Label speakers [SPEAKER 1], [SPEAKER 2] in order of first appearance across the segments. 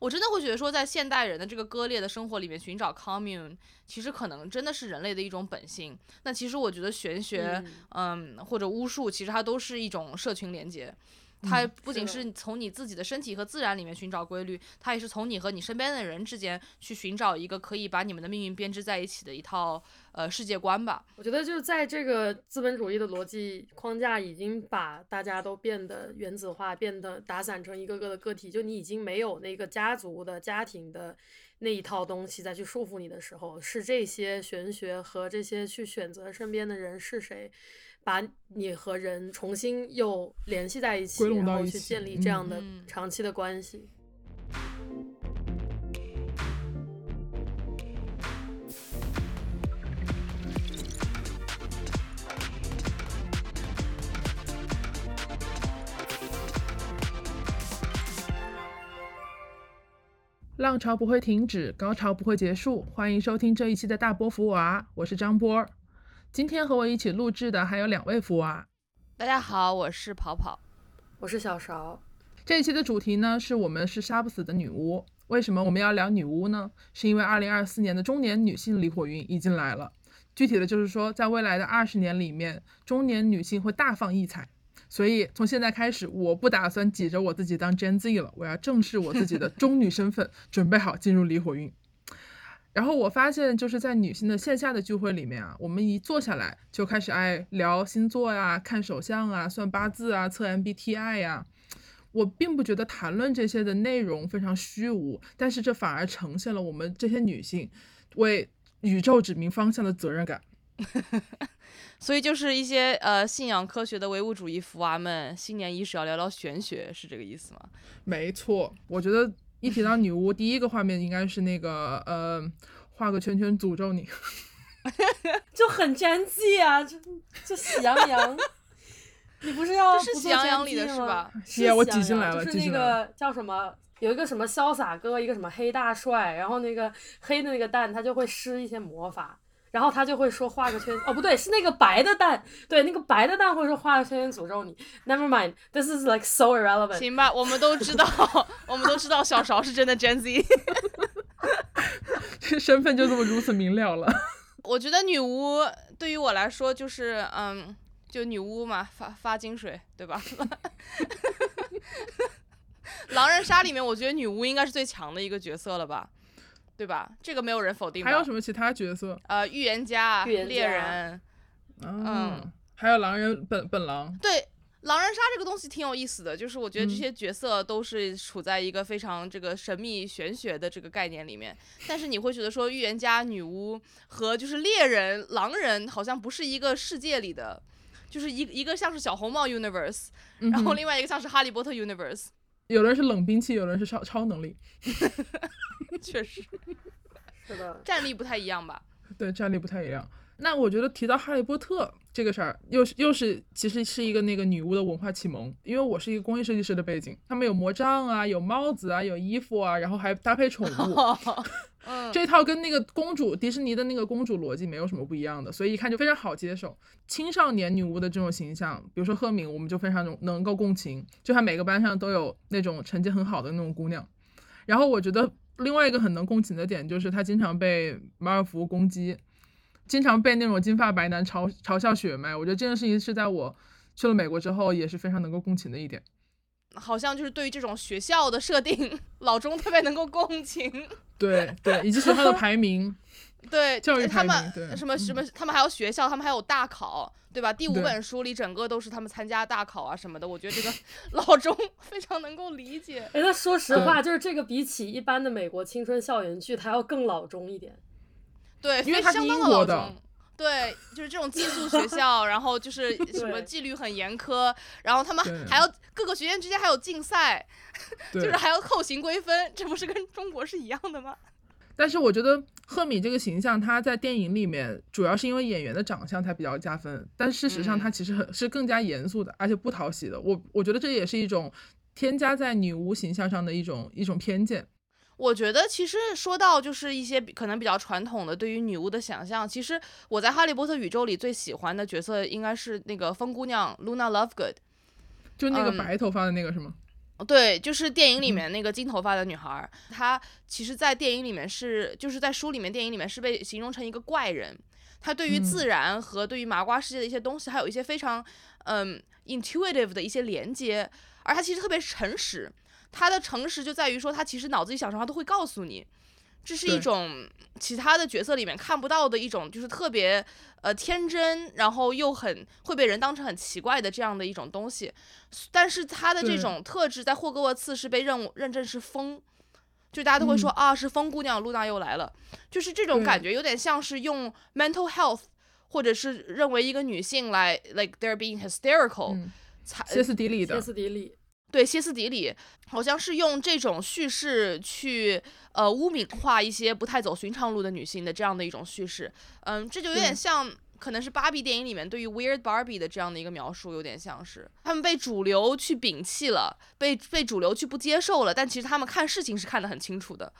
[SPEAKER 1] 我真的会觉得说，在现代人的这个割裂的生活里面寻找 commune，其实可能真的是人类的一种本性。那其实我觉得玄学，嗯或者巫术，其实它都是一种社群连接。它不仅嗯
[SPEAKER 2] 是
[SPEAKER 1] 是从你自己的身体和自然里面寻找规律，它也是从你和你身边的人之间去寻找一个可以把你们的命运编织在一起的一套呃世界观吧。
[SPEAKER 2] 我觉得就是在这个资本主义的逻辑框架已经把大家都变得原子化，变得打散成一个个的个体，就你已经没有那个家族的、家庭的那一套东西再去束缚你的时候，是这些玄学和这些去选择身边的人是谁，把你和人重新又联系在一起，
[SPEAKER 3] 归拢
[SPEAKER 2] 然
[SPEAKER 3] 到
[SPEAKER 2] 后
[SPEAKER 3] 一
[SPEAKER 2] 去
[SPEAKER 3] 起
[SPEAKER 2] 建立这样的
[SPEAKER 1] 嗯
[SPEAKER 2] 长期的关系。
[SPEAKER 3] 浪潮不会停止，高潮不会结束。欢迎收听这一期的大波福娃，我是张波。今天和我一起录制的还有两位福娃。
[SPEAKER 1] 大家好，我是跑跑。
[SPEAKER 2] 我是小勺，
[SPEAKER 3] 这一期的主题呢，是我们是杀不死的女巫。为什么我们要聊女巫呢？是因为2024年的中年女性离火运已经来了。具体的就是说，在未来的二十年里面，中年女性会大放异彩。所以从现在开始，我不打算挤着我自己当 Gen Z 了，我要正视我自己的中女身份，准备好进入离火运。然后我发现，就是在女性的线下的聚会里面啊，我们一坐下来就开始爱聊星座呀、看手相啊、算八字啊、测 MBTI 呀、我并不觉得谈论这些的内容非常虚无，但是这反而呈现了我们这些女性为宇宙指明方向的责任感。
[SPEAKER 1] 所以就是一些呃信仰科学的唯物主义福娃们，新年伊始要聊聊玄学，是这个意思吗？
[SPEAKER 3] 没错，我觉得一提到女巫，第一个画面应该是那个呃，画个圈圈诅咒你。
[SPEAKER 4] 就很詹记啊，就就喜羊羊。 你不是要
[SPEAKER 1] 这是
[SPEAKER 4] 不
[SPEAKER 1] 喜
[SPEAKER 4] 做
[SPEAKER 1] 羊
[SPEAKER 4] 詹
[SPEAKER 1] 羊里
[SPEAKER 4] 记
[SPEAKER 1] 的是
[SPEAKER 4] 吗
[SPEAKER 1] 吧？
[SPEAKER 4] 是
[SPEAKER 3] 耶我
[SPEAKER 4] 喜
[SPEAKER 3] 挤
[SPEAKER 4] 羊
[SPEAKER 3] 进
[SPEAKER 4] 羊
[SPEAKER 3] 来了
[SPEAKER 4] 就
[SPEAKER 3] 挤
[SPEAKER 4] 是那
[SPEAKER 3] 进来
[SPEAKER 4] 个叫什么？有一个什么潇洒哥，一个什么黑大帅，然后那个黑的那个蛋，他就会施一些魔法，然后他就会说画个圈， 哦不对，是那个白的蛋，对，那个白的蛋会说画个圈圈诅咒你。Never mind，this is like so irrelevant。
[SPEAKER 1] 行吧，我们都 知道，我们都知道小勺是真的 Gen Z。
[SPEAKER 3] 这身份就这么如此明了了。
[SPEAKER 1] 我觉得女巫对于我来说就是，嗯，就女巫嘛，发发金水，对吧？ 狼人杀里面，我觉得女巫应该是最强的一个角色了吧，对吧？这个没有人否定吧。
[SPEAKER 3] 还有什么其他角色？
[SPEAKER 1] 呃，预言家、
[SPEAKER 4] 预言家
[SPEAKER 1] 猎人，嗯
[SPEAKER 3] 啊，还有狼人本本狼。
[SPEAKER 1] 对。狼人杀这个东西挺有意思的，就是我觉得这
[SPEAKER 3] 嗯
[SPEAKER 1] 些角色都是处在一个非常这个神秘玄学的这个概念里面，但是你会觉得说预言家、女巫和就是猎人、狼人好像不是一个世界里的，就是一一个像是小红帽 universe，
[SPEAKER 3] 嗯
[SPEAKER 1] 然后
[SPEAKER 3] 哼
[SPEAKER 1] 另外一个像是哈利波特 universe，
[SPEAKER 3] 有人是冷兵器，有人是超超能力，
[SPEAKER 1] 确 实
[SPEAKER 2] 是的，
[SPEAKER 1] 战力不太一样吧。
[SPEAKER 3] 对战力不太一样。那我觉得提到哈利波特这个事儿，又是又是其实是一个那个女巫的文化启蒙，因为我是一个工业设计师的背景，他们有魔杖啊，有帽子啊，有衣服啊，然后还搭配宠物，
[SPEAKER 1] 嗯，
[SPEAKER 3] 这套跟那个公主迪士尼的那个公主逻辑没有什么不一样的，所以一看就非常好接受。青少年女巫的这种形象，比如说赫敏，我们就非常能能够共情，就她每个班上都有那种成绩很好的那种姑娘。然后我觉得另外一个很能共情的点就是她经常被马尔福攻击，经常被那种金发白男嘲嘲笑血脉。我觉得这件事情是在我去了美国之后也是非常能够共情的一点。
[SPEAKER 1] 好像就是对于这种学校的设定， 老钟特别能够共情。
[SPEAKER 3] 对对，以及学校的排名，
[SPEAKER 1] 对，
[SPEAKER 3] 教育
[SPEAKER 1] 他
[SPEAKER 3] 排名
[SPEAKER 1] 们
[SPEAKER 3] 对嗯
[SPEAKER 1] 什么什么，他们还有学校，他们还有大考，对吧？第五
[SPEAKER 3] 对
[SPEAKER 1] 本书里整个都是他们参加大考啊什么的，我觉得这 个老钟非常能够理解。
[SPEAKER 2] 哎，那说实话，就是这个比起一般的美国青春校园剧，它要更老中一点。
[SPEAKER 1] 对，
[SPEAKER 3] 因为他是
[SPEAKER 1] 相当
[SPEAKER 3] 英
[SPEAKER 1] 老
[SPEAKER 3] 国的
[SPEAKER 1] 钟。对，就是这种寄宿学校，然后 就是什么
[SPEAKER 2] 对
[SPEAKER 1] 纪律很严苛，然后他们
[SPEAKER 3] 对
[SPEAKER 1] 还要各个学院之间还有竞赛，
[SPEAKER 3] 对，
[SPEAKER 1] 就是还要扣行规分，这不是跟中国是一样的吗？
[SPEAKER 3] 但是我觉得赫敏这个形象，她在电影里面主要是因为演员的长相才比较加分，但事实上
[SPEAKER 1] 嗯
[SPEAKER 3] 她其实很是更加严肃的，而且不讨喜的。我我觉得这也是一种添加在女巫形象上的一种一种偏见。
[SPEAKER 1] 我觉得其实说到就是一些比可能比较传统的对于女巫的想象，其实我在《哈利波特》宇宙里最喜欢的角色应该是那个疯姑娘 Luna Lovegood。
[SPEAKER 3] 就那个
[SPEAKER 1] 嗯
[SPEAKER 3] 白头发的那个是吗？
[SPEAKER 1] 对，就是电
[SPEAKER 3] 嗯
[SPEAKER 1] 影里面那个金头发的女孩儿，她其实，在电影里面是，就是在书里面、电影里面是被形容成一个怪人。她对于
[SPEAKER 3] 嗯
[SPEAKER 1] 自然和对于麻瓜世界的一些东西，还有一些非常嗯 intuitive 的一些连接，而她其实特别诚实。她的诚实就在于说，她其实脑子里想什么，她都会告诉你。这是一
[SPEAKER 3] 对
[SPEAKER 1] 种其他的角色里面看不到的一种，就是特别呃天真，然后又很会被人当成很奇怪的这样的一种东西。但是他的这
[SPEAKER 3] 对
[SPEAKER 1] 种特质在霍格沃茨是被认认证是风，就大家都会
[SPEAKER 3] 嗯
[SPEAKER 1] 说、啊是风姑娘，露娜又来了，就是这种感
[SPEAKER 2] 嗯
[SPEAKER 1] 觉，有点像是用 mental health，或者是认为一个女性来 like they're being hysterical，、
[SPEAKER 3] 嗯
[SPEAKER 1] 才
[SPEAKER 3] 歇斯底
[SPEAKER 2] 歇
[SPEAKER 3] 里的，
[SPEAKER 2] 斯底里，
[SPEAKER 1] 对歇斯底里，好像是用这种叙事去呃污名化一些不太走寻常路的女性的这样的一种叙事，嗯，这就有点
[SPEAKER 2] 对
[SPEAKER 1] 像。可能是芭比电影里面对于 Weird Barbie 的这样的一个描述，有点像是他们被主流去摒弃了，被被主流去不接受了，但其实他们看事情是看得很清楚的。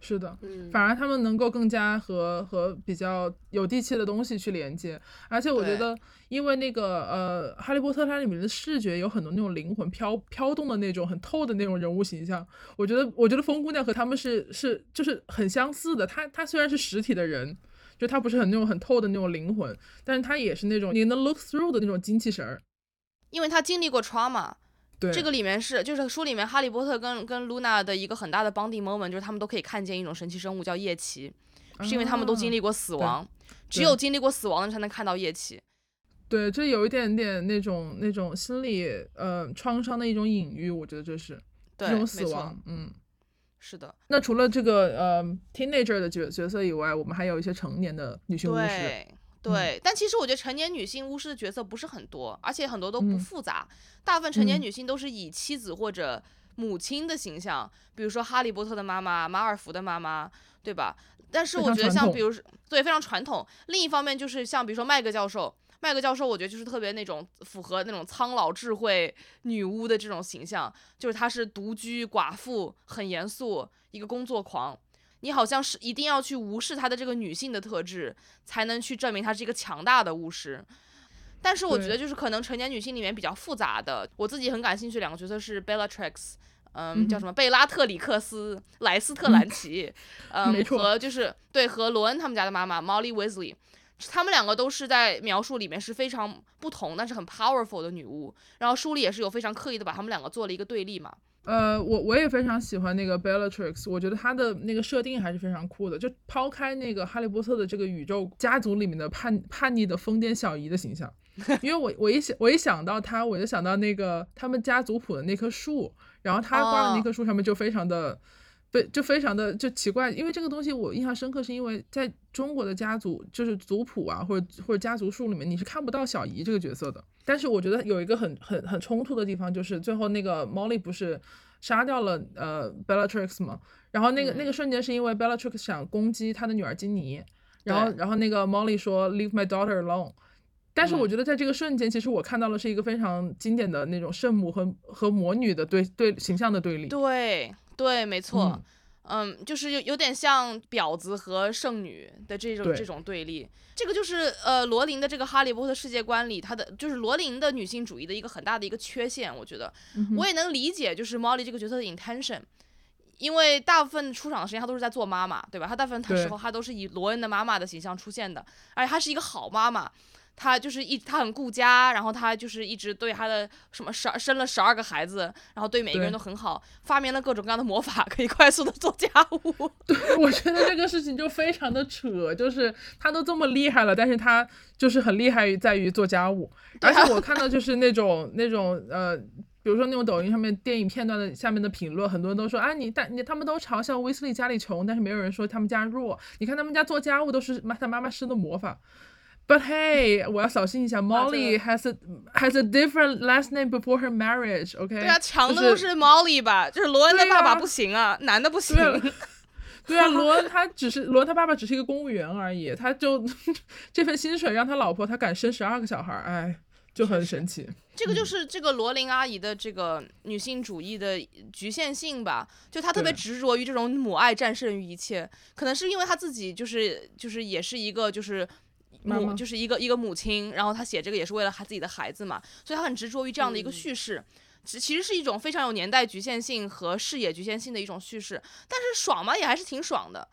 [SPEAKER 3] 是的。
[SPEAKER 2] 嗯，
[SPEAKER 3] 反而他们能够更加和和比较有地气的东西去连接，而且我
[SPEAKER 1] 对
[SPEAKER 3] 觉得，因为那个呃，《哈利波特》它里面的视觉有很多那种灵魂飘飘动的那种很透的那种人物形象，我觉得我觉得风姑娘和他们是是就是很相似的，她她虽然是实体的人。就她不是很那种很透的那种灵魂，但是她也是那种你能 look through 的那种精气神儿。
[SPEAKER 1] 因为他经历过 trauma，
[SPEAKER 3] 对，
[SPEAKER 1] 这个里面是就是书里面哈利波特跟跟 Luna 的一个很大的 bonding moment，就是他们都可以看见一种神奇生物叫夜骑，是因为他们都经
[SPEAKER 3] 历。
[SPEAKER 1] 历过死亡，只
[SPEAKER 3] 嗯对
[SPEAKER 1] 有经历过死亡的人才能看到夜骑。
[SPEAKER 3] 对，这有一点点那种那种心理呃创伤的一种隐喻，我觉得这是
[SPEAKER 1] 对，
[SPEAKER 3] 这
[SPEAKER 1] 没
[SPEAKER 3] 种死
[SPEAKER 1] 错
[SPEAKER 3] 亡，，嗯。
[SPEAKER 1] 是的，
[SPEAKER 3] 那除了这个呃 teenager 的角角色以外，我们还有一些成年的女性巫师，嗯
[SPEAKER 1] 对。对，但其实我觉得成年女性巫师的角色不是很多，而且很多都不
[SPEAKER 3] 嗯
[SPEAKER 1] 复杂。大部分成年
[SPEAKER 3] 嗯
[SPEAKER 1] 女性都是以妻子或者母亲的形象，比如说哈利波特的妈妈、马尔福的妈妈，对吧？但是
[SPEAKER 3] 非
[SPEAKER 1] 我
[SPEAKER 3] 常
[SPEAKER 1] 觉得
[SPEAKER 3] 传
[SPEAKER 1] 像
[SPEAKER 3] 统
[SPEAKER 1] 比如说，对，非常传统。另一方面就是像比如说麦格教授，麦格教授我觉得就是特别那种符合那种苍老智慧女巫的这种形象，就是她是独居寡妇，很严肃，一个工作狂。你好像是一定要去无视她的这个女性的特质，才能去证明她是一个强大的巫师。但是我觉
[SPEAKER 3] 对
[SPEAKER 1] 得就是可能成年女性里面比较复杂的，我自己很感兴趣两个角色是 Bellatrix，嗯，叫什么贝拉特里克斯、莱斯特兰 奇，嗯
[SPEAKER 3] 没，错
[SPEAKER 1] 和就是对和罗恩他们家的妈妈 Molly Weasley，他们两个都是在描述里面是非常不同，但是很 powerful 的女巫。然后书里也是有非常刻意的把他们两个做了一个对立嘛。
[SPEAKER 3] 呃，我我也非常喜欢那个 Bellatrix，我觉得她的那个设定还是非常酷的。就抛开那个哈利波特的这个宇宙家族里面的叛叛逆的疯癫小姨的形象，因为我我一想我一想到她，我就想到那个他们家族谱的那棵树，然后她挂的
[SPEAKER 1] 哦
[SPEAKER 3] 那棵树上面就非常的。非就非常的就奇怪，因为这个东西我印象深刻，是因为在中国的家族就是族谱啊，或者或者家族树里面，你是看不到小姨这个角色的。但是我觉得有一个很很很冲突的地方，就是最后那个 Molly 不是杀掉了呃 Bellatrix 吗？然后那个、
[SPEAKER 1] 嗯
[SPEAKER 3] 那个瞬间是因为 Bellatrix 想攻击她的女儿金妮，然后
[SPEAKER 1] 对
[SPEAKER 3] 然后那个 Molly 说 Leave my daughter alone。但是我
[SPEAKER 1] 嗯
[SPEAKER 3] 觉得在这个瞬间，其实我看到了是一个非常经典的那种圣母和和魔女的对对形象的对立。
[SPEAKER 1] 对对，没错。
[SPEAKER 3] 嗯
[SPEAKER 1] 嗯，就是有有点像婊子和剩女的这种
[SPEAKER 3] 对
[SPEAKER 1] 这种对立，这个就是呃罗琳的这个哈利波特世界观里，她的就是罗琳的女性主义的一个很大的一个缺陷，我觉得、
[SPEAKER 3] 嗯哼
[SPEAKER 1] 我也能理解，就是 Molly 这个角色的 intention，因为大部分出场的时间她都是在做妈妈，对吧？她大部分的
[SPEAKER 3] 对
[SPEAKER 1] 时候她都是以罗恩的妈妈的形象出现的，而且她是一个好妈妈。她就是一，她很顾家，然后她就是一直对她的什么十二生了十二个孩子，然后对每一个
[SPEAKER 3] 对
[SPEAKER 1] 人都很好，发明了各种各样的魔法，可以快速的做家 务。
[SPEAKER 3] 我觉得这个事情就非常的扯，就是他都这么厉害了，但是他就是很厉害于在于做家务，
[SPEAKER 1] 啊
[SPEAKER 3] 而且我看到就是那种那种呃。比如说那种抖音上面电影片段的下面的评论，很多人都说啊，你但你他们都嘲笑威斯利家里穷，但是没有人说他们家弱。你看他们家做家务都是妈他妈妈施的魔法。But hey，我要小心一
[SPEAKER 1] 啊
[SPEAKER 3] 下，Molly has a has a different last name before her marriage。OK，
[SPEAKER 1] 对啊，强的
[SPEAKER 3] 就
[SPEAKER 1] 都
[SPEAKER 3] 是
[SPEAKER 1] 是 Molly 吧，就是罗恩的
[SPEAKER 3] 对
[SPEAKER 1] 爸
[SPEAKER 3] 啊
[SPEAKER 1] 爸不行啊，男的不行。
[SPEAKER 3] 对啊， 对啊，罗恩他只是罗恩他爸爸只是一个公务员而已，他就 这份薪水让他老婆他敢生十二个小孩儿，哎，就很神奇。
[SPEAKER 1] 这
[SPEAKER 3] 嗯
[SPEAKER 1] 个就是这个罗琳阿姨的这个女性主义的局限性吧，就她特别
[SPEAKER 3] 对
[SPEAKER 1] 执着于这种母爱战胜于一切，可能是因为她自己就是就是也是一个就是。母
[SPEAKER 3] 妈妈
[SPEAKER 1] 就是一个一个母亲，然后她写这个也是为了她自己的孩子嘛，所以她很执着于这样的一个
[SPEAKER 2] 嗯
[SPEAKER 1] 叙事。其其实是一种非常有年代局限性和视野局限性的一种叙事，但是爽嘛，也还是挺爽的，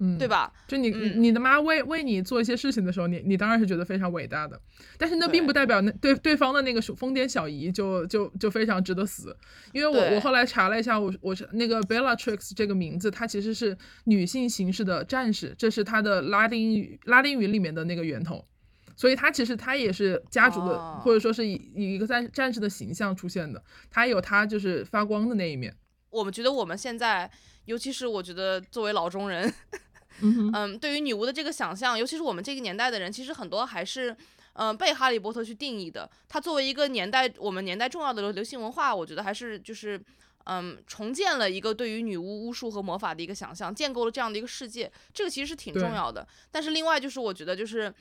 [SPEAKER 3] 嗯，
[SPEAKER 1] 对？吧？
[SPEAKER 3] 就你、
[SPEAKER 1] 嗯
[SPEAKER 3] 你的妈为为你做一些事情的时候，你你当然是觉得非常伟大的，但是那
[SPEAKER 1] 对
[SPEAKER 3] 并不代表那对对方的那个是疯癫小姨就就就非常值得死，因为我
[SPEAKER 1] 对
[SPEAKER 3] 我后来查了一下，我我是那个 Bellatrix 这个名字，它其实是女性形式的战士，这是它的拉丁语拉丁语里面的那个源头。所以她其实她也是家族的，
[SPEAKER 1] 哦
[SPEAKER 3] 或者说是以以一个战战士的形象出现的，她有她就是发光的那一面。
[SPEAKER 1] 我们觉得我们现在，尤其是我觉得作为老中人，
[SPEAKER 3] 嗯哼，
[SPEAKER 1] 嗯，对于女巫的这个想象，尤其是我们这个年代的人，其实很多还是。嗯，被《哈利波特》去定义的，它作为一个年代，我们年代重要的流流行文化，我觉得还是就是，嗯，重建了一个对于女巫、巫术和魔法的一个想象，建构了这样的一个世界，这个其实是挺
[SPEAKER 3] 对
[SPEAKER 1] 重要的。但是另外就是，我觉得就是《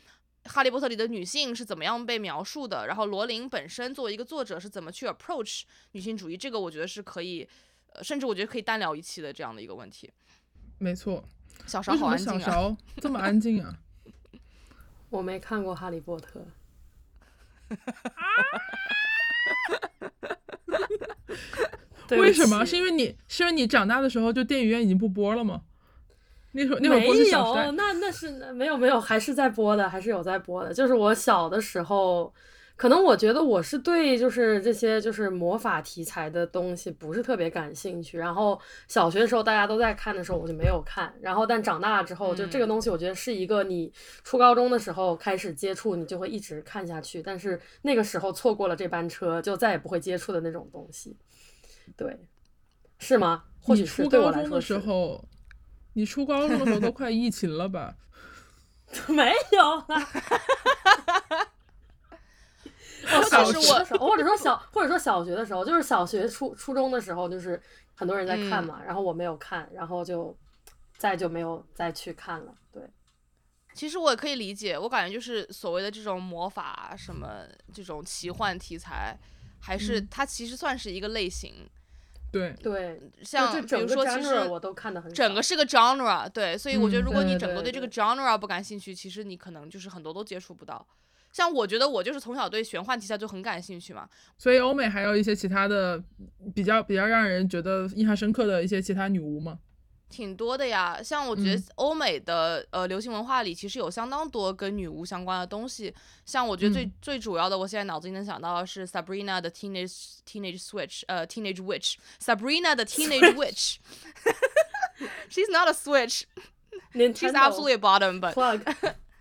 [SPEAKER 1] 哈利波特》里的女性是怎么样被描述的，然后罗琳本身作为一个作者是怎么去 approach 女性主义，这个我觉得是可以，呃，甚至我觉得可以单聊一期的这样的一个问题。
[SPEAKER 3] 没错。
[SPEAKER 1] 小勺
[SPEAKER 3] 为什
[SPEAKER 1] 好
[SPEAKER 3] 么
[SPEAKER 1] 安静
[SPEAKER 3] 小
[SPEAKER 1] 啊！
[SPEAKER 3] 勺这么安静啊？
[SPEAKER 2] 我没看过《哈利波 特》，啊对不
[SPEAKER 3] 为什么？
[SPEAKER 2] 起
[SPEAKER 3] 是因为你是因为你长大的时候就电影院已经不播了吗？那时候那会儿
[SPEAKER 2] 没
[SPEAKER 3] 播是《小时代
[SPEAKER 2] 有，》，那那是没有没有，还是在播的，还是有在播的。就是我小的时候，可能我觉得我是对就是这些就是魔法题材的东西不是特别感兴趣。然后小学的时候大家都在看的时候，我就没有看。然后但长大了之后，就这个
[SPEAKER 1] 嗯
[SPEAKER 2] 东西，我觉得是一个你初高中的时候开始接触，你就会一直看下去。但是那个时候错过了这班车，就再也不会接触的那种东西。对，是吗？或许
[SPEAKER 3] 你
[SPEAKER 2] 是
[SPEAKER 3] 初
[SPEAKER 2] 对我
[SPEAKER 3] 高
[SPEAKER 2] 来
[SPEAKER 3] 中
[SPEAKER 2] 说
[SPEAKER 3] 的
[SPEAKER 2] 是
[SPEAKER 3] 时候，你初高中的时候都快疫情了吧？
[SPEAKER 2] 没有啦。我小
[SPEAKER 1] 其
[SPEAKER 2] 学
[SPEAKER 1] 实
[SPEAKER 2] 的时候，或者说小，或者说小学的时候，就是小学初初中的时候，就是很多人在
[SPEAKER 1] 嗯
[SPEAKER 2] 看嘛，然后我没有看，然后就再就没有再去看了。对，
[SPEAKER 1] 其实我也可以理解，我感觉就是所谓的这种魔法什么这种奇幻题材，还
[SPEAKER 2] 嗯
[SPEAKER 1] 是、它其实算是一个类型，
[SPEAKER 3] 对，
[SPEAKER 2] 对，
[SPEAKER 1] 像
[SPEAKER 2] 就这
[SPEAKER 1] 比如
[SPEAKER 2] 整个
[SPEAKER 1] 说其
[SPEAKER 2] genre 我
[SPEAKER 1] 实
[SPEAKER 2] 都看的很少
[SPEAKER 1] 整个是个 genre，对，所以我觉得
[SPEAKER 3] 嗯
[SPEAKER 1] 如果
[SPEAKER 2] 对
[SPEAKER 1] 你
[SPEAKER 2] 对
[SPEAKER 1] 整个对这
[SPEAKER 2] 对
[SPEAKER 1] 个 genre 不感兴趣，其实你可能就是很多都接触不到。像我觉得我就是从小对玄幻题材就很感兴趣嘛，
[SPEAKER 3] 所以欧美还有一些其他的比较比较让人觉得印象深刻的一些其他女巫嘛。
[SPEAKER 1] 挺多的呀，像我觉得
[SPEAKER 3] 嗯
[SPEAKER 1] 欧美的、呃流行文化里，其实有相当多跟女巫相关的东西。像我觉得最、
[SPEAKER 3] 嗯
[SPEAKER 1] 最主要的，我现在脑子里能想到的是 Sabrina 的 Teenage Teenage Switch，呃 Teenage Witch，Sabrina 的 Teenage Witch。She's not a switch. She's
[SPEAKER 2] Nintendo
[SPEAKER 1] absolutely a bottom, but
[SPEAKER 2] plug。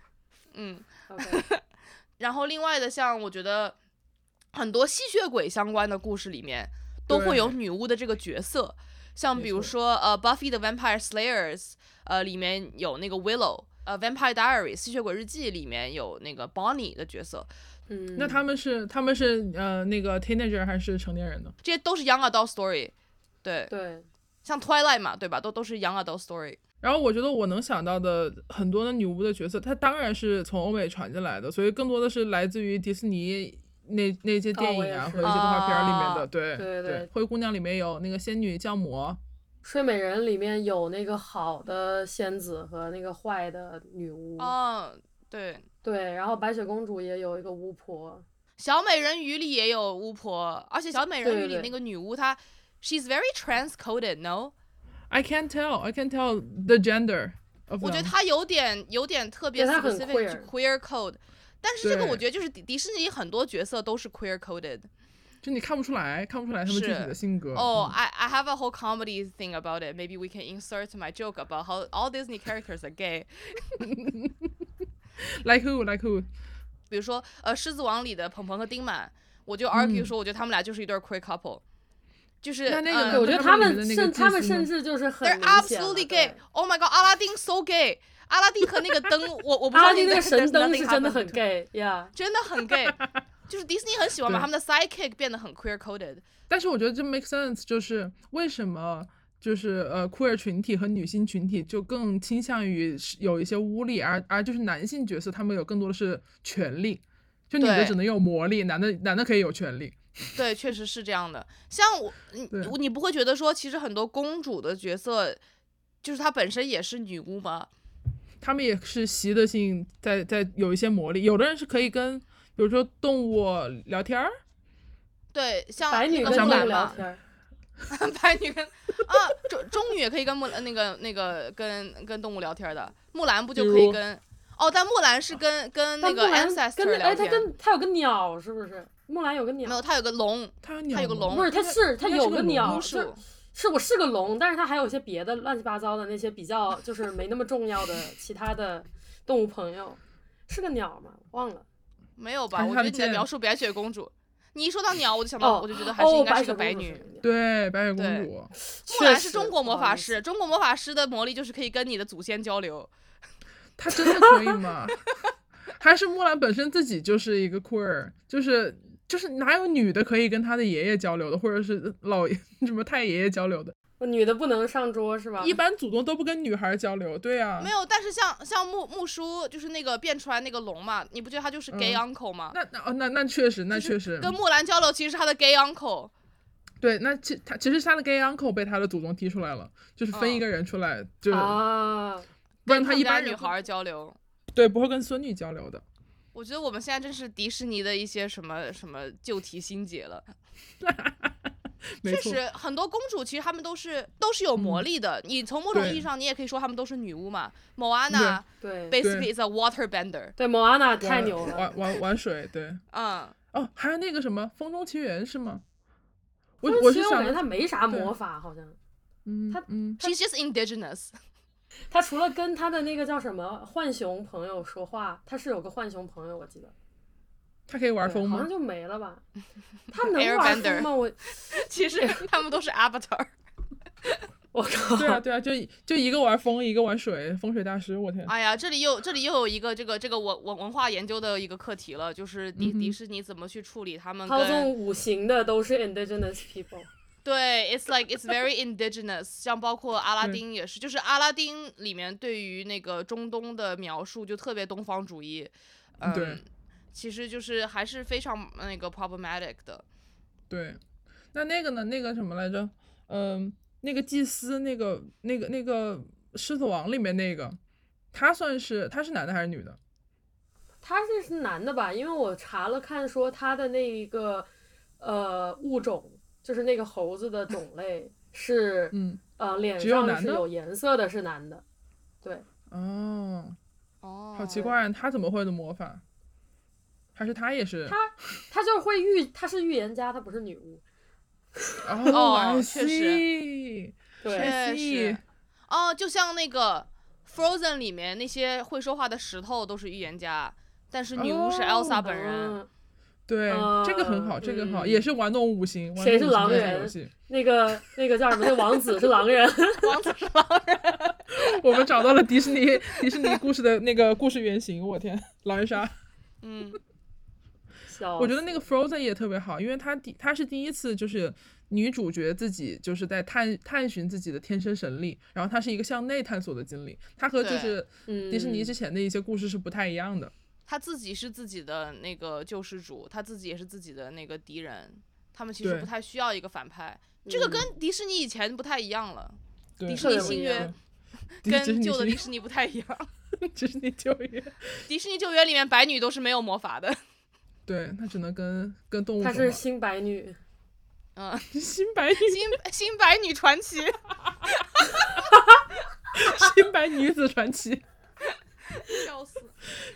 [SPEAKER 1] 嗯。
[SPEAKER 2] OK，
[SPEAKER 1] 然后另外的，像我觉得很多吸血鬼相关的故事里面，都会
[SPEAKER 3] 对
[SPEAKER 1] 有女巫的这个角色。像
[SPEAKER 3] 没
[SPEAKER 1] 比如
[SPEAKER 3] 错
[SPEAKER 1] 说，呃，《Buffy 的 Vampire Slayers》呃，里面有那个 Willow，呃，《Vampire Diaries》吸血鬼日记里面有那个 Bonnie 的角色，
[SPEAKER 2] 嗯，
[SPEAKER 3] 那他们是他们是呃那个 teenager 还是成年人呢？
[SPEAKER 1] 这些都是 Young Adult Story。对，
[SPEAKER 2] 对
[SPEAKER 1] 像 Twilight 嘛，对吧？都都是 Young Adult Story。
[SPEAKER 3] 然后我觉得我能想到的很多的女巫的角色，它当然是从欧美传进来的，所以更多的是来自于迪士尼那那些
[SPEAKER 2] 哦
[SPEAKER 3] 电
[SPEAKER 2] 我
[SPEAKER 3] 影
[SPEAKER 2] 也
[SPEAKER 3] 啊、
[SPEAKER 2] 是
[SPEAKER 3] 和一些动画片儿里面的。
[SPEAKER 1] 啊
[SPEAKER 3] 对
[SPEAKER 2] 对对
[SPEAKER 3] 灰姑娘里面有那个仙女教母，
[SPEAKER 2] 睡美人里面有那个好的仙子和那个坏的女巫，
[SPEAKER 1] 哦，对，
[SPEAKER 2] 对，然后白雪公主也有一个巫婆，
[SPEAKER 1] 小美人鱼里也有巫婆，而且小美人
[SPEAKER 2] 对
[SPEAKER 1] 鱼里
[SPEAKER 2] 对
[SPEAKER 1] 那个女巫她，she's very transcoded，no？
[SPEAKER 3] I can't tell. I can't tell the gender of
[SPEAKER 1] 我觉得
[SPEAKER 3] them
[SPEAKER 1] 他有点有点特别
[SPEAKER 2] 嗯对他很
[SPEAKER 1] specific 就 queer code，但是这个
[SPEAKER 3] 对
[SPEAKER 1] 我觉得就是迪迪士尼很多角色都是 queer coded。
[SPEAKER 3] 就你看不出来，看不出来他们具体
[SPEAKER 1] 是
[SPEAKER 3] 的性格。
[SPEAKER 1] 哦、
[SPEAKER 3] 嗯
[SPEAKER 1] i I have a whole comedy thing about it. Maybe we can insert my joke about how all Disney characters are gay.
[SPEAKER 3] like who, like who？
[SPEAKER 1] 比如说，呃，《狮子王》里的鹏鹏和丁满，我就 argue
[SPEAKER 3] 嗯
[SPEAKER 1] 说，我觉得他们俩就是一对 queer couple，就是
[SPEAKER 3] 那那
[SPEAKER 1] 嗯
[SPEAKER 3] 个
[SPEAKER 2] 对，我觉得
[SPEAKER 3] 他
[SPEAKER 2] 他
[SPEAKER 3] 们
[SPEAKER 2] 们
[SPEAKER 3] 里面的那
[SPEAKER 2] 甚
[SPEAKER 3] 个
[SPEAKER 2] 他们
[SPEAKER 3] 祭司
[SPEAKER 2] 甚
[SPEAKER 3] 呢
[SPEAKER 2] 至就是很
[SPEAKER 1] They're
[SPEAKER 2] 明显了
[SPEAKER 1] absolutely
[SPEAKER 2] 对
[SPEAKER 1] gay. Oh my god, 阿拉丁 so gay. 阿拉丁和那个灯，我我不知道
[SPEAKER 2] 阿拉
[SPEAKER 1] 你
[SPEAKER 2] 啊丁那个
[SPEAKER 1] there's
[SPEAKER 2] 神灯
[SPEAKER 1] nothing
[SPEAKER 2] 是真的
[SPEAKER 1] happened
[SPEAKER 2] 很 gay 呀、
[SPEAKER 1] 真的很 gay，就是迪士尼很喜欢把
[SPEAKER 3] 对
[SPEAKER 1] 他们的 sidekick 变得很 queer coded。
[SPEAKER 3] 但是我觉得这 make sense，就是为什么就是呃 queer 群体和女性群体就更倾向于是有一些污力，而而就是男性角色他们有更多的是权利，就女的
[SPEAKER 1] 对
[SPEAKER 3] 只能有魔力，男的男的可以有权利。
[SPEAKER 1] 对，确实是这样的。像我，你
[SPEAKER 3] 对
[SPEAKER 1] 你不会觉得说，其实很多公主的角色，就是她本身也是女巫吗？
[SPEAKER 3] 他们也是习得性在在有一些魔力，有的人是可以跟比如说动物聊天儿，
[SPEAKER 1] 对，像
[SPEAKER 2] 白女
[SPEAKER 1] 那
[SPEAKER 2] 跟
[SPEAKER 1] 个
[SPEAKER 3] 小
[SPEAKER 1] 木
[SPEAKER 2] 木
[SPEAKER 1] 兰
[SPEAKER 2] 聊
[SPEAKER 1] 嘛，
[SPEAKER 2] 天儿，
[SPEAKER 1] 白女跟啊中中女也可以跟木兰那个那个跟跟动物聊天的，木兰不就可
[SPEAKER 3] 比
[SPEAKER 1] 以
[SPEAKER 3] 如
[SPEAKER 1] 跟哦？但木兰是跟跟那
[SPEAKER 2] 但
[SPEAKER 1] 个
[SPEAKER 2] 木兰
[SPEAKER 1] ancestor
[SPEAKER 2] 跟那
[SPEAKER 1] 聊
[SPEAKER 2] 哎，她
[SPEAKER 1] 天，
[SPEAKER 2] 跟她有个鸟是不是？木兰有个
[SPEAKER 1] 没
[SPEAKER 2] 鸟，
[SPEAKER 1] 有，她有个龙，
[SPEAKER 2] 哦
[SPEAKER 3] 它有鸟
[SPEAKER 1] 它有个
[SPEAKER 3] 吗
[SPEAKER 1] 笼
[SPEAKER 2] 不是，它是它
[SPEAKER 3] 应该
[SPEAKER 2] 有
[SPEAKER 3] 是个
[SPEAKER 2] 鸟，
[SPEAKER 1] 龙
[SPEAKER 2] 是
[SPEAKER 1] 树
[SPEAKER 2] 是我是个龙，但是它还有一些别的乱七八糟的那些比较就是没那么 重要的其他的动物朋友，是个鸟吗？忘了。
[SPEAKER 1] 没有吧？
[SPEAKER 3] 还
[SPEAKER 1] 我觉
[SPEAKER 3] 是
[SPEAKER 1] 得
[SPEAKER 3] 看不
[SPEAKER 1] 你在
[SPEAKER 3] 见
[SPEAKER 1] 描述白雪公主，你一说到鸟，我就想到，
[SPEAKER 2] 哦，
[SPEAKER 1] 我就觉得还是
[SPEAKER 2] 哦
[SPEAKER 1] 应该是个
[SPEAKER 2] 雪
[SPEAKER 1] 白
[SPEAKER 2] 公主
[SPEAKER 1] 女
[SPEAKER 2] 是。个鸟
[SPEAKER 3] 对，白雪公
[SPEAKER 1] 对
[SPEAKER 3] 主，
[SPEAKER 1] 木兰
[SPEAKER 2] 确
[SPEAKER 1] 是
[SPEAKER 2] 实
[SPEAKER 1] 中国魔
[SPEAKER 2] 不好
[SPEAKER 1] 法
[SPEAKER 2] 意思
[SPEAKER 1] 师，中国魔法师的魔力就是可以跟你的祖先交流。
[SPEAKER 3] 她真的可以吗？ 还是木兰本身自己就是一个 queer，就是就是哪有女的可以跟她的爷爷交流的，或者是老 爷什么太爷爷交流的？
[SPEAKER 2] 女的不能上桌是吧？
[SPEAKER 3] 一般祖宗都不跟女孩交流，对
[SPEAKER 2] 嗯
[SPEAKER 3] 啊
[SPEAKER 1] 没。有，但是像像木木叔就是那个变出来那个龙嘛，你不觉得他就是 gay uncle 吗？
[SPEAKER 3] 那那哦那那确实，嗯那
[SPEAKER 1] 就是
[SPEAKER 3] 确实，
[SPEAKER 1] 跟木兰交流其实是他的 gay uncle，
[SPEAKER 3] 对，那其他其实他的 gay uncle 被他的祖宗踢出来了，就是分一
[SPEAKER 1] 嗯
[SPEAKER 3] 个人出来，就是
[SPEAKER 2] 啊，
[SPEAKER 3] 不
[SPEAKER 1] 哦
[SPEAKER 3] 然
[SPEAKER 1] 跟
[SPEAKER 3] 他
[SPEAKER 1] 他
[SPEAKER 3] 一
[SPEAKER 1] 们家
[SPEAKER 3] 般
[SPEAKER 1] 女
[SPEAKER 3] 人
[SPEAKER 1] 孩儿交流。
[SPEAKER 3] 对不会跟孙女交流的。
[SPEAKER 1] 我觉得我们现在真是迪士尼的一些什么什么旧题新解了。
[SPEAKER 3] 没
[SPEAKER 1] 确
[SPEAKER 3] 错，嗯
[SPEAKER 1] 实，很多公主其实她们都是都是有魔力的。你从某种
[SPEAKER 3] 对
[SPEAKER 1] 意义上，你也可以说她们都是女巫嘛。Moana
[SPEAKER 2] 对
[SPEAKER 1] basically is a water bender。
[SPEAKER 2] 对，莫安娜太牛
[SPEAKER 3] 玩
[SPEAKER 2] 了，
[SPEAKER 3] 玩玩玩水，对。
[SPEAKER 1] 嗯，
[SPEAKER 3] 哦，还有那个什么《风中奇缘》是吗？我
[SPEAKER 2] 但
[SPEAKER 3] 我
[SPEAKER 2] 其
[SPEAKER 3] 是
[SPEAKER 2] 实我
[SPEAKER 3] 想
[SPEAKER 2] 感觉，她没啥
[SPEAKER 3] 对
[SPEAKER 2] 魔法，好像
[SPEAKER 3] 嗯
[SPEAKER 2] 他
[SPEAKER 3] 嗯，
[SPEAKER 1] she's just indigenous。
[SPEAKER 2] 她除了跟她的那个叫什么浣熊朋友说话，她是有个浣熊朋友，我记得，
[SPEAKER 3] 他可以玩
[SPEAKER 2] 对
[SPEAKER 3] 风
[SPEAKER 2] 好
[SPEAKER 3] 吗
[SPEAKER 2] 像？就没 了吧？她能玩
[SPEAKER 1] Airbender
[SPEAKER 2] 风吗？我
[SPEAKER 1] 其 实她们都是 avatar。
[SPEAKER 2] 我靠，
[SPEAKER 3] 对啊对啊，就就一个玩风，一个玩水，风水大师，我天，
[SPEAKER 1] 哎呀，这里又这里又有一个这个这个文文文化研究的一个课题了，就是迪、
[SPEAKER 3] 嗯哼
[SPEAKER 1] 迪士尼怎么去处理他们
[SPEAKER 2] 操纵
[SPEAKER 1] 跟
[SPEAKER 2] 五行的都是 indigenous people，
[SPEAKER 1] 对，it's like it's very indigenous，像包括阿拉
[SPEAKER 3] 对
[SPEAKER 1] 丁也是，就是阿拉丁里面对于那个中东的描述就特别东方主义，嗯，
[SPEAKER 3] 对
[SPEAKER 1] 其实就是还是非常那个 problematic 的。
[SPEAKER 3] 对。那那个呢？那个什么来着？嗯，那个祭司，那个那个那个狮子王里面那个，他算是他是男的还是女的？
[SPEAKER 2] 他这是男的吧？因为我查了看，说他的那一个呃物种，就是那个猴子的种 类是
[SPEAKER 3] 嗯，
[SPEAKER 2] 呃脸
[SPEAKER 3] 只有
[SPEAKER 2] 上
[SPEAKER 3] 男
[SPEAKER 2] 是
[SPEAKER 3] 的
[SPEAKER 2] 有颜色的，是男的。对，
[SPEAKER 3] 哦，
[SPEAKER 1] 哦，
[SPEAKER 3] 好奇。怪，啊他怎么会有的魔法？还是他也是？
[SPEAKER 2] 他他就是会预，他是预言家，他不是女巫。
[SPEAKER 3] 哦
[SPEAKER 1] 哦
[SPEAKER 3] I
[SPEAKER 1] 确实
[SPEAKER 3] see，
[SPEAKER 1] 确
[SPEAKER 2] 对，
[SPEAKER 3] I
[SPEAKER 1] 实
[SPEAKER 3] see，
[SPEAKER 1] 哦，就像那个 Frozen 里面那些会说话的石头都是预言家，但是女巫是
[SPEAKER 3] 哦
[SPEAKER 1] Elsa 啊本人。
[SPEAKER 2] 嗯，
[SPEAKER 3] 对，这个很好，
[SPEAKER 2] 嗯
[SPEAKER 3] 这个很好，
[SPEAKER 2] 嗯
[SPEAKER 3] 也是玩弄五行，玩
[SPEAKER 2] 谁
[SPEAKER 3] 弄
[SPEAKER 2] 是
[SPEAKER 3] 五行
[SPEAKER 2] 狼
[SPEAKER 3] 这种
[SPEAKER 2] 人
[SPEAKER 3] 游戏？
[SPEAKER 2] 那个那个叫什么？那王子是狼人。
[SPEAKER 1] 王子是狼人。
[SPEAKER 3] 我们找到了迪士尼迪士尼故事的那个故事原型，我天，狼人杀！
[SPEAKER 1] 嗯，
[SPEAKER 2] 笑
[SPEAKER 3] 我觉得那
[SPEAKER 2] 死
[SPEAKER 3] 个 Frozen 也特别好，因为她第她是第一次就是女主角自己就是在探探寻自己的天生神力，然后她是一个向内探索的经历，她和就
[SPEAKER 1] 对
[SPEAKER 3] 是
[SPEAKER 2] 嗯
[SPEAKER 3] 迪士尼之前的一些故事是不太一样的。
[SPEAKER 1] 他自己是自己的那个救世主，他自己也是自己的那个敌人。他们其实
[SPEAKER 3] 对嗯
[SPEAKER 1] 不太需要一个反派，这个跟迪士尼以前不太一样了，
[SPEAKER 3] 对
[SPEAKER 1] 迪士尼
[SPEAKER 2] 特别不
[SPEAKER 1] 新
[SPEAKER 2] 一
[SPEAKER 1] 约
[SPEAKER 2] 样
[SPEAKER 3] 迪迪士
[SPEAKER 1] 跟
[SPEAKER 3] 尼
[SPEAKER 1] 旧的
[SPEAKER 3] 新
[SPEAKER 1] 迪士尼不太一样。
[SPEAKER 3] 迪士尼就业，
[SPEAKER 1] 迪士尼旧约里面白女都是没有魔法的。
[SPEAKER 3] 对，她只能跟跟动物
[SPEAKER 2] 她
[SPEAKER 3] 说
[SPEAKER 2] 是
[SPEAKER 3] 话。
[SPEAKER 2] 新白女，
[SPEAKER 1] 嗯，
[SPEAKER 3] 新白女
[SPEAKER 1] 新新白女传奇，
[SPEAKER 3] 新白女子传奇，
[SPEAKER 1] 笑死。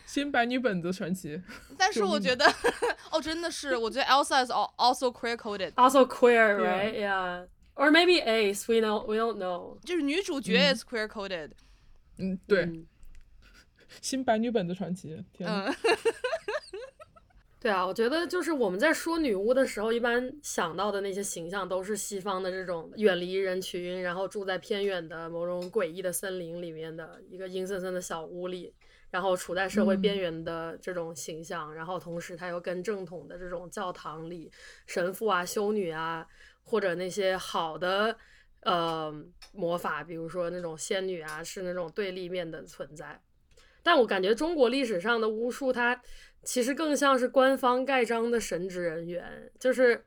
[SPEAKER 3] 新白女本子传奇。
[SPEAKER 1] 但是
[SPEAKER 3] 救
[SPEAKER 1] 我
[SPEAKER 3] 命啊
[SPEAKER 1] 觉得， 哦，真的是，我觉得 Elsa is al- also queer coded，
[SPEAKER 2] also queer,
[SPEAKER 3] Yeah.
[SPEAKER 2] right? Yeah. Or maybe ace. We know. We don't know.
[SPEAKER 1] 就是女主角 is queer coded。
[SPEAKER 3] 嗯，对，
[SPEAKER 2] 嗯
[SPEAKER 3] 新白女本子传奇。天呐，
[SPEAKER 1] 嗯，
[SPEAKER 2] 对啊，我觉得就是我们在说女巫的时候，一般想到的那些形象都是西方的这种远离人群，然后住在偏远的某种诡异的森林里面的一个阴森森的小屋里，然后处在社会边缘的这种形象，然后同时她又跟正统的这种教堂里神父啊、修女啊，或者那些好的呃魔法，比如说那种仙女啊，是那种对立面的存在。但我感觉中国历史上的巫术，它其实更像是官方盖章的神职人员，就是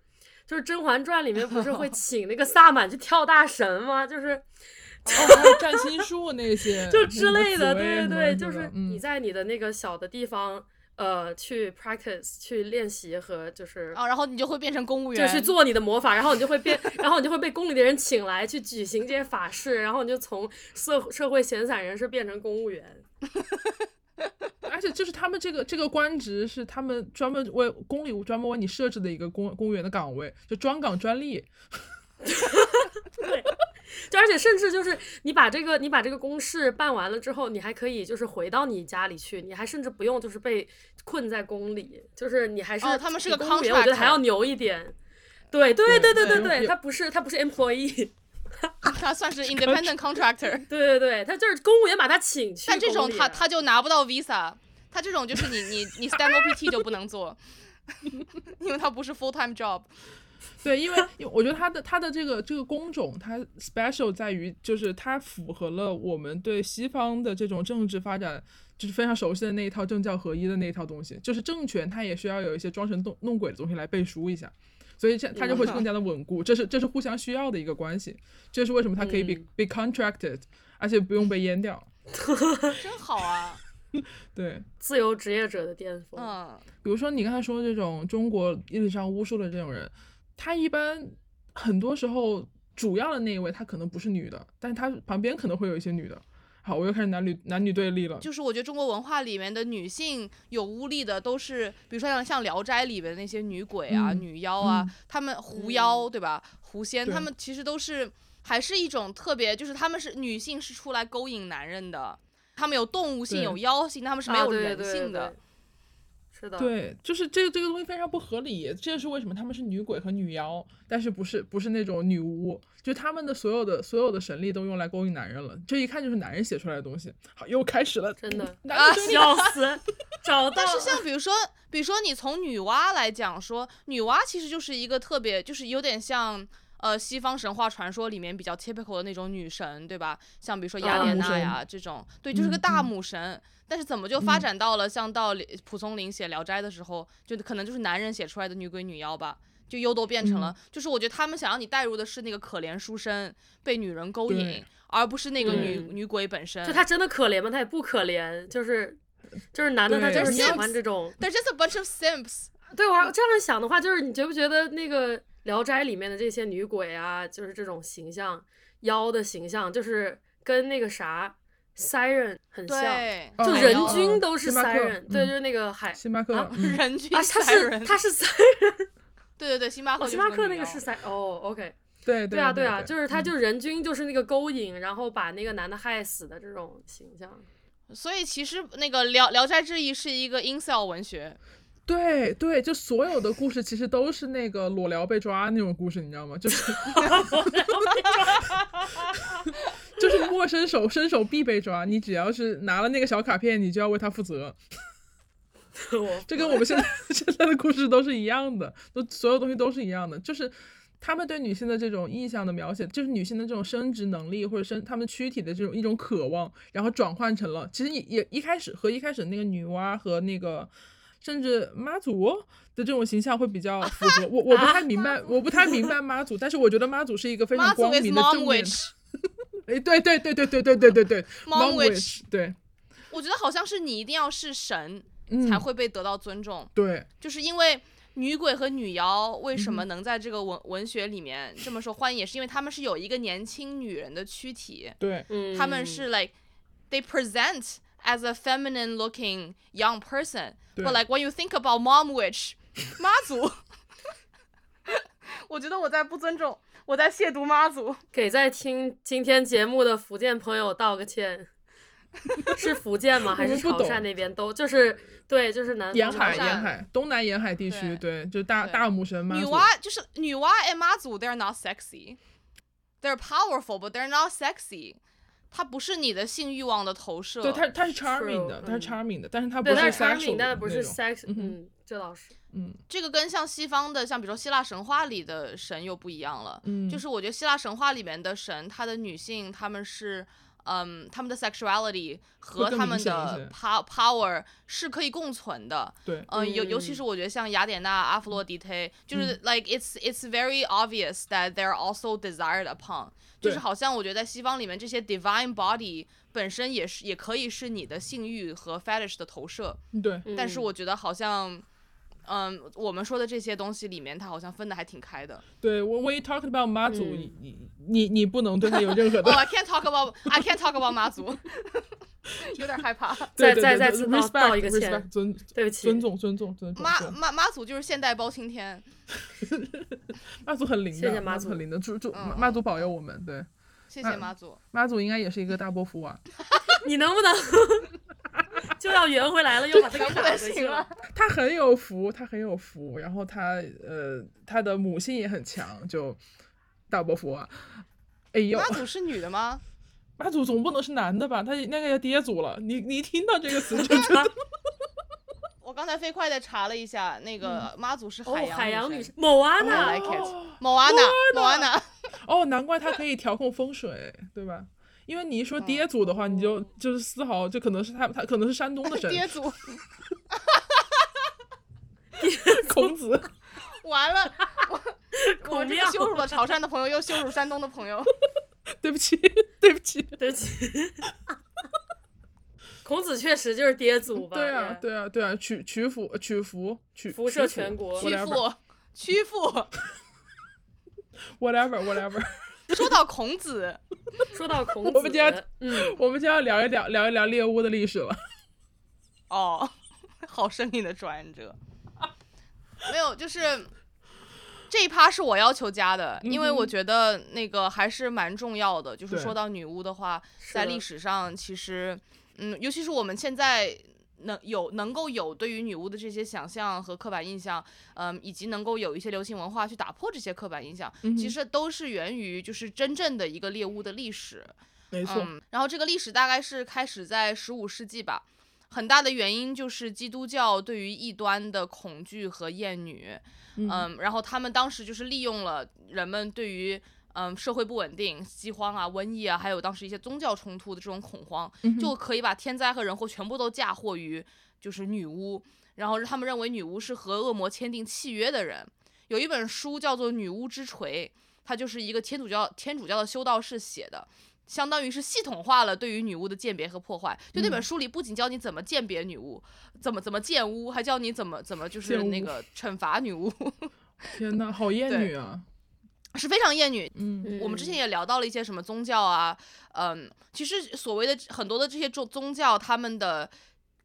[SPEAKER 2] 就是《甄嬛传》里面不是 会请那个萨满去跳大神吗？就是
[SPEAKER 3] 哦，还有占星术那 些，
[SPEAKER 2] 就
[SPEAKER 3] 什
[SPEAKER 2] 之
[SPEAKER 3] 么
[SPEAKER 2] 类的，
[SPEAKER 3] 紫
[SPEAKER 2] 对
[SPEAKER 3] 薇什
[SPEAKER 2] 对
[SPEAKER 3] 么
[SPEAKER 2] 对，就
[SPEAKER 3] 这个
[SPEAKER 2] 是
[SPEAKER 3] 嗯
[SPEAKER 2] 你在你的那个小的地方呃去 practice 去练习和就 是
[SPEAKER 1] 哦，然后你就会变成公务员，
[SPEAKER 2] 就去做你的魔法，然后你就会变，然后你就会被宫里的人请来去举行这些法事，然后你就从社社会闲散人士变成公务员。
[SPEAKER 3] 而且就是他们这个这个官职是他们专门为宫里专门为你设置的一个公公务员的岗位，就专岗专利。
[SPEAKER 2] 对，就而且甚至就是你把这个你把这个公事办完了之后，你还可以就是回到你家里去，你还甚至不用就是被困在宫里，就是你还是、
[SPEAKER 1] 哦他们是个
[SPEAKER 2] 公务员，我觉得
[SPEAKER 1] contractor
[SPEAKER 2] 还要牛一点。对对对对
[SPEAKER 3] 对
[SPEAKER 2] 对
[SPEAKER 3] 有有
[SPEAKER 2] 对，他不是他不是 employee，
[SPEAKER 1] 他算是 independent contractor。
[SPEAKER 2] 对对对，他就是公务员把他请去宫
[SPEAKER 1] 但
[SPEAKER 2] 里啊。
[SPEAKER 1] 这种他他就拿不到 visa，他这种就是你你你 stand OPT 就不能做， 因为他不是 full time job。
[SPEAKER 3] 对，因为因为我觉得它的它的这个这个工种，它 special 在于就是它符合了我们对西方的这种政治发展就是非常熟悉的那一套政教合一的那一套东西，就是政权它也需要有一些装神弄弄鬼的东西来背书一下，所以这它就会更加的稳固，这是这是互相需要的一个关系，这是为什么它可以被、
[SPEAKER 2] 嗯
[SPEAKER 3] 被 contracted，而且不用被淹掉，
[SPEAKER 1] 真好啊，
[SPEAKER 3] 对。
[SPEAKER 2] 自由职业者的巅峰。
[SPEAKER 1] 嗯，
[SPEAKER 3] 比如说你刚才说这种中国历史上巫术的这种人，他一般很多时候主要的那一位他可能不是女的，但是他旁边可能会有一些女的。好，我又开始男女男女对立了。
[SPEAKER 1] 就是我觉得中国文化里面的女性有巫力的，都是比如说像像《聊斋》里面的那些女鬼啊、
[SPEAKER 3] 嗯
[SPEAKER 1] 女妖啊，她们狐妖对吧？狐仙，
[SPEAKER 3] 对
[SPEAKER 1] 她们其实都是还是一种特别，就是她们是女性是出来勾引男人的，她们有动物性、
[SPEAKER 3] 对
[SPEAKER 1] 有妖性，她们是没
[SPEAKER 2] 啊
[SPEAKER 1] 有
[SPEAKER 2] 对
[SPEAKER 1] 人
[SPEAKER 2] 对
[SPEAKER 1] 性的。
[SPEAKER 2] 对是的，
[SPEAKER 3] 对，就是这个这个东西非常不合理，这就是为什么他们是女鬼和女妖，但是不是不是那种女巫，就他们的所有的所有的神力都用来勾引男人了，这一看就是男人写出来的东西。好，又开始了，
[SPEAKER 2] 真 的
[SPEAKER 3] 男女对立。
[SPEAKER 2] 笑死，找到
[SPEAKER 1] 但
[SPEAKER 3] 嗯
[SPEAKER 1] 是像比如说，比如说你从女娲来讲说，女娲其实就是一个特别，就是有点像呃西方神话传说里面比较 typical 的那种女神，对吧？像比如说雅
[SPEAKER 2] 大
[SPEAKER 1] 典
[SPEAKER 3] 母
[SPEAKER 1] 娜
[SPEAKER 3] 神
[SPEAKER 1] 呀这种，对，就是个
[SPEAKER 3] 嗯
[SPEAKER 1] 大
[SPEAKER 3] 嗯
[SPEAKER 1] 母神。但是怎么就发
[SPEAKER 3] 嗯
[SPEAKER 1] 展到了像到李蒲松龄写《聊斋》的时候，就可能就是男人写出来的女鬼女妖吧？就又都变成
[SPEAKER 3] 嗯
[SPEAKER 1] 了，就是我觉得他们想让你带入的是那个可怜书生被女人勾引
[SPEAKER 3] 对，
[SPEAKER 1] 而不是那个女
[SPEAKER 2] 嗯
[SPEAKER 1] 女鬼本身。
[SPEAKER 2] 就他真的可怜吗？他也不可怜，就是就是男的他
[SPEAKER 3] 对
[SPEAKER 2] 就是喜
[SPEAKER 1] 就是
[SPEAKER 2] 欢这种。
[SPEAKER 1] They're just a bunch of simps。
[SPEAKER 2] 对我这样想的话，就是你觉不觉得那个《聊斋》里面的这些女鬼啊，就是这种形象妖的形象，就是跟那个啥 siren 很像，
[SPEAKER 1] 对，
[SPEAKER 3] 哦
[SPEAKER 2] 就
[SPEAKER 1] 海
[SPEAKER 2] 人
[SPEAKER 1] 妖
[SPEAKER 2] 均都是
[SPEAKER 3] 星巴克
[SPEAKER 2] siren，对，就
[SPEAKER 3] 嗯
[SPEAKER 2] 是那个海
[SPEAKER 3] 星巴克，
[SPEAKER 2] 啊
[SPEAKER 3] 嗯
[SPEAKER 1] 人均
[SPEAKER 2] 啊，他是
[SPEAKER 1] siren
[SPEAKER 2] 他 是 siren，
[SPEAKER 1] 对对对，星巴克
[SPEAKER 2] 哦
[SPEAKER 1] 就是
[SPEAKER 2] 星
[SPEAKER 1] 女妖，
[SPEAKER 2] 巴克那个是 siren，哦，OK，
[SPEAKER 3] 对
[SPEAKER 2] 对啊，对啊，就是他
[SPEAKER 3] 嗯
[SPEAKER 2] 就是人均就是那个勾引，然后把那个男的害死的这种形象。
[SPEAKER 1] 所以其实那个聊《聊斋志异》是一个 incel 文学，
[SPEAKER 3] 对对，就所有的故事其实都是那个裸聊被抓那种故事，你知道吗？就是 就是陌生手伸手必被抓，你只要是拿了那个小卡片，你就要为他负责。
[SPEAKER 2] 我
[SPEAKER 3] 这跟我们现在现在的故事都是一样的，都所有东西都是一样的，就是他们对女性的这种意向的描写，就是女性的这种生殖能力或者生她们躯体的这种一种渴望，然后转换成了其实也也一开始和一开始那个女娲和那个。甚至妈祖的这种形象会比较符合我，我不太明白，我不太明白妈祖，但是我觉得妈祖是一个非常
[SPEAKER 1] 妈祖
[SPEAKER 3] 光
[SPEAKER 1] is
[SPEAKER 3] 明的
[SPEAKER 1] mom
[SPEAKER 3] 正 面。
[SPEAKER 1] witch。
[SPEAKER 3] 哎，对对对对对对对对对
[SPEAKER 1] Mom
[SPEAKER 3] witch，对，
[SPEAKER 1] 我觉得好像是你一定要是神
[SPEAKER 3] 嗯
[SPEAKER 1] 才，会被得到尊重，
[SPEAKER 3] 对，
[SPEAKER 1] 就是因为女鬼和女妖为什么
[SPEAKER 2] 嗯
[SPEAKER 1] 能在这个文文学里面这么受欢迎，也是因为她们是有一个年轻女人的躯体，
[SPEAKER 3] 对，
[SPEAKER 2] 嗯，
[SPEAKER 1] 她们是 like they present as a feminine looking young person，
[SPEAKER 3] 对
[SPEAKER 1] But like when you think about mom witch，妈 祖，我觉得我在不尊重，我在亵渎妈祖。
[SPEAKER 2] 给在听今天节目的福建朋友道个 歉，是福建吗？还是
[SPEAKER 3] 我不
[SPEAKER 2] 潮
[SPEAKER 3] 懂
[SPEAKER 2] 汕那边都就是对，就是南
[SPEAKER 3] 沿
[SPEAKER 2] 方
[SPEAKER 3] 海
[SPEAKER 1] 潮汕
[SPEAKER 3] 沿海东南沿海地区，对，就大
[SPEAKER 1] 对
[SPEAKER 3] 大母神妈
[SPEAKER 1] 女
[SPEAKER 3] 祖
[SPEAKER 1] 娲就是女娲 and 妈祖，they're not sexy。They're powerful, but they're not sexy。它不是你的性欲望的投射。
[SPEAKER 3] 对，她她是 charming
[SPEAKER 2] True，
[SPEAKER 3] 的，她是
[SPEAKER 2] 嗯
[SPEAKER 3] charming 的，但是她不
[SPEAKER 2] 对，但
[SPEAKER 3] 是
[SPEAKER 2] 是
[SPEAKER 3] sexual，
[SPEAKER 2] charming，但是不
[SPEAKER 3] 那
[SPEAKER 2] 是
[SPEAKER 3] 种
[SPEAKER 2] sex，
[SPEAKER 3] 嗯哼
[SPEAKER 2] 嗯，这倒是。
[SPEAKER 3] 嗯
[SPEAKER 1] 这个跟像西方的，像比如说希腊神话里的神又不一样了。
[SPEAKER 3] 嗯，
[SPEAKER 1] 就是我觉得希腊神话里面的神，她的女性她们是嗯，他们的 sexuality 和
[SPEAKER 3] 更
[SPEAKER 1] 他们
[SPEAKER 3] 明显一
[SPEAKER 1] 的
[SPEAKER 3] 些
[SPEAKER 1] pow- power 是可以共存的。
[SPEAKER 3] 对，
[SPEAKER 1] 嗯，尤尤其
[SPEAKER 4] 嗯
[SPEAKER 1] 是我觉得像雅典娜、阿弗洛狄忒，
[SPEAKER 3] 嗯
[SPEAKER 1] 就是 like it's it's very obvious that they're also desired upon，就是
[SPEAKER 3] 对
[SPEAKER 1] 好像我觉得在西方里面，这些 divine body 本身也是也可以是你的性欲和 fetish 的投射，
[SPEAKER 3] 对，
[SPEAKER 1] 但是
[SPEAKER 4] 嗯
[SPEAKER 1] 我觉得好像，嗯，我们说的这些东西里面，它好像分的还挺开的。
[SPEAKER 3] 对我 we talked about 妈祖，
[SPEAKER 4] 嗯
[SPEAKER 3] 你你你你不能对他有任何
[SPEAKER 1] Oh,
[SPEAKER 2] 哦
[SPEAKER 3] 的
[SPEAKER 1] I can't talk about I can't talk about 妈 祖，有点害怕。
[SPEAKER 3] 对
[SPEAKER 2] 再再
[SPEAKER 3] 对对
[SPEAKER 2] 再
[SPEAKER 3] 对
[SPEAKER 2] 次道
[SPEAKER 3] respect
[SPEAKER 2] 道一个歉
[SPEAKER 3] respect 尊
[SPEAKER 2] 对不起
[SPEAKER 3] 尊，重尊重尊重。
[SPEAKER 1] 妈
[SPEAKER 3] 对
[SPEAKER 1] 妈妈祖就是现代包青天，
[SPEAKER 3] 妈祖很灵的，
[SPEAKER 2] 谢谢妈
[SPEAKER 3] 妈
[SPEAKER 2] 祖
[SPEAKER 3] 很灵的，祝祝
[SPEAKER 1] 嗯
[SPEAKER 3] 妈祖保佑我们。对，
[SPEAKER 1] 谢谢
[SPEAKER 3] 嗯
[SPEAKER 1] 妈祖。
[SPEAKER 3] 妈祖应该也是一个大波啊幅娃，
[SPEAKER 2] 你能不能 就要圆回来了，又把它给打 回去了？
[SPEAKER 3] 她很有福，她很有福，然后她呃她的母性也很强，就大波幅娃。哎呦，
[SPEAKER 1] 妈祖是女的吗？
[SPEAKER 3] 妈祖总不能是男的吧？他那个要爹祖了，你你一听到这个词 就觉得
[SPEAKER 1] 我刚才飞快的查了一下，那个妈祖是
[SPEAKER 2] 哦，海
[SPEAKER 1] 洋
[SPEAKER 2] 洋
[SPEAKER 1] Oh,
[SPEAKER 2] 女哦
[SPEAKER 1] 神
[SPEAKER 2] 神。某安娜
[SPEAKER 1] I，like it，某安娜，某安娜，
[SPEAKER 3] 哦，难怪他可以调控风水，对吧？因为你一
[SPEAKER 2] 哦
[SPEAKER 3] 说爹祖的话，你就就是丝毫就可能是他他可能是山东 的神
[SPEAKER 1] 爹祖，
[SPEAKER 3] 孔子，
[SPEAKER 1] 完了，我我
[SPEAKER 2] 孔
[SPEAKER 1] 们这
[SPEAKER 2] 庙
[SPEAKER 1] 个羞辱了潮汕的朋友，又羞辱山东的朋 友。
[SPEAKER 3] 对不起 对不起，
[SPEAKER 2] 对不起。 孔子确实就是爹祖吧？
[SPEAKER 3] 对啊
[SPEAKER 2] 也
[SPEAKER 3] 对啊对啊，曲曲阜曲阜曲
[SPEAKER 2] 辐射全国
[SPEAKER 1] 屈服，屈服。
[SPEAKER 3] whatever whatever，
[SPEAKER 1] 说到孔子，
[SPEAKER 2] 说到孔
[SPEAKER 3] 我们家
[SPEAKER 2] 子，嗯，
[SPEAKER 3] 我们就要聊一聊聊一聊猎巫的历史了。
[SPEAKER 1] 哦，好生硬的转折。没有，就是这一趴是我要求加的，因为我觉得那个还是蛮重要的。就是
[SPEAKER 3] 对
[SPEAKER 1] 说到女巫的话，
[SPEAKER 2] 是
[SPEAKER 1] 在
[SPEAKER 2] 的
[SPEAKER 1] 历史上，其实，嗯，尤其是我们现在能有能够有对于女巫的这些想象和刻板印象，嗯，以及能够有一些流行文化去打破这些刻板印象，
[SPEAKER 3] 嗯哼
[SPEAKER 1] 其实都是源于就是真正的一个猎巫的历史。
[SPEAKER 3] 没错，
[SPEAKER 1] 嗯，然后这个历史大概是开始在十五世纪吧。很大的原因就是基督教对于异端的恐惧和厌女，
[SPEAKER 3] 嗯
[SPEAKER 1] 嗯，然后他们当时就是利用了人们对于嗯社会不稳定、饥荒啊、瘟疫啊，还有当时一些宗教冲突的这种恐慌，
[SPEAKER 3] 嗯
[SPEAKER 1] 就可以把天灾和人祸全部都嫁祸于就是女巫，然后他们认为女巫是和恶魔签订契约的人。有一本书叫做《女巫之锤》，它就是一个天主教天主教的修道士写的。相当于是系统化了对于女巫的鉴别和破坏。就那
[SPEAKER 3] 嗯
[SPEAKER 1] 本书里不仅教你怎么鉴别女巫，怎么怎么建巫，还教你怎么怎么就是
[SPEAKER 3] 建
[SPEAKER 1] 那
[SPEAKER 3] 巫
[SPEAKER 1] 个惩罚女巫。
[SPEAKER 3] 天呐，好厌
[SPEAKER 1] 对
[SPEAKER 3] 女啊！
[SPEAKER 1] 是非常厌女。
[SPEAKER 3] 嗯
[SPEAKER 1] 我们之前也聊到了一些什么宗教啊，嗯，其实所谓的很多的这些宗宗教，他们的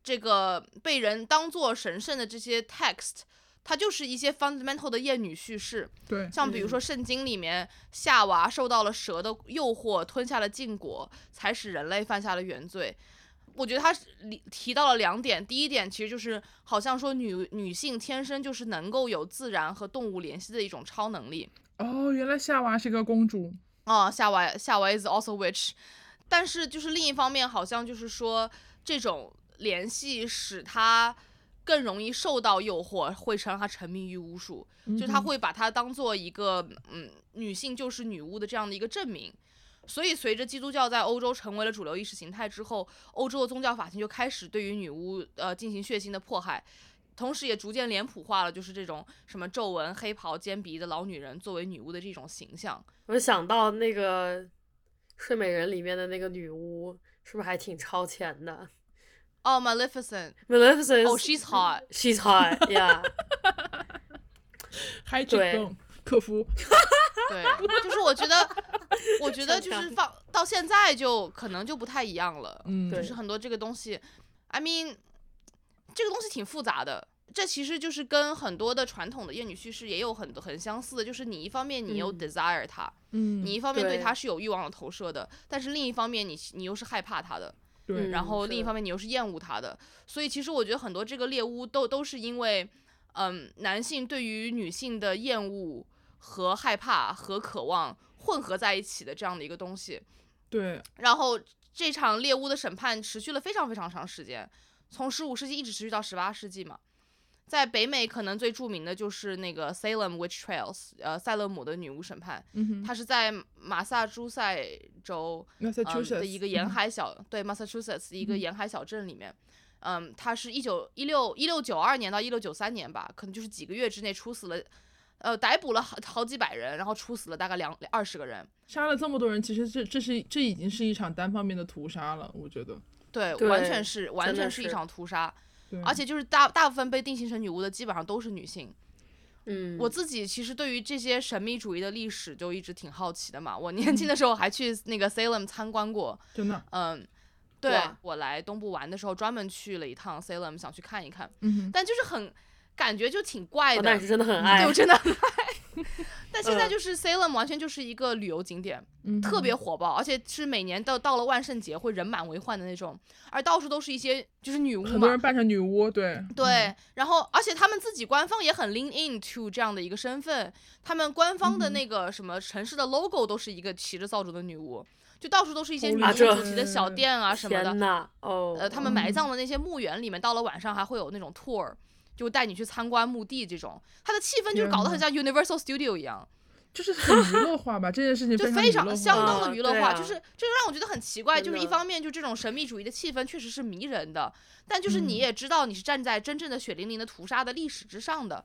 [SPEAKER 1] 这个被人当做神圣的这些 text，它就是一些 fundamental 的厌女叙事。
[SPEAKER 3] 对，
[SPEAKER 1] 像比如
[SPEAKER 2] 嗯
[SPEAKER 1] 说圣经里面，夏娃受到了蛇的诱惑，吞下了禁果，才使人类犯下了原罪。我觉得他是里提到了两点，第一点其实就是好像说女女性天生就是能够有自然和动物联系的一种超能力。
[SPEAKER 3] 哦，原来夏娃是个公主，
[SPEAKER 1] 啊，夏娃夏娃 is also witch，但是就是另一方面，好像就是说这种联系使他更容易受到诱惑，会让他沉迷于巫术，就他
[SPEAKER 3] 嗯哼
[SPEAKER 1] 会把它当做一个嗯女性就是女巫的这样的一个证明。所以，随着基督教在欧洲成为了主流意识形态之后，欧洲的宗教法庭就开始对于女巫呃进行血腥的迫害，同时也逐渐脸谱化了，就是这种什么皱纹、黑袍、尖鼻的老女人作为女巫的这种形象。
[SPEAKER 2] 我想到那个《睡美人》里面的那个女巫，是不是还挺超前的
[SPEAKER 1] 哦、m a l e f i c e n t
[SPEAKER 2] ？Maleficent，
[SPEAKER 1] 哦、s h e s hot。
[SPEAKER 2] she's hot，yeah，
[SPEAKER 3] 嗨，
[SPEAKER 2] 对
[SPEAKER 3] 这嗯克夫，
[SPEAKER 1] 对，就是我觉 得，我觉得就
[SPEAKER 2] 想
[SPEAKER 1] 是
[SPEAKER 2] 想
[SPEAKER 1] 放到现在就可能就不太一样了，
[SPEAKER 3] 嗯，
[SPEAKER 2] 对
[SPEAKER 1] 就是很多这个东西，I mean，这个东西挺复杂的。这其实就是跟很多的传统的艳女叙事也有很多很相似的，就是你一方面你又
[SPEAKER 2] 嗯
[SPEAKER 1] desire 它，
[SPEAKER 3] 嗯，
[SPEAKER 1] 你一方面对
[SPEAKER 2] 对
[SPEAKER 1] 它是有欲望的投射的，但是另一方面你你又是害怕它的，
[SPEAKER 3] 对，
[SPEAKER 1] 然
[SPEAKER 2] 嗯
[SPEAKER 1] 后
[SPEAKER 2] 是
[SPEAKER 1] 另一
[SPEAKER 2] 的
[SPEAKER 1] 方面你又是厌恶他的，所以其实我觉得很多这个猎巫都都是因为，嗯，男性对于女性的厌恶和害怕和渴望混合在一起的这样的一个东西。
[SPEAKER 3] 对，
[SPEAKER 1] 然后这场猎巫的审判持续了非常非常长时间，从十五世纪一直持续到十八世纪嘛。在北美可能最著名的就是那个 Salem Witch Trials，呃，塞勒姆的女巫审判，
[SPEAKER 3] 嗯哼，
[SPEAKER 1] 它是在马萨诸塞州
[SPEAKER 3] 那
[SPEAKER 1] 嗯
[SPEAKER 3] 在
[SPEAKER 1] 的
[SPEAKER 3] Massachusetts
[SPEAKER 1] 一个沿海小、对 Massachusetts 一个
[SPEAKER 3] 嗯
[SPEAKER 1] 沿海小镇里面，嗯，他是一九一六一六九二年到一六九三年吧，可能就是几个月之内处死了，呃，逮捕了好好几百人，然后处死了大概两二十个人。
[SPEAKER 3] 杀了这么多人，其实这这是这已经是一场单方面的屠杀了，我觉得。
[SPEAKER 1] 对，完
[SPEAKER 2] 对
[SPEAKER 1] 全是完
[SPEAKER 2] 真的
[SPEAKER 1] 全是一
[SPEAKER 2] 是
[SPEAKER 1] 场屠杀，
[SPEAKER 3] 对，
[SPEAKER 1] 而且就是大大部分被定性成女巫的基本上都是女性。
[SPEAKER 2] 嗯，
[SPEAKER 1] 我自己其实对于这些神秘主义的历史就一直挺好奇的嘛，
[SPEAKER 3] 嗯
[SPEAKER 1] 我年轻的时候还去那个 Salem 参观过，
[SPEAKER 3] 真的，
[SPEAKER 1] 嗯，对
[SPEAKER 2] 哇
[SPEAKER 1] 我来东部玩的时候专门去了一趟 Salem，想去看一看，
[SPEAKER 3] 嗯哼，
[SPEAKER 1] 但就是很感觉就挺怪
[SPEAKER 2] 哦
[SPEAKER 1] 的，嗯
[SPEAKER 2] 那你是真的很
[SPEAKER 1] 对
[SPEAKER 2] 爱嗯
[SPEAKER 1] 我，真的很爱。 但现在就是 Salem 完全就是一个旅游景点，
[SPEAKER 3] 嗯哼
[SPEAKER 1] 特别火爆，而且是每年到到了万圣节会人满为患的那种，而到处都是一些就是女巫
[SPEAKER 3] 很多
[SPEAKER 1] 嘛
[SPEAKER 3] 人，扮成女巫，对
[SPEAKER 2] 嗯
[SPEAKER 1] 对，然后而且他们自己官方也很 lean into 这样的一个身份，他们官方
[SPEAKER 2] 嗯
[SPEAKER 1] 的那个什么城市的 logo 都是一个骑着扫帚的女巫，就到处都是一些
[SPEAKER 2] 哦
[SPEAKER 1] 女
[SPEAKER 3] Holy
[SPEAKER 1] 巫
[SPEAKER 2] shit
[SPEAKER 1] 主题的小店啊什么的
[SPEAKER 2] 天，呐，哦，
[SPEAKER 1] 呃，他们埋葬的那些墓园里面，到了晚上还会有那种 tour，就带你去参观墓地这种，它的气氛就是搞得很像 Universal Studio 一样，
[SPEAKER 3] 就是很娱乐化吧，这件事情
[SPEAKER 1] 就
[SPEAKER 3] 非
[SPEAKER 1] 非常
[SPEAKER 3] 常娱乐
[SPEAKER 1] 相
[SPEAKER 3] 化
[SPEAKER 1] 当
[SPEAKER 2] 啊
[SPEAKER 1] 的娱乐
[SPEAKER 2] 对
[SPEAKER 1] 化，
[SPEAKER 2] 啊
[SPEAKER 1] 就是这就让我觉得很奇怪，
[SPEAKER 2] 真
[SPEAKER 1] 就是一
[SPEAKER 2] 的
[SPEAKER 1] 方面就这种神秘主义的气氛确实是迷人的，但就是你
[SPEAKER 3] 嗯
[SPEAKER 1] 也知道你是站在真正的血淋淋的屠杀的历史之上的。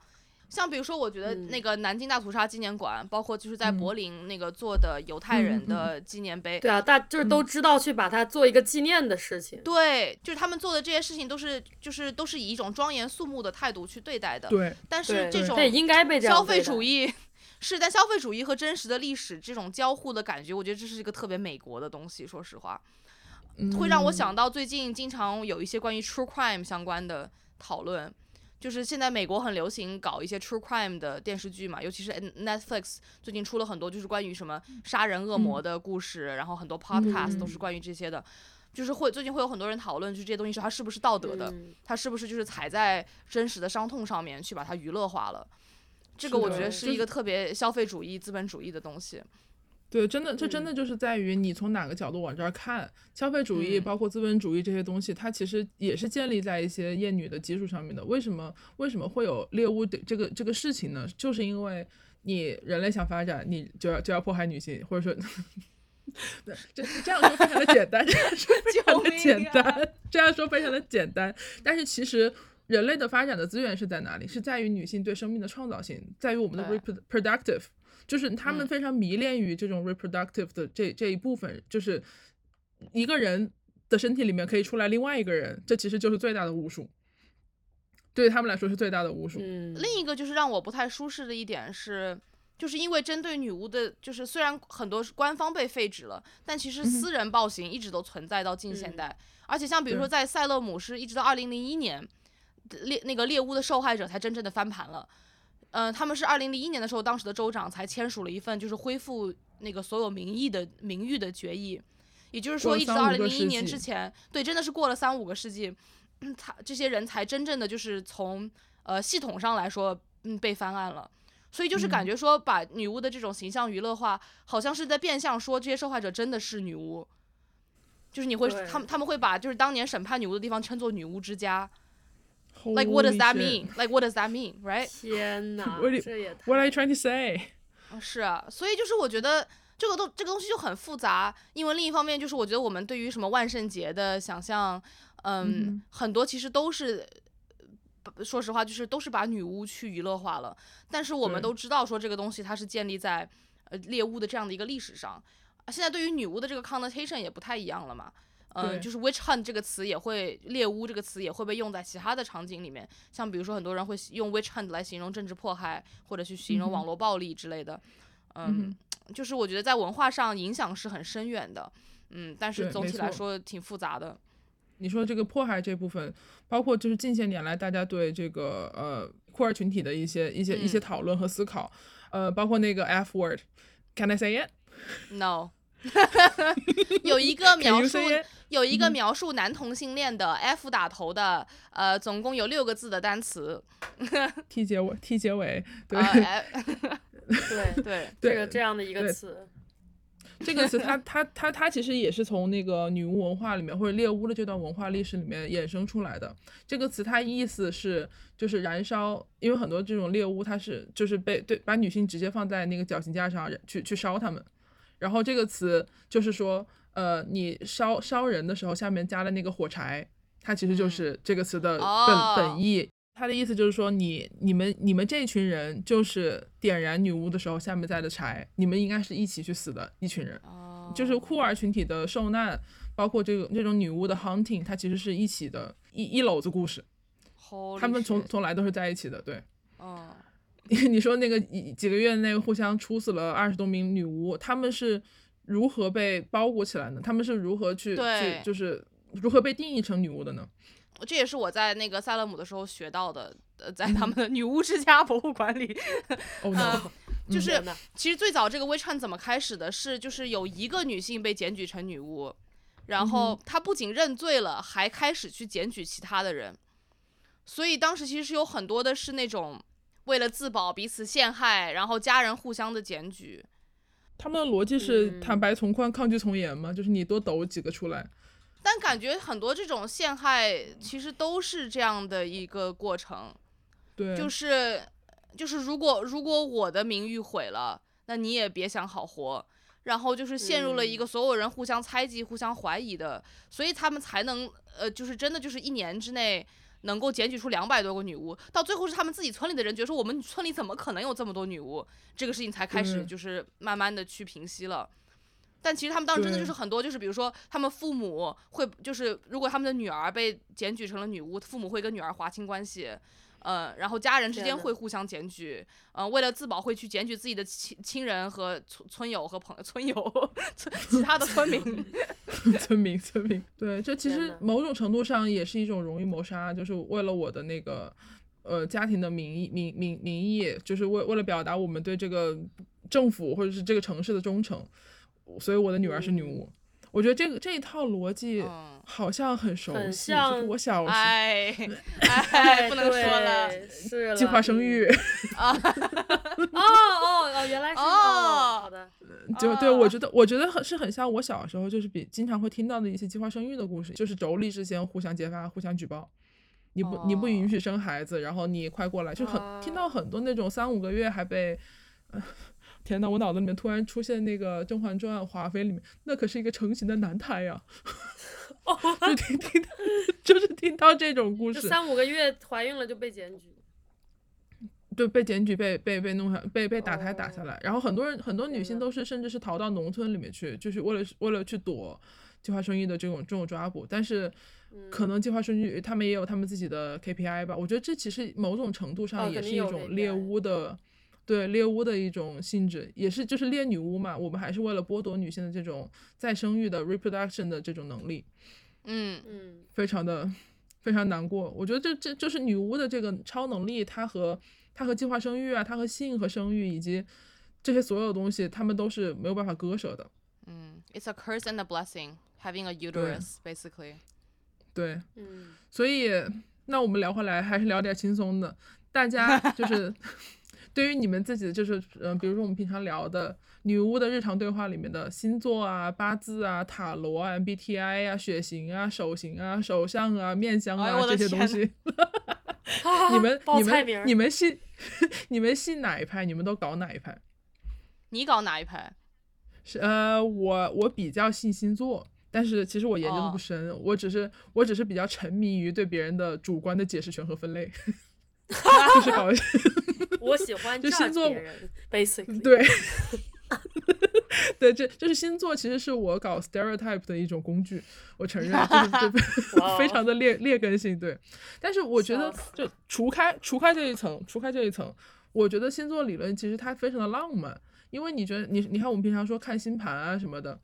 [SPEAKER 1] 像比如说，我觉得
[SPEAKER 2] 嗯
[SPEAKER 1] 那个南京大屠杀纪念馆，包括就是在
[SPEAKER 3] 嗯
[SPEAKER 1] 柏林那个做的犹太
[SPEAKER 3] 嗯嗯
[SPEAKER 1] 人
[SPEAKER 3] 嗯
[SPEAKER 1] 的纪念碑，
[SPEAKER 2] 对啊，大就是都
[SPEAKER 1] 嗯
[SPEAKER 2] 知道去把它做一个纪念的事情，
[SPEAKER 1] 对，就是他们做的这些事情都是就是都是以一种庄严肃穆的态度去对待的。
[SPEAKER 3] 对，
[SPEAKER 1] 但是
[SPEAKER 2] 对
[SPEAKER 1] 这
[SPEAKER 3] 对
[SPEAKER 1] 种
[SPEAKER 2] 对，应该被这样
[SPEAKER 1] 消费
[SPEAKER 2] 对待
[SPEAKER 1] 主义是，但消费主义和真实的历史这种交互的感觉，我觉得这是一个特别美国的东西。说实话，
[SPEAKER 3] 嗯
[SPEAKER 1] 会
[SPEAKER 2] 嗯
[SPEAKER 1] 让我想到最近经常有一些关于 true crime 相关的讨论。就是现在美国很流行搞一些 true crime 的电视剧嘛，尤其是 Netflix 最近出了很多就是关于什么杀人恶
[SPEAKER 2] 嗯
[SPEAKER 1] 魔的故事，然后很多 podcast 都是关于这些的，就是会最近会有很多人讨论，就是这些东西是它是不是道德的，
[SPEAKER 2] 嗯
[SPEAKER 1] 它是不是就是踩在真实的伤痛上面去把它娱乐化了？这个
[SPEAKER 3] 是
[SPEAKER 1] 我
[SPEAKER 3] 的
[SPEAKER 1] 觉得
[SPEAKER 3] 就是
[SPEAKER 1] 一个特别消费主义、资本主义的东西。
[SPEAKER 3] 对，真的，这
[SPEAKER 1] 嗯
[SPEAKER 3] 真的就是在于你从哪个角度往这儿看，消费主义
[SPEAKER 1] 嗯
[SPEAKER 3] 包括资本主义这些东西，它其实也是建立在一些厌女的基础上面的。为什么为什么会有猎巫的这个这个事情呢？就是因为你人类想发展，你就要就要迫害女性，或 者说。对，这这样说非常的简单，这样说非常
[SPEAKER 1] 救
[SPEAKER 3] 的
[SPEAKER 1] 命
[SPEAKER 3] 简
[SPEAKER 1] 啊
[SPEAKER 3] 单，这样说非常的简单。但是其实人类的发展的资源是在哪里？是在于女性对生命的创造性，在于我们的 reproductive，就是他们
[SPEAKER 1] 嗯
[SPEAKER 3] 非常迷恋于这种 reproductive 的这这一部分，就是一个人的身体里面可以出来另外一个人，这其实就是最大的巫术，对于他们来说是最大的巫术。
[SPEAKER 2] 嗯，
[SPEAKER 1] 另一个就是让我不太舒适的一点是，就是因为针对女巫的，就是虽然很多是官方被废止了，但其实
[SPEAKER 3] 嗯哼嗯
[SPEAKER 1] 私人暴行一直都存在到近现代。而且像比如说
[SPEAKER 3] 对
[SPEAKER 1] 在塞勒姆是一直到二零零一年，猎那个猎巫的受害者才真正的翻盘了。嗯、他们是二零零一年的时候，当时的州长才签署了一份就是恢复那个所有名义的名誉的决议，也就是说，
[SPEAKER 3] 过了
[SPEAKER 1] 一直
[SPEAKER 3] 三
[SPEAKER 1] 到二
[SPEAKER 3] 五
[SPEAKER 1] 零
[SPEAKER 3] 个
[SPEAKER 1] 零一
[SPEAKER 3] 世
[SPEAKER 1] 年
[SPEAKER 3] 纪
[SPEAKER 1] 之前，对，真的是过了三五个世纪，嗯他这些人才真正的就是从呃系统上来说，嗯，被翻案了。所以就是感
[SPEAKER 3] 嗯
[SPEAKER 1] 觉说，把女巫的这种形象娱乐化，好像是在变相说这些受害者真的是女巫，就是你会
[SPEAKER 2] 对
[SPEAKER 1] 他们他们会把就是当年审判女巫的地方称作女巫之家，like
[SPEAKER 3] Like
[SPEAKER 1] what does that mean? Like what does that mean? Right？
[SPEAKER 2] 天呐
[SPEAKER 3] What do you-，
[SPEAKER 2] 这也
[SPEAKER 3] What are you
[SPEAKER 2] 太
[SPEAKER 3] trying to say？
[SPEAKER 1] 啊是啊，所以就是我觉得这个东这个东西就很复杂，因为另一方面就是我觉得我们对于什么万圣节的想象，嗯，
[SPEAKER 3] 嗯
[SPEAKER 1] 很多其实都是。呃说实话，就是都是把女巫去娱乐化了，但是我们
[SPEAKER 3] 对
[SPEAKER 1] 都知道说这个东西它是建立在呃猎巫的这样的一个历史上，啊现在对于女巫的这个 connotation 也不太一样了嘛，嗯、
[SPEAKER 3] 对
[SPEAKER 1] 就是 witch hunt 这个词也会猎巫这个词也会被用在其他的场景里面，像比如说很多人会用 witch hunt 来形容政治迫害，或者去形容
[SPEAKER 3] 嗯哼
[SPEAKER 1] 网络暴力之类的，嗯，就是我觉得在文化上影响是很深远的，嗯，但是
[SPEAKER 3] 对
[SPEAKER 1] 总
[SPEAKER 3] 没
[SPEAKER 1] 体来
[SPEAKER 3] 错
[SPEAKER 1] 说挺复杂的，
[SPEAKER 3] 你说这个迫害这部分，包括就是近些年来大家对这个呃酷儿群体的一些一些一些
[SPEAKER 1] 嗯
[SPEAKER 3] 讨论和思考，呃，包括那个 F word，Can I say it？
[SPEAKER 1] No，有一个
[SPEAKER 3] Can
[SPEAKER 1] 描述
[SPEAKER 3] you say it？
[SPEAKER 1] 有一个描述男同性恋的 F 打头的，呃，总共有六个字的单词。
[SPEAKER 3] t 结尾，T
[SPEAKER 1] 啊
[SPEAKER 3] 结尾，对、
[SPEAKER 1] 呃，F- 对，
[SPEAKER 2] 对这
[SPEAKER 3] 对
[SPEAKER 2] 个这样的一
[SPEAKER 3] 对
[SPEAKER 2] 个词，
[SPEAKER 3] 这个词它它它它其实也是从那个女巫文化里面或者猎巫的这段文化历史里面衍生出来的。这个词它意思是就是燃烧，因为很多这种猎巫它是就是被对把女性直接放在那个绞刑架上去去烧她们，然后这个词就是说呃你烧烧人的时候下面加了那个火柴，它其实就
[SPEAKER 1] 嗯
[SPEAKER 3] 是这个词的本、
[SPEAKER 1] 哦
[SPEAKER 3] 呃本意。它的意思就是说你你们你们这群人就是点燃女巫的时候下面在的柴，你们应该是一起去死的一群人。
[SPEAKER 1] 哦，
[SPEAKER 3] 就是酷儿群体的受难，包括这个这种女巫的 hunting，它其实是一起的一一篓子故事，
[SPEAKER 1] Holy
[SPEAKER 3] 他们从
[SPEAKER 1] shit
[SPEAKER 3] 从来都是在一起的。对，
[SPEAKER 1] 嗯
[SPEAKER 3] 你说那个一几个月内互相处死了二十多名女巫，他们是如何被包裹起来呢？他们是如何去
[SPEAKER 1] 对
[SPEAKER 3] 去就是如何被定义成女巫的呢？
[SPEAKER 1] 这也是我在那个萨勒姆的时候学到的，呃，
[SPEAKER 3] 嗯
[SPEAKER 1] 在他们的女巫之家博物馆里，呃
[SPEAKER 3] 哦、no，、
[SPEAKER 1] 就是
[SPEAKER 2] 嗯天呐
[SPEAKER 1] 其实最早这个微串怎么开始的是，就是有一个女性被检举成女巫，然后她不仅认罪了，还开始去检举其他的人，所以当时其实是有很多的是那种为了自保彼此陷害，然后家人互相的检举。
[SPEAKER 3] 他们的逻辑是
[SPEAKER 2] 嗯
[SPEAKER 3] 坦白从宽，抗拒从严吗？就是你多抖几个出来。
[SPEAKER 1] 但感觉很多这种陷害其实都是这样的一个过程，
[SPEAKER 3] 对，
[SPEAKER 1] 就是就是如果如果我的名誉毁了，那你也别想好活。然后就是陷入了一
[SPEAKER 2] 嗯
[SPEAKER 1] 个所有人互相猜忌、互相怀疑的，所以他们才能呃，就是真的就是一年之内能够检举出两百多个女巫，到最后是他们自己村里的人觉得说我们村里怎么可能有这么多女巫，这个事情才开始
[SPEAKER 3] 对
[SPEAKER 1] 就是慢慢的去平息了。但其实他们当时真的
[SPEAKER 3] 对
[SPEAKER 1] 就是很多，就是比如说他们父母会，就是如果他们的女儿被检举成了女巫，父母会跟女儿划清关系，呃，然后家人之
[SPEAKER 2] 天
[SPEAKER 1] 间
[SPEAKER 2] 呐
[SPEAKER 1] 会互相检举，呃，为了自保会去检举自己的亲亲人和村村友和朋村友 村其他的 村民，
[SPEAKER 3] 村民，村民。对，这其
[SPEAKER 2] 天
[SPEAKER 3] 实
[SPEAKER 2] 呐
[SPEAKER 3] 某种程度上也是一种荣誉谋杀，就是为了我的那个呃家庭的名义、名名名义，就是为为了表达我们对这个政府或者是这个城市的忠诚，所以我的女儿是
[SPEAKER 2] 嗯
[SPEAKER 3] 女巫。我觉得这个这一套逻辑
[SPEAKER 1] 嗯
[SPEAKER 3] 好像很熟悉，
[SPEAKER 2] 哦很
[SPEAKER 3] 就
[SPEAKER 2] 像
[SPEAKER 3] 是我小时候
[SPEAKER 1] 哎哎，不能说了
[SPEAKER 2] 对是了嗯
[SPEAKER 3] 计划生育，
[SPEAKER 2] 哦哦哦，原来是
[SPEAKER 1] 哦
[SPEAKER 2] 哦，好 的，
[SPEAKER 3] 就对我觉得我觉得很是很像我小时候就是比经常会听到的一些计划生育的故事，就是妯娌之间互相揭发、互相举报。你不你不允许生孩子，然后你快过来，就很、听到很多那种三五个月还被， 呃天呐，我脑子里面突然出现那个《甄嬛传》华妃里面，那可是一个成型的男胎呀、就听听到 就是听到这种故
[SPEAKER 2] 就
[SPEAKER 3] 事，
[SPEAKER 2] 三五个月怀孕了就被检举，
[SPEAKER 3] 对，被检举，被被被弄下，被被打胎打下
[SPEAKER 2] 哦嗯
[SPEAKER 3] 来。然后很多人，很多女
[SPEAKER 2] 天
[SPEAKER 3] 性
[SPEAKER 2] 呐
[SPEAKER 3] 都是，甚至是逃到农村里面去，就是为了为了去躲计划生育的这种这种抓捕。但是，
[SPEAKER 2] 嗯
[SPEAKER 3] 可能计划生育他们也有他们自己的 KPI 吧。我觉得这其实某种程度
[SPEAKER 2] 哦
[SPEAKER 3] 上也
[SPEAKER 2] 肯
[SPEAKER 3] 是
[SPEAKER 2] 定
[SPEAKER 3] 一
[SPEAKER 2] 有
[SPEAKER 3] 种
[SPEAKER 2] KPI
[SPEAKER 3] 猎巫的，对猎巫的一种性质，也是就是猎女巫嘛。我们还是为了剥夺女性的这种再生育的 reproduction 的这种能力。
[SPEAKER 1] 嗯，
[SPEAKER 2] 嗯，
[SPEAKER 3] 非常的非常难过。我觉得这这就是女巫的这个超能力，它和它和计划生育啊，它和性和生育以及这些所有东西，他们都是没有办法割舍的。
[SPEAKER 1] 嗯，It's a curse and a blessing having a uterus basically。
[SPEAKER 3] 对，
[SPEAKER 2] 嗯，
[SPEAKER 3] 所以那我们聊回来，还是聊点轻松的。大家就是对于你们自己，就是嗯、呃比如说我们平常聊的女巫的日常对话里面的星座啊、八字啊、塔罗啊、MBTI 啊、血型啊、手型啊、手相啊、面相
[SPEAKER 1] 哎
[SPEAKER 3] 啊、
[SPEAKER 1] 呦我的
[SPEAKER 3] 这些东
[SPEAKER 1] 天
[SPEAKER 3] 西。
[SPEAKER 2] 啊
[SPEAKER 3] 你们
[SPEAKER 2] 报
[SPEAKER 3] 你
[SPEAKER 2] 菜名儿
[SPEAKER 3] 们你们信 你们信哪一派？你们都搞哪一派？
[SPEAKER 1] 你搞哪一派？
[SPEAKER 3] 是呃，我我比较信星座，但是其实我研究的
[SPEAKER 1] 哦
[SPEAKER 3] 不深，我只是我只是比较沉迷于对别人的主观的解释权和分 类， 就是搞
[SPEAKER 2] 我喜欢
[SPEAKER 3] 就
[SPEAKER 2] judge
[SPEAKER 3] 星座
[SPEAKER 2] 别人，basically，
[SPEAKER 3] 对。 对，这就是星座，其实是我搞 stereotype 的一种工具，我承认，就是
[SPEAKER 2] 哇
[SPEAKER 3] 这
[SPEAKER 2] 哦
[SPEAKER 3] 非常的劣劣根性。对，但是我觉得
[SPEAKER 2] 笑死，
[SPEAKER 3] 就除开除开这一层，除开这一层，我觉得星座理论其实它非常的浪漫，因为你觉得你你看我们平常说看星盘啊什么的，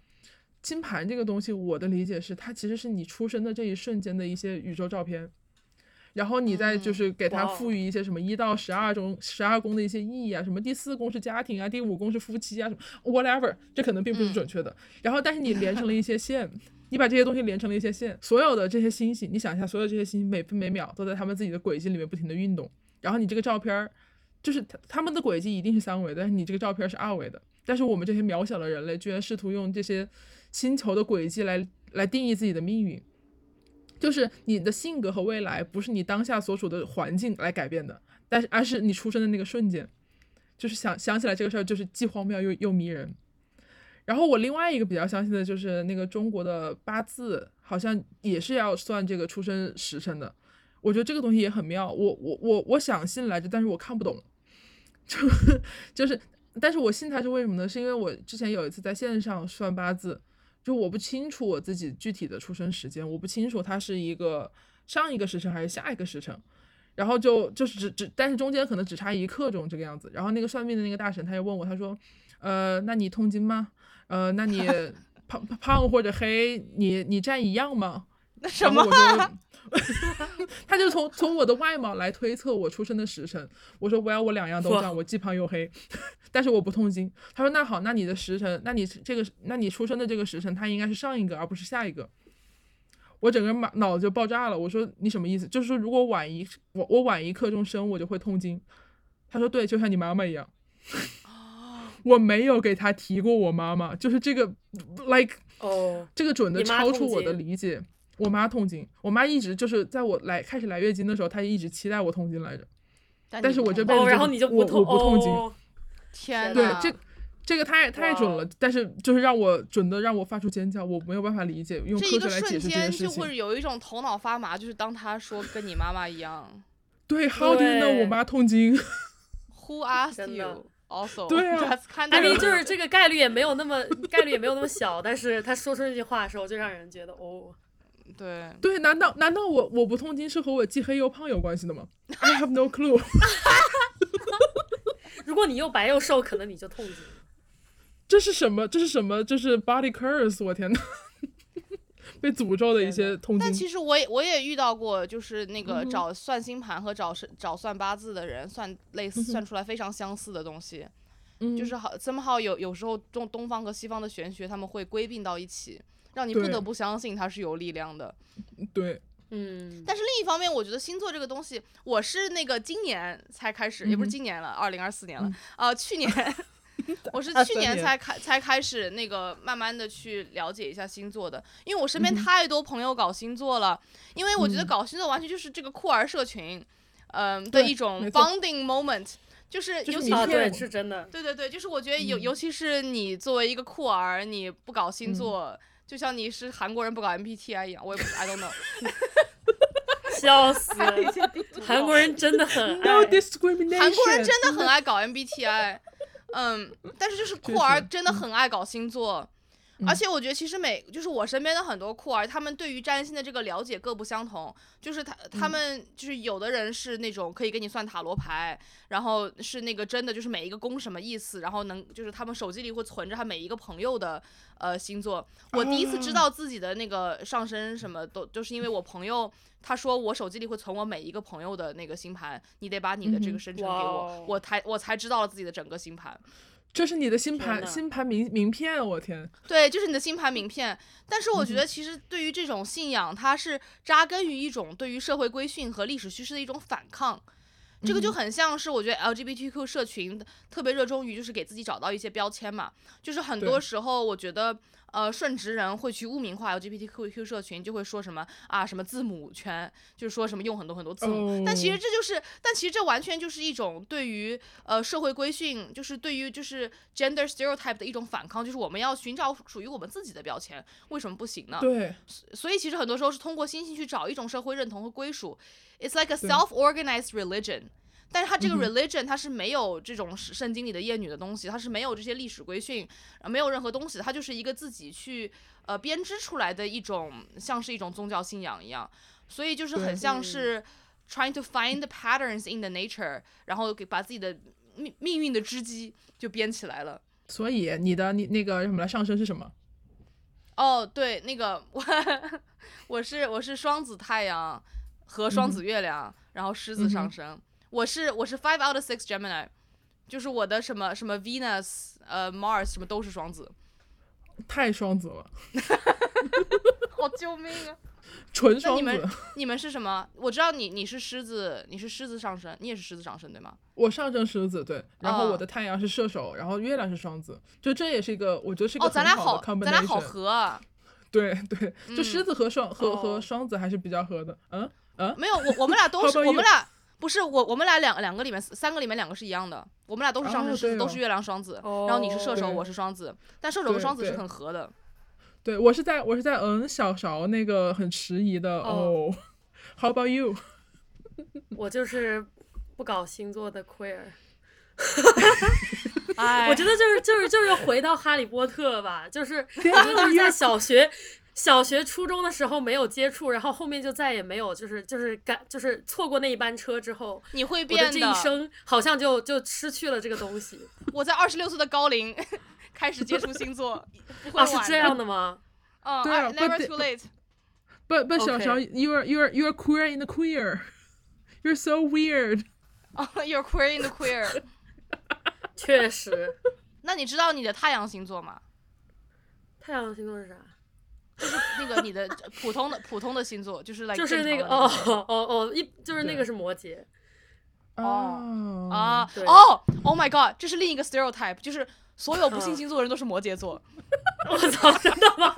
[SPEAKER 3] 星盘这个东西，我的理解是它其实是你出生的这一瞬间的一些宇宙照片，然后你再就是给它
[SPEAKER 2] 哇哦
[SPEAKER 3] 赋予一些什么一到十二种十二宫的一些意义啊，什么第四宫是家庭啊，第五宫是夫妻啊，什么 whatever，这可能并不是
[SPEAKER 1] 嗯
[SPEAKER 3] 准确的。然后但是你连成了一些 线，你把这些东西连成了一些线，所有的这些星星，你想一下，所有这些星星每分每秒都在他们自己的轨迹里面不停的运动，然后你这个照片儿。就是它它们的轨迹一定是三维的，但是你这个照片儿是二维的，但是我们这些渺小的人类，居然试图用这些星球的轨迹来来定义自己的命运。就是你的性格和未来，不是你当下所处的环境来改变的，但是而是你出生的那个瞬间。就是想想起来这个事儿，就是既荒谬又又迷人。然后我另外一个比较相信的就是那个中国的八字，好像也是要算这个出生时辰的。我觉得这个东西也很妙，我我我我想信来着，但是我看不懂，就就是，但是我信它是为什么呢？是因为我之前有一次在线上算八字，就我不清楚我自己具体的出生时间，我不清楚它是一个上一个时辰还是下一个时辰，然后就就是只只，但是中间可能只差一刻钟这个样子。然后那个算命的那个大神他就问我，他说，呃，那你痛经吗？呃，那你 胖胖或者黑，你你占一样吗？
[SPEAKER 1] 那什
[SPEAKER 3] 然后
[SPEAKER 1] 么
[SPEAKER 3] 我？就， 他就从从我的外貌来推测我出生的时辰。我说我要我两样都
[SPEAKER 2] 哇
[SPEAKER 3] 占，我既胖又黑， 但是我不痛经。他说那好，那你的时辰，那你这个，那你出生的这个时辰，它应该是上一个而不是下一个。我整个人脑脑子就爆炸了。我说你什么意思？就是说如果晚一我我晚一刻钟生，我就会痛经。他说对，就像你妈妈一样。
[SPEAKER 1] 哦
[SPEAKER 3] 我没有给他提过我妈妈，就是这个，like
[SPEAKER 2] 哦，
[SPEAKER 3] 这个准的
[SPEAKER 2] 你妈
[SPEAKER 3] 超
[SPEAKER 2] 痛
[SPEAKER 3] 出我的
[SPEAKER 2] 经
[SPEAKER 3] 理解。我妈痛经，我妈一直就是在我来开始来月经的时候，她一直期待我痛经来着。
[SPEAKER 1] 但
[SPEAKER 3] 但
[SPEAKER 1] 你
[SPEAKER 3] 是
[SPEAKER 1] 不
[SPEAKER 3] 我
[SPEAKER 1] 痛
[SPEAKER 3] 这辈
[SPEAKER 1] 吗
[SPEAKER 3] 子
[SPEAKER 2] 哦，然后
[SPEAKER 3] 就
[SPEAKER 2] 你就
[SPEAKER 3] 我
[SPEAKER 2] 不痛
[SPEAKER 3] 我不痛经
[SPEAKER 2] 哦
[SPEAKER 1] 天
[SPEAKER 3] 对
[SPEAKER 1] 呐，，
[SPEAKER 3] 这这个太太准了，但是就是让我准的让我发出尖叫，我没有办法理解，用
[SPEAKER 1] 这一
[SPEAKER 3] 科
[SPEAKER 1] 个
[SPEAKER 3] 学来
[SPEAKER 1] 瞬
[SPEAKER 3] 解释这件
[SPEAKER 1] 间
[SPEAKER 3] 事
[SPEAKER 1] 就
[SPEAKER 3] 情。
[SPEAKER 1] 会有一种头脑发麻，就是当他说跟你妈妈一样
[SPEAKER 3] 对，How do you know 我
[SPEAKER 2] 对
[SPEAKER 3] 妈痛经？
[SPEAKER 1] ，Who asked
[SPEAKER 2] 真的
[SPEAKER 1] you? Also,
[SPEAKER 3] 对 啊
[SPEAKER 1] just kind
[SPEAKER 2] 安
[SPEAKER 1] of
[SPEAKER 2] 妮就是这个概率也没有那么概率也没有那么小，但是她说出这句话的时候，就让人觉得哦，
[SPEAKER 1] 对，
[SPEAKER 3] 对，难道难道我我不痛经是和我既黑又胖有关系的吗？I have no clue。
[SPEAKER 2] 如果你又白又瘦，可能你就痛经。
[SPEAKER 3] 这是什么？这是什么？这是 body curse！我天呐， 被诅咒的一些痛
[SPEAKER 1] 但
[SPEAKER 3] 经。
[SPEAKER 1] 其实我也我也遇到过，就是
[SPEAKER 3] 嗯
[SPEAKER 1] 那个找算星盘和找是找算八字的人，算类似算出来非常相似的东西，
[SPEAKER 3] 嗯
[SPEAKER 1] 就是好 somehow 有有时候中东方和西方的玄学他们会归并到一起，让你不
[SPEAKER 3] 对
[SPEAKER 1] 得不相信它是有力量的。
[SPEAKER 3] 对，
[SPEAKER 2] 嗯，
[SPEAKER 1] 但是另一方面，我觉得星座这个东西，我是那个今年才开始，也不是
[SPEAKER 3] 嗯哼
[SPEAKER 1] 今年了，二零二四年了，啊、去年。 我是
[SPEAKER 3] 23
[SPEAKER 1] 去年
[SPEAKER 3] 年
[SPEAKER 1] 才开才开始那个慢慢的去了解一下星座的，因为我身边太多朋友搞星座了，因为我觉得
[SPEAKER 3] 嗯
[SPEAKER 1] 搞星座完全就是这个酷儿社群，嗯、的
[SPEAKER 3] 对
[SPEAKER 1] 一种
[SPEAKER 3] 没错
[SPEAKER 1] bonding moment，就是
[SPEAKER 3] 就是
[SPEAKER 1] 尤其是
[SPEAKER 3] 你嗯
[SPEAKER 2] 啊，
[SPEAKER 3] 骗
[SPEAKER 2] 对，
[SPEAKER 3] 我
[SPEAKER 2] 是真的。
[SPEAKER 1] 对对对，就是我觉得尤、尤其是你作为一个酷儿，你不搞
[SPEAKER 3] 嗯
[SPEAKER 1] 星座，就像你是韩国人不搞 MBTI 一样，我也不 I don't know，
[SPEAKER 2] 笑 死！韩国人真的很
[SPEAKER 1] 哎
[SPEAKER 3] No
[SPEAKER 2] 爱。
[SPEAKER 3] discrimination。
[SPEAKER 1] 韩国人真的很爱搞 MBTI，嗯，但是就是酷儿
[SPEAKER 3] 确实
[SPEAKER 1] 真的很爱搞星座，
[SPEAKER 3] 嗯
[SPEAKER 1] 而且我觉得其实每就是我身边的很多酷儿，他们对于占星的这个了解各不相同，就是他他
[SPEAKER 3] 嗯
[SPEAKER 1] 们就是有的人是那种可以给你算塔罗牌，然后是那个真的就是每一个宫什么意思，然后能就是他们手机里会存着他每一个朋友的呃星座。我第一次
[SPEAKER 3] 哦
[SPEAKER 1] 知道自己的那个上升什么都，就是因为我朋友他说我手机里会存我每一个朋友的那个星盘，你得把你的这个
[SPEAKER 3] 嗯哼
[SPEAKER 1] 生辰给
[SPEAKER 2] 哇
[SPEAKER 1] 我
[SPEAKER 2] 哦，
[SPEAKER 1] 我才我才知道了自己的整个星盘。
[SPEAKER 3] 这是你的星
[SPEAKER 2] 天
[SPEAKER 3] 盘
[SPEAKER 2] 呐
[SPEAKER 3] 星盘名名片，啊我天，
[SPEAKER 1] 对，就是你的星盘名片。但是
[SPEAKER 3] 嗯
[SPEAKER 1] 我觉得，其实对于这种信仰，它是扎根于一种对于社会规训和历史叙事的一种反抗。这个
[SPEAKER 3] 嗯
[SPEAKER 1] 就很像是我觉得 LGBTQ 社群特别热衷于就是给自己找到一些标签嘛，就是很多
[SPEAKER 3] 对
[SPEAKER 1] 时候我觉得。呃，顺直人会去污名化 LGBTQ 社群，就会说什么啊，什么字母圈，就是说什么用很多很多字母。但其实
[SPEAKER 3] 哦
[SPEAKER 1] 这就是，但其实这完全就是一种对于呃社会规训，就是对于就是 gender stereotype 的一种反抗，就是我们要寻找属于我们自己的标签，为什么不行呢？
[SPEAKER 3] 对，
[SPEAKER 1] 所以其实很多时候是通过星星去找一种社会认同和归属。It's like a
[SPEAKER 3] 对
[SPEAKER 1] self-organized religion。但是它这个
[SPEAKER 3] 嗯哼
[SPEAKER 1] religion 它是没有这种圣圣经里的厌女的东西，它是没有这些历史规训，呃没有任何东西，它就是一个自己去呃编织出来的一种，像是一种宗教信仰一样。所以就是很
[SPEAKER 3] 对
[SPEAKER 1] 像是 trying to find the patterns in the nature，然后给把自己的命命运的织机就编起来了。
[SPEAKER 3] 所以你的你那个什么来上升是什么？
[SPEAKER 1] 哦，对，那个 我我是我是双子太阳和双子月亮，然后狮子上
[SPEAKER 3] 嗯嗯哼
[SPEAKER 1] 升。我是我是 five out of six Gemini，就是我的什么什么 Venus 呃 Mars 什么 都是双子。
[SPEAKER 3] 太双子了，
[SPEAKER 1] 好救命啊！
[SPEAKER 3] 纯
[SPEAKER 1] 那
[SPEAKER 3] 双
[SPEAKER 1] 你们
[SPEAKER 3] 子。
[SPEAKER 1] 你们是什么？我知道你你是狮子，你是狮子上升，你也是狮子上升对吗？
[SPEAKER 3] 我上升狮子，对，然后
[SPEAKER 1] 啊
[SPEAKER 3] 我的太阳是射手，然后月亮是双子，就这也是一个我觉得是一个
[SPEAKER 1] 哦，咱俩
[SPEAKER 3] 很好的 combination。
[SPEAKER 1] 咱俩好合啊。
[SPEAKER 3] 对对，就
[SPEAKER 1] 嗯
[SPEAKER 3] 狮子和双和和
[SPEAKER 2] 哦
[SPEAKER 3] 双子还是比较合的。嗯，
[SPEAKER 1] 没有，我我 们俩都
[SPEAKER 3] How
[SPEAKER 1] 是，
[SPEAKER 3] about
[SPEAKER 1] 我们
[SPEAKER 3] you？
[SPEAKER 1] 俩不是我，我们俩两两个里面三个里面两个是一样的，我们俩都是上
[SPEAKER 3] 哦
[SPEAKER 1] 升狮子，
[SPEAKER 3] 对
[SPEAKER 1] 都
[SPEAKER 3] 哦
[SPEAKER 1] 是月亮双子，然后你是射手，
[SPEAKER 3] 对
[SPEAKER 1] 我是双子，但射手和
[SPEAKER 3] 对
[SPEAKER 1] 双子是
[SPEAKER 3] 对
[SPEAKER 1] 很合 的。
[SPEAKER 3] 对我是在我是在嗯小勺那个很迟疑的
[SPEAKER 2] 哦
[SPEAKER 3] 哦。How about you？
[SPEAKER 2] 我就是不搞星座的 queer。
[SPEAKER 1] 哎
[SPEAKER 2] 我觉得就是就是就是回到哈利波特吧， 就是我
[SPEAKER 3] 天
[SPEAKER 2] 觉得就是在小学、小学、初中的时候没有接触，然后后面就再也没有，就是就是感就是错过那一班车之后，
[SPEAKER 1] 你会
[SPEAKER 2] 我的
[SPEAKER 1] 变
[SPEAKER 2] 这一生好像就就失去了这个 东西
[SPEAKER 1] 我在二十六岁的高龄 开始接触星 座，不会
[SPEAKER 2] 啊，
[SPEAKER 1] 晚
[SPEAKER 2] 是
[SPEAKER 1] 的。
[SPEAKER 2] 这样的吗？
[SPEAKER 1] 嗯，
[SPEAKER 3] 对
[SPEAKER 1] 二
[SPEAKER 3] 啊不
[SPEAKER 1] never
[SPEAKER 3] 得
[SPEAKER 1] too late。
[SPEAKER 3] But but 小
[SPEAKER 2] Okay.
[SPEAKER 3] 勺，you're you're you're queer in the queer。You're so weird。
[SPEAKER 1] 哦，you're queer in the queer。
[SPEAKER 2] 确实，
[SPEAKER 1] 那你知道你的太阳星座吗？
[SPEAKER 2] 太阳星座是啥？
[SPEAKER 1] 啊那个你的普通的普通的星座，就是来
[SPEAKER 2] 就是那
[SPEAKER 1] 那
[SPEAKER 2] 个哦哦哦，一就是那个
[SPEAKER 3] 对
[SPEAKER 2] 是摩羯，
[SPEAKER 1] 哦
[SPEAKER 3] 哦
[SPEAKER 1] 啊
[SPEAKER 2] 对
[SPEAKER 1] 哦 oh my god，这是另一个 stereotype，就是所有不信
[SPEAKER 2] 嗯
[SPEAKER 1] 星座的人都是摩羯座。
[SPEAKER 2] 我操，真的吗？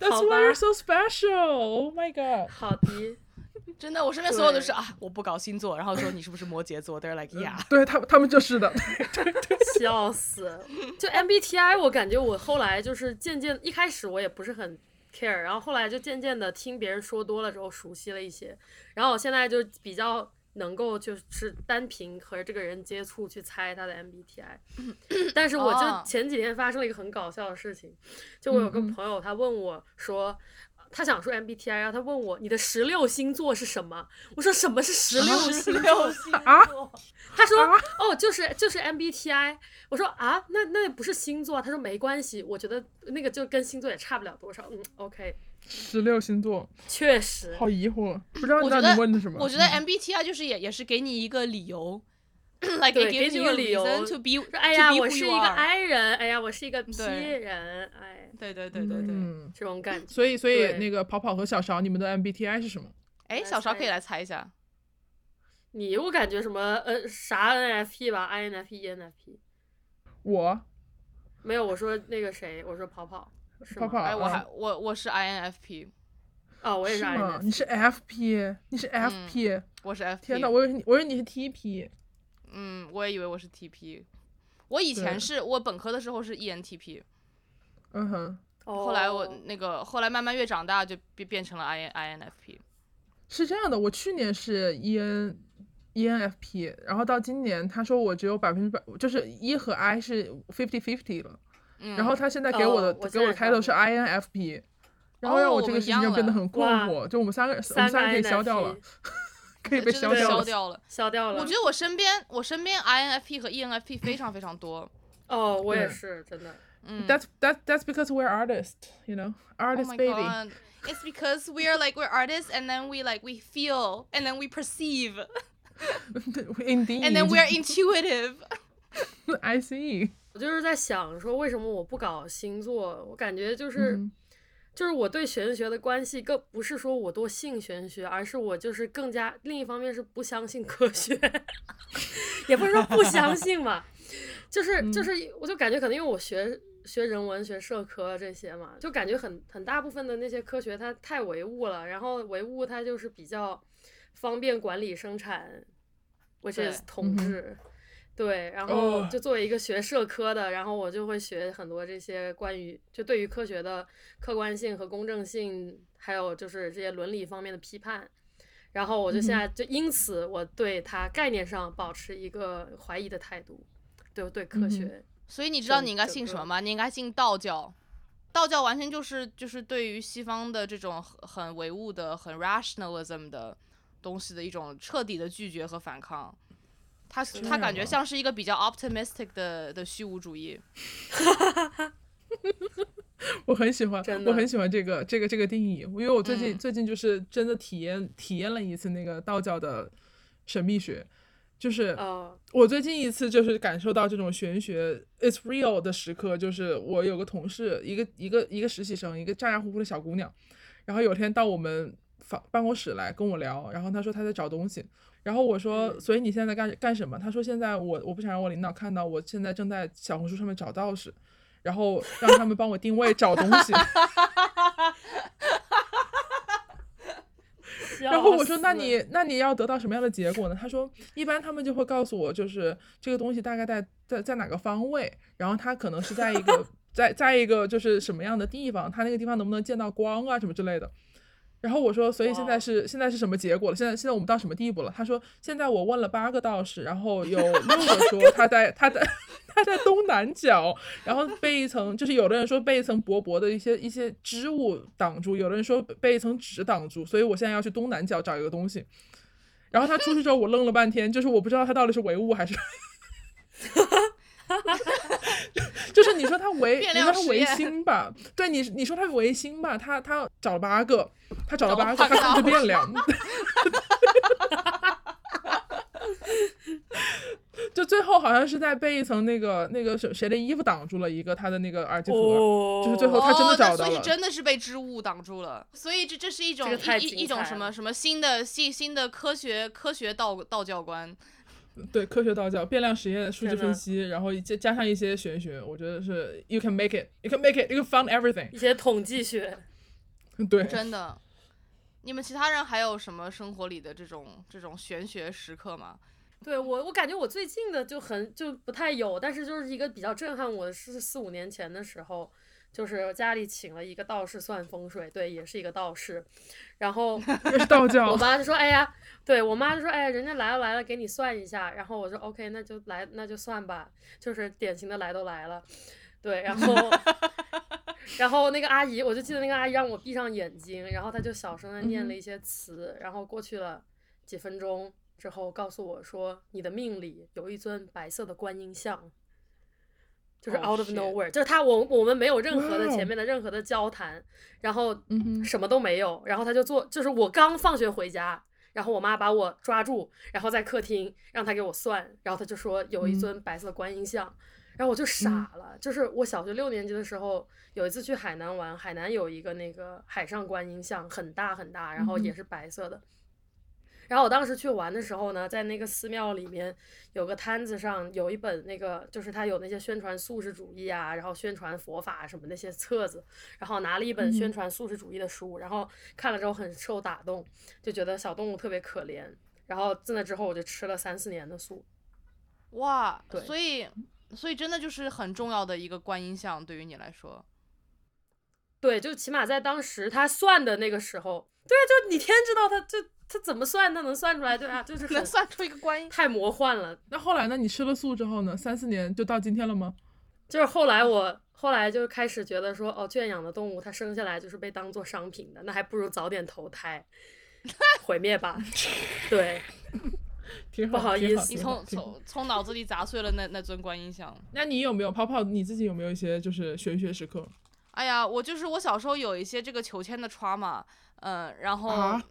[SPEAKER 3] That's
[SPEAKER 2] 好
[SPEAKER 3] why
[SPEAKER 2] 吧
[SPEAKER 3] you're so special. Oh my god.
[SPEAKER 2] 好的，
[SPEAKER 1] 真的，我身边所有都是
[SPEAKER 2] 对
[SPEAKER 1] 啊，我不搞星座，然后说你 是不是摩羯座？They're like yeah，
[SPEAKER 3] 对他他们就是的。
[SPEAKER 2] 笑死！就 MBTI，我感觉我后来就是渐渐，一开始我也不是很 care，然后后来就渐渐的听别人说多了之后熟悉了一些，然后我现在就比较能够就是单凭和这个人接触去猜他的 MBTI。但是我
[SPEAKER 1] 哦
[SPEAKER 2] 就前几天发生了一个很搞笑的事情，就我有个
[SPEAKER 3] 嗯嗯
[SPEAKER 2] 朋友他问我说。他想说 MBTI，然后他问我你的十六星座是什么？我说什么是十六星座？
[SPEAKER 1] 六星
[SPEAKER 3] 啊
[SPEAKER 1] 座，
[SPEAKER 2] 他说、哦，就是就是 MBTI。我说啊，那那不是星座啊。他说没关系，我觉得那个就跟星座也差不了多少。嗯，OK，
[SPEAKER 3] 十六星座，
[SPEAKER 2] 确实，
[SPEAKER 3] 好疑惑，不知道
[SPEAKER 1] 我
[SPEAKER 3] 你
[SPEAKER 1] 觉
[SPEAKER 3] 到
[SPEAKER 1] 得
[SPEAKER 3] 底问的什么。
[SPEAKER 1] 我觉得
[SPEAKER 3] 嗯
[SPEAKER 1] MBTI 啊就是也也是给你一个理 由，like it
[SPEAKER 2] 对
[SPEAKER 1] gives
[SPEAKER 2] 给你
[SPEAKER 1] you a
[SPEAKER 2] 一个理由
[SPEAKER 1] reason to be，
[SPEAKER 2] 说哎呀，
[SPEAKER 1] to be
[SPEAKER 2] 我
[SPEAKER 1] who
[SPEAKER 2] 是
[SPEAKER 1] you
[SPEAKER 2] 一个
[SPEAKER 1] are
[SPEAKER 2] I 人，哎呀，我是一个 P
[SPEAKER 1] 对
[SPEAKER 2] 人，哎，
[SPEAKER 1] 对对对对对。
[SPEAKER 3] 嗯，
[SPEAKER 2] 这种感觉。
[SPEAKER 3] 所以所以
[SPEAKER 2] 对
[SPEAKER 3] 那个跑跑和小勺，你们的 MBTI 是什么？
[SPEAKER 1] 哎，
[SPEAKER 2] 来
[SPEAKER 1] 小勺
[SPEAKER 2] 猜
[SPEAKER 1] 可以
[SPEAKER 2] 一
[SPEAKER 1] 来猜一下，
[SPEAKER 2] 你我感觉什么呃啥 NFP 吧，INFP、ENFP，
[SPEAKER 3] 我
[SPEAKER 2] 没有，我说那个谁，我说跑跑。是吗
[SPEAKER 3] 跑跑
[SPEAKER 1] 哎，我
[SPEAKER 3] 啊
[SPEAKER 1] 还我我是 INFP，
[SPEAKER 2] 啊、我也是
[SPEAKER 3] 是吗？
[SPEAKER 2] INFP，
[SPEAKER 3] 你是 FP，你是 FP，、
[SPEAKER 1] 我是 FP，
[SPEAKER 3] 天呐，我以为你，我以为你是 TP，
[SPEAKER 1] 嗯，我也以为我是 TP，我以前
[SPEAKER 3] 对
[SPEAKER 1] 是我本科的时候是 E ENTP，
[SPEAKER 3] 嗯哼，
[SPEAKER 1] 后来我
[SPEAKER 2] 哦
[SPEAKER 1] 那个后来慢慢越长大就变变成了 IN INFP，
[SPEAKER 3] 是这样的，我去年是 E EN。ENFP，然后到今年他说我只有百分之百，就是一和 I 是 fifty fifty 了，
[SPEAKER 1] 嗯，
[SPEAKER 3] 然后他现在给我的、
[SPEAKER 2] 哦我
[SPEAKER 3] 给我
[SPEAKER 2] 现在
[SPEAKER 3] 的 title
[SPEAKER 2] 也
[SPEAKER 3] 是
[SPEAKER 2] 差
[SPEAKER 3] INFP，然后
[SPEAKER 1] 哦
[SPEAKER 3] 让
[SPEAKER 1] 我
[SPEAKER 3] 这个
[SPEAKER 1] 们一
[SPEAKER 3] 事情就
[SPEAKER 1] 样
[SPEAKER 3] 变得
[SPEAKER 1] 了
[SPEAKER 3] 很困
[SPEAKER 2] 哇
[SPEAKER 3] 惑，就我们三个人，我
[SPEAKER 2] 三
[SPEAKER 3] 们
[SPEAKER 2] 个
[SPEAKER 3] 三个可以消掉了
[SPEAKER 2] INFP，
[SPEAKER 3] 可以被
[SPEAKER 1] 真的被
[SPEAKER 3] 掉
[SPEAKER 1] 消
[SPEAKER 3] 了。
[SPEAKER 1] 掉了。
[SPEAKER 2] 消掉了。
[SPEAKER 1] 我觉得我身边我身边 INFP 和 E ENFP 非常非常多，
[SPEAKER 2] 哦，我也
[SPEAKER 3] 对
[SPEAKER 2] 是真的。
[SPEAKER 1] 嗯
[SPEAKER 3] That's that that's because we're artists, you know,
[SPEAKER 1] Oh
[SPEAKER 3] artist
[SPEAKER 1] my
[SPEAKER 3] baby.
[SPEAKER 1] god. It's because we are like we're artists and then we like we feel and then we perceive
[SPEAKER 3] Indeed.
[SPEAKER 1] and then we are intuitive.
[SPEAKER 3] I E see.
[SPEAKER 2] 我就是在想说，为什么我不搞星座？我感觉就是，就是我对玄学的关系更不是说我多信玄学，而是我就是更加另一方面是不相信科学， 也不是说不相信吧，就是就是，我就感觉可能因为我学学人文学社科啊这些嘛，就感觉很很大部分的那些科学它太唯物了，然后唯物它就是比较方便管理生产，which
[SPEAKER 1] 对
[SPEAKER 2] is 统治。对，然后
[SPEAKER 3] 哦
[SPEAKER 2] 就作为一个学社科的，然后我就会学很多这些关于就对于科学的客观性和公正性，还有就是这些伦理方面的批判。然后我就
[SPEAKER 3] 嗯
[SPEAKER 2] 现在就因此我对它概念上保持一个怀疑的态度，对对
[SPEAKER 3] 嗯
[SPEAKER 2] 科学，
[SPEAKER 1] 所以你知道
[SPEAKER 2] 整
[SPEAKER 1] 你应该
[SPEAKER 2] 整
[SPEAKER 1] 信什
[SPEAKER 2] 个
[SPEAKER 1] 么吗？你应该信道教。道教完全就是就是对于西方的这种很很唯物的、很 rationalism 的东西的一种彻底的拒绝和反抗。他他
[SPEAKER 3] 样
[SPEAKER 1] 感觉
[SPEAKER 3] 啊
[SPEAKER 1] 像是一个比较 optimistic 的的虚无主义。
[SPEAKER 3] 我很喜欢
[SPEAKER 2] 真，的
[SPEAKER 3] 我很喜欢这个这个这个定义，因为我最近、
[SPEAKER 1] 嗯
[SPEAKER 3] 最近就是真的体验体验了一次那个道教的神秘学，就是
[SPEAKER 2] 哦，
[SPEAKER 3] 我最近一次就是感受到这种玄学 “it's real” 的时刻，就是我有个同事，一个一个一个实习生，一个咋咋呼呼的小姑娘，然后有天到我们房办公室来跟我聊，然后她说她在找东西，然后我说，
[SPEAKER 2] 嗯
[SPEAKER 3] 所以你现在干干什么？她说现在我我不想让我领导看到，我现在正在小红书上面找道士，然后让他们帮我定位找东西。然后我说：“那
[SPEAKER 2] 笑死
[SPEAKER 3] 你那你要得到什么样的结果呢？”他说：“一般他们就会告诉我，就是这个东西大概在在在哪个方位，然后它可能是在一个 在在一个就是什么样的地方，它那个地方能不能见到光啊什么之类的。”然后我说：“所以现
[SPEAKER 1] 哦
[SPEAKER 3] 在
[SPEAKER 2] 哇
[SPEAKER 3] 是现在是什么结果了？现在现在我们到什么地步了？”他说：“现在我问了八个道士，然后有六 个说他在他在他在东南角，然后被一层，就是有的人说被一层薄薄的一些一些织物挡住，有的人说被一层纸挡住，所以我现在要去东南角找一个东西。然后他出去之后，我愣了半天，就是我不知道他到底是唯物 还是，就是你说他 唯，你
[SPEAKER 1] 变
[SPEAKER 3] 说
[SPEAKER 1] 量
[SPEAKER 3] 他
[SPEAKER 1] 实
[SPEAKER 3] 唯
[SPEAKER 1] 验
[SPEAKER 3] 心吧，对你你说他唯心吧，他他找了八个，他找了
[SPEAKER 1] 找了
[SPEAKER 3] 八个，
[SPEAKER 1] 八个
[SPEAKER 3] 他看着
[SPEAKER 1] 道
[SPEAKER 3] 变量，就最后好像是在被一层那个那个谁谁的衣服挡住了一个他的那个耳机盒。
[SPEAKER 2] 哦，
[SPEAKER 3] 就是最后他真的找到
[SPEAKER 1] 哦、那所
[SPEAKER 3] 了
[SPEAKER 1] 以真的是被织物挡住了，所以这这是一种、
[SPEAKER 2] 这个太
[SPEAKER 1] 一
[SPEAKER 2] 精彩
[SPEAKER 1] 一一种什么
[SPEAKER 2] 了
[SPEAKER 1] 什么新的新新的科学科学道道教观，
[SPEAKER 3] 对科学道教、变量实验、数据
[SPEAKER 2] 天
[SPEAKER 3] 分
[SPEAKER 2] 呐
[SPEAKER 3] 析，然后加加上一些玄学，我觉得是 you can make it, you can make it, you can find everything
[SPEAKER 2] 一。些统计学，
[SPEAKER 3] 对，
[SPEAKER 1] 真的。你们其他人还有什么生活里的这种这种玄学时刻吗？
[SPEAKER 2] 对我，我感觉我最近的就很就不太有，但是就是一个比较震撼我的是四五年前的时候，就是家里请了一个道士算风水，对，也是一个道士，然后
[SPEAKER 3] 又是道
[SPEAKER 2] 我
[SPEAKER 3] 教，
[SPEAKER 2] 妈就说，哎呀，对我妈就说，哎呀，人家来了来了，给你算一下，然后我说 OK，那就来那就算吧，就是典型的来都来了，对，然 后。然后那个阿姨，我就记得那个阿姨让我闭上眼睛，然后她就小声的
[SPEAKER 3] 嗯
[SPEAKER 2] 念了一些词，然后过去了几分钟之后，告诉我说你的命里有一尊白色的观音像，就是
[SPEAKER 1] Oh,
[SPEAKER 2] out of
[SPEAKER 1] shit.
[SPEAKER 2] nowhere，就是她我我们没有任何的
[SPEAKER 3] 哦 Wow.
[SPEAKER 2] 前面的任何的交谈，然后
[SPEAKER 3] 嗯哼
[SPEAKER 2] 什么都没有，然后她就做，就是我刚放学回家。然后我妈把我抓住，然后在客厅让她给我算，然后她就说有一
[SPEAKER 3] 嗯
[SPEAKER 2] 尊白色的观音像，然后我就傻了，就是我小学六年级的时候，有一次去海南玩，海南有一个那个海上观音像，很大很大，然后也
[SPEAKER 3] 嗯
[SPEAKER 2] 是白色的。然后我当时去玩的时候呢，在那个寺庙里面有个摊子上有一本那个，就是他有那些宣传素食主义啊，然后宣传佛法啊什么那些册子，然后拿了一本宣
[SPEAKER 3] 嗯
[SPEAKER 2] 传素食主义的书，然后看了之后很受打动，就觉得小动物特别可怜。然后自那之后我就吃了三四年的素，
[SPEAKER 1] 哇，
[SPEAKER 2] 对
[SPEAKER 1] 所以所以真的就是很重要的一个观音像，对于你来说，
[SPEAKER 2] 对，就起码在当时他算的那个时候，对啊，就你天知道他这他怎么算，他能算出来，对啊， 就是
[SPEAKER 1] 能
[SPEAKER 2] 很
[SPEAKER 1] 算出一个观 音。
[SPEAKER 2] 太魔幻了。
[SPEAKER 3] 那后来呢？你吃了素之后呢？三四年就到今天了吗？
[SPEAKER 2] 就是后来我后来就开始觉得说，哦，圈养的动物它生下来就是被当做商品的，那还不如早点投 胎，毁灭吧。对，
[SPEAKER 3] 挺
[SPEAKER 2] 不好
[SPEAKER 3] 挺
[SPEAKER 2] 意
[SPEAKER 3] 好
[SPEAKER 2] 思
[SPEAKER 1] 你
[SPEAKER 3] 挺好
[SPEAKER 1] 从
[SPEAKER 3] 挺好
[SPEAKER 1] 从从脑子里砸碎了那那尊观音像。
[SPEAKER 3] 那你有没有泡泡？你自己有没有一些就是玄学时刻？
[SPEAKER 1] 哎呀，我就是我小时候有一些这个求签的 trauma，嗯、然后、
[SPEAKER 3] 啊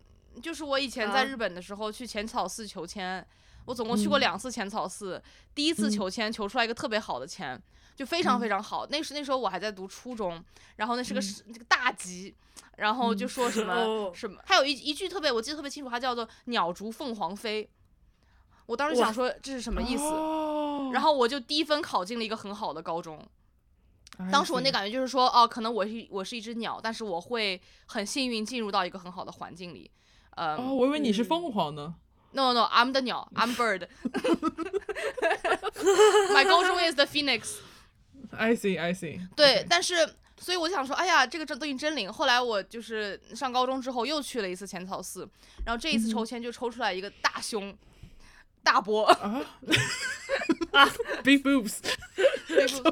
[SPEAKER 1] 就是我以前
[SPEAKER 2] 啊
[SPEAKER 1] 在日本的时候去浅草寺求签，我总共去过
[SPEAKER 3] 嗯
[SPEAKER 1] 两次浅草寺，第一次
[SPEAKER 3] 嗯
[SPEAKER 1] 求签求出来一个特别好的签，就非常
[SPEAKER 3] 嗯
[SPEAKER 1] 非常好。那时那时候我还在读初中，然后那是个
[SPEAKER 3] 嗯
[SPEAKER 1] 是、那个大吉，然后就
[SPEAKER 3] 嗯
[SPEAKER 1] 说什么、
[SPEAKER 2] 哦
[SPEAKER 1] 什么，还有一一句特别我记得特别清楚，它叫做“鸟逐凤凰飞”，我当时
[SPEAKER 2] 哇
[SPEAKER 1] 想说这是什么意思，
[SPEAKER 3] 哦
[SPEAKER 1] 然后我就低分考进了一个很好的高中。当时我那
[SPEAKER 3] 个
[SPEAKER 1] 感觉就是说，哦，可能我是我是一只鸟，但是我会很幸运进入到一个很好的环境里。嗯、
[SPEAKER 3] 哦，我以为你是
[SPEAKER 2] 嗯
[SPEAKER 3] 凤凰呢。
[SPEAKER 1] no no no，I'm the 鸟，I'm bird 。My 高中 is the phoenix。
[SPEAKER 3] I see, I see。
[SPEAKER 1] 对，但是所以我想说，哎呀，这个这东西真灵。后来我就是上高中之后又去了一次浅草寺，然后这一次抽签就抽出来一个大胸。大波，
[SPEAKER 3] 啊，Big boobs，抽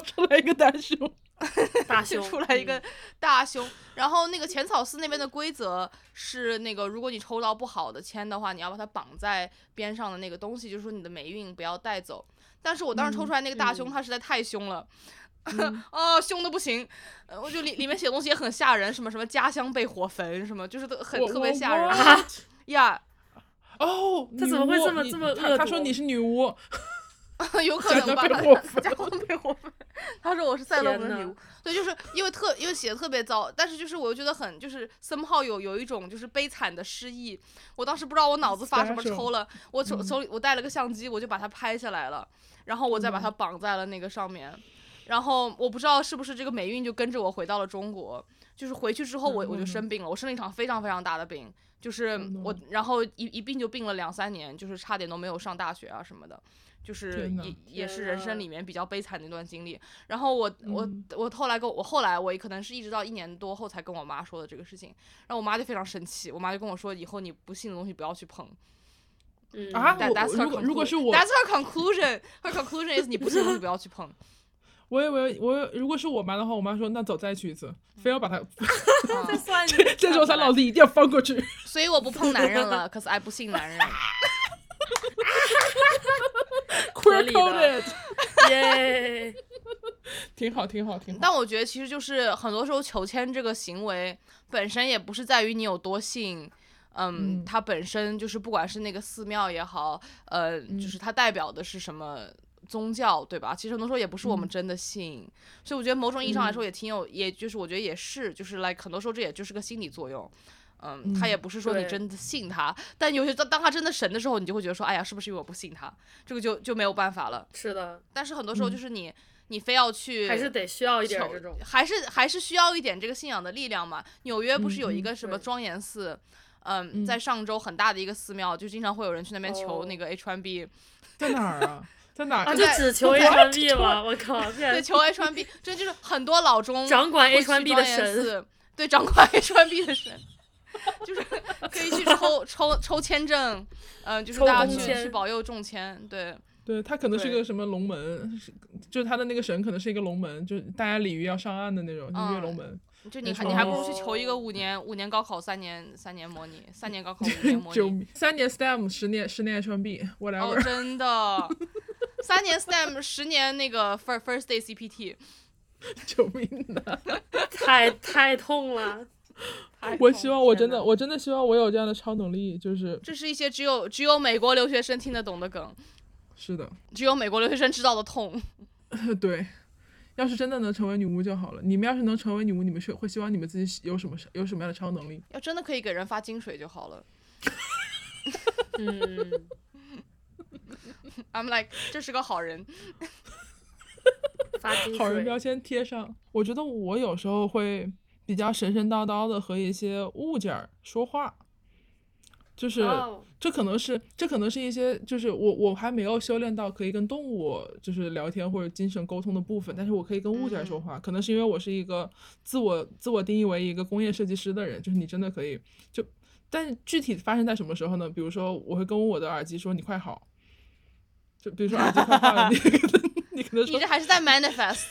[SPEAKER 3] 出来一个单胸。
[SPEAKER 2] 大
[SPEAKER 1] 就
[SPEAKER 2] 胸
[SPEAKER 1] 出来一
[SPEAKER 2] 嗯
[SPEAKER 1] 个大胸。然后那个浅草寺那边的规则是，那个如果你抽到不好的签的话，你要把它绑在边上的那个东西，就是说你的霉运不要带走。但是我当时抽出来那个大胸，
[SPEAKER 2] 嗯
[SPEAKER 1] 它实在太凶了。 啊，凶的不行，呃我就里里面写的东西也很吓人，什么什么家乡被火焚，什么就是都很啊
[SPEAKER 3] 我
[SPEAKER 1] 特别
[SPEAKER 3] 我
[SPEAKER 1] 吓人
[SPEAKER 3] 我
[SPEAKER 1] 呀。
[SPEAKER 3] 哦，
[SPEAKER 2] 他
[SPEAKER 3] 女
[SPEAKER 2] 怎么会
[SPEAKER 3] 巫
[SPEAKER 2] 这么
[SPEAKER 3] 你
[SPEAKER 2] 这么
[SPEAKER 3] 他
[SPEAKER 2] 恶
[SPEAKER 3] 他说
[SPEAKER 2] 毒
[SPEAKER 3] 你是女巫，
[SPEAKER 1] 有可能吧
[SPEAKER 3] 讲得被霍芬？
[SPEAKER 1] 加红被霍芬，他说我是赛勒姆的
[SPEAKER 2] 天
[SPEAKER 1] 女
[SPEAKER 2] 哪
[SPEAKER 1] 巫，对，就是因为特因为写的特别糟，但是就是我又觉得很就是 somehow 有有一种就是悲惨的诗意。我当时不知道我脑子发什么
[SPEAKER 3] Special
[SPEAKER 1] 抽了，我
[SPEAKER 3] 嗯
[SPEAKER 1] 手手里我带了个相机，我就把它拍下来了，然后我
[SPEAKER 3] 嗯
[SPEAKER 1] 再把它绑在了那个上面。然后我不知道是不是这个霉运就跟着我回到了中国，就是回去之后我
[SPEAKER 3] 然后
[SPEAKER 1] 我就
[SPEAKER 3] 呢
[SPEAKER 1] 生病了，我生了一场非常非常大的病，就是
[SPEAKER 3] 天哪
[SPEAKER 1] 我然后一一病就病了两三年，就是差点都没有上大学啊什么的，就是
[SPEAKER 3] 天哪
[SPEAKER 1] 也也是
[SPEAKER 2] 天
[SPEAKER 1] 人
[SPEAKER 2] 呐
[SPEAKER 1] 生里面比较悲惨的一段经历。然后我我
[SPEAKER 3] 嗯
[SPEAKER 1] 我后来跟我后来我可能是一直到一年多后才跟我妈说的这个事情，然后我妈就非常生气，我妈就跟我说以后你不信的东西不要去碰。
[SPEAKER 2] 嗯
[SPEAKER 3] 啊
[SPEAKER 1] 但
[SPEAKER 3] 我
[SPEAKER 1] that's her
[SPEAKER 3] 如果如果
[SPEAKER 1] conclu-
[SPEAKER 3] 是我
[SPEAKER 1] that's her conclusion. Her conclusion is 你不信的东西不要去碰。
[SPEAKER 3] 我以为我以为如果是我妈的话，我妈说那走再去一次，非要把她
[SPEAKER 2] 嗯
[SPEAKER 1] 啊
[SPEAKER 2] 算
[SPEAKER 3] 这周三老子一定要翻过去。
[SPEAKER 1] 所以我不碰男人了，可是 I 不信男人。
[SPEAKER 2] 合理
[SPEAKER 3] Queer
[SPEAKER 2] 的
[SPEAKER 3] coded，
[SPEAKER 2] 耶，
[SPEAKER 3] 挺好，挺好，挺好。
[SPEAKER 1] 但我觉得其实就是很多时候求签这个行为本身也不是在于你有多信。嗯，
[SPEAKER 3] 嗯
[SPEAKER 1] 它本身就是不管是那个寺庙也好，呃，
[SPEAKER 2] 嗯
[SPEAKER 1] 就是它代表的是什么宗教，对吧？其实很多时候也不是我
[SPEAKER 2] 嗯
[SPEAKER 1] 们真的信，所以我觉得某种意义上来说也挺有，也就是我觉得也是，就是 like 很多时候这也就是个心理作用。嗯，他
[SPEAKER 3] 嗯
[SPEAKER 1] 也不是说你
[SPEAKER 2] 对
[SPEAKER 1] 真的信他，但有些当当他真的神的时候，你就会觉得说，哎呀，是不是因为我不信他？这个就就没有办法了。
[SPEAKER 2] 是的，
[SPEAKER 1] 但是很多时候就是你，你非要去
[SPEAKER 2] 嗯还是得需要一点
[SPEAKER 1] 求
[SPEAKER 2] 这种。
[SPEAKER 1] 还是还是需要一点这个信仰的力量嘛。纽约不是有一
[SPEAKER 3] 嗯
[SPEAKER 1] 个什么
[SPEAKER 2] 对
[SPEAKER 1] 庄严寺，嗯，
[SPEAKER 3] 嗯
[SPEAKER 1] 在上周很大的一个寺庙，就经常会有人去那边求
[SPEAKER 2] 哦
[SPEAKER 1] 那个 H 1 B，
[SPEAKER 3] 在哪儿啊？在哪
[SPEAKER 2] 啊，
[SPEAKER 3] 儿？
[SPEAKER 2] 就
[SPEAKER 1] 对
[SPEAKER 2] 只求 A 穿 B 吗？我靠，这
[SPEAKER 1] 对，求 H 1 B，这就是很多老中
[SPEAKER 2] 掌管
[SPEAKER 1] 会
[SPEAKER 2] A
[SPEAKER 1] 去
[SPEAKER 2] 穿 B
[SPEAKER 1] 庄
[SPEAKER 2] 的
[SPEAKER 1] 严
[SPEAKER 2] 神，
[SPEAKER 1] 寺，对，掌管 H 1 B 的神。就是 可以去抽抽抽签证，嗯、就是
[SPEAKER 2] 抽
[SPEAKER 1] 大家
[SPEAKER 3] 中
[SPEAKER 1] 去
[SPEAKER 2] 签
[SPEAKER 1] 去保佑中签，对，
[SPEAKER 3] 对，它可能是
[SPEAKER 2] 对
[SPEAKER 3] 个什么龙门，是就是它的那个神可能是一个龙门，就是大家鲤鱼要上岸的那种就跃
[SPEAKER 1] 嗯
[SPEAKER 3] 龙门，
[SPEAKER 1] 就你
[SPEAKER 3] 没
[SPEAKER 1] 还
[SPEAKER 3] 错
[SPEAKER 1] 你还不如去求一个
[SPEAKER 2] 哦
[SPEAKER 1] 五年五年高考三年三年模拟，三年高考五 年模拟
[SPEAKER 3] 九，三年 STEM，十年十年 HMB，whatever
[SPEAKER 1] 哦，。真的，三年 STEM，十年那个 first first day CPT，
[SPEAKER 3] 救命呐！
[SPEAKER 2] 太太痛了。太
[SPEAKER 3] 我
[SPEAKER 2] 痛
[SPEAKER 3] 希
[SPEAKER 2] 了
[SPEAKER 3] 望我
[SPEAKER 2] 天
[SPEAKER 3] 真
[SPEAKER 2] 哪
[SPEAKER 3] 的，我真的希望我有这样的超能力，就是
[SPEAKER 1] 这是一些只有只有美国留学生听得懂的梗，
[SPEAKER 3] 是的，
[SPEAKER 1] 只有美国留学生知道的痛。
[SPEAKER 3] 对。要是真的能成为女巫就好了。你们要是能成为女巫，你们是会希望你们自己有什么有什么样的超能力？
[SPEAKER 1] 要真的可以给人发金水就好了。
[SPEAKER 2] 嗯，
[SPEAKER 1] I'm like，这是个好人。
[SPEAKER 2] 发金
[SPEAKER 3] 好人标
[SPEAKER 2] 水，
[SPEAKER 3] 签贴上。我觉得我有时候会比较神神叨叨的和一些物件儿说话，就是、
[SPEAKER 2] 哦
[SPEAKER 3] 这可能是这可能是一些就是我我还没有修炼到可以跟动物就是聊天或者精神沟通的部分，但是我可以跟物件儿
[SPEAKER 2] 嗯
[SPEAKER 3] 说话。可能是因为我是一个自我自我定义为一个工业设计师的人，就是你真的可以就，但是具体发生在什么时候呢？比如说我会跟我的耳机说你快好，就比如说耳机坏了，你 你可能说
[SPEAKER 1] 你这还是在 manifest，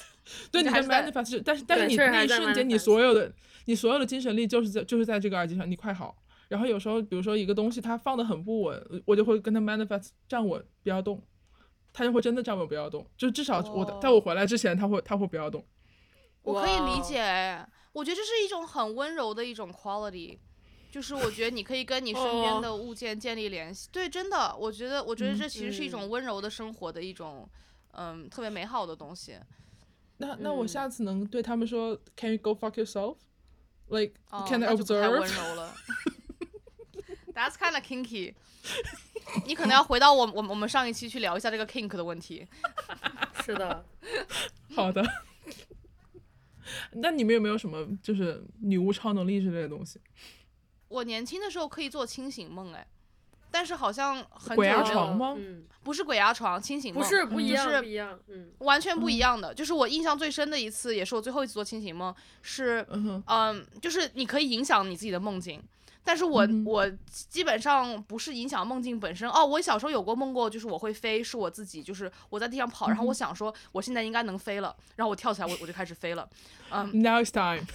[SPEAKER 3] 对
[SPEAKER 1] 你
[SPEAKER 3] 你
[SPEAKER 1] 还
[SPEAKER 3] 的
[SPEAKER 1] 是在
[SPEAKER 3] manifest，是但是但
[SPEAKER 2] 对
[SPEAKER 3] 是你
[SPEAKER 2] 确实还
[SPEAKER 3] 那一
[SPEAKER 2] 在
[SPEAKER 3] 瞬间，你
[SPEAKER 2] manifest
[SPEAKER 3] 所有的你所有的精神力就是在就是在这个耳机上，你快好。然后有时候，比如说一个东西它放的很不稳，我就会跟它 manifest 站稳，不要动，它就会真的站稳不要动。就至少我的在
[SPEAKER 1] 哦
[SPEAKER 3] 我回来之前，它会它会不要动。
[SPEAKER 1] 我可以
[SPEAKER 2] 哇
[SPEAKER 1] 理
[SPEAKER 2] 哦
[SPEAKER 1] 解。哎，我觉得这是一种很温柔的一种 quality。就是我觉得你可以跟你身边
[SPEAKER 2] 哦
[SPEAKER 1] 的物件建立联系，对，真的，我觉得，我觉得
[SPEAKER 3] 嗯
[SPEAKER 1] 这其实是一种
[SPEAKER 2] 嗯
[SPEAKER 1] 温柔的生活的一种，嗯，特别美好的东西。
[SPEAKER 3] 那那我
[SPEAKER 2] 嗯
[SPEAKER 3] 下次能对他们说，Can you go fuck yourself？Like
[SPEAKER 1] 哦
[SPEAKER 3] can
[SPEAKER 1] 那
[SPEAKER 3] I
[SPEAKER 1] 就不太温
[SPEAKER 3] observe？
[SPEAKER 1] 柔了。That's kind of kinky。你可能要回到我我我们上一期去聊一下这个 kink 的问题。
[SPEAKER 2] 是的，
[SPEAKER 3] 好的。那你们有没有什么就是女巫超能力之类的东西？
[SPEAKER 1] 我年轻的时候可以做清醒梦，哎，但是好像很久
[SPEAKER 3] 鬼压
[SPEAKER 1] 没有，
[SPEAKER 3] 床吗
[SPEAKER 2] 嗯，
[SPEAKER 1] 不是鬼压床，清醒梦
[SPEAKER 2] 不是不一
[SPEAKER 1] 就
[SPEAKER 2] 样，
[SPEAKER 1] 是
[SPEAKER 2] 不一样，嗯，
[SPEAKER 1] 完全不一样的。就是我印象最深的一次，也是我最后一次做清醒梦，是
[SPEAKER 3] 嗯哼，
[SPEAKER 1] 嗯，就是你可以影响你自己的梦境。但是我、
[SPEAKER 3] 嗯哼
[SPEAKER 1] 我基本上不是影响梦境本身哦，我小时候有过梦过，就是我会飞，是我自己，就是我在地上跑，然
[SPEAKER 3] 嗯
[SPEAKER 1] 后我想说我现在应该能飞了，然后我跳起来，我我就开始飞了。
[SPEAKER 3] Now it's time。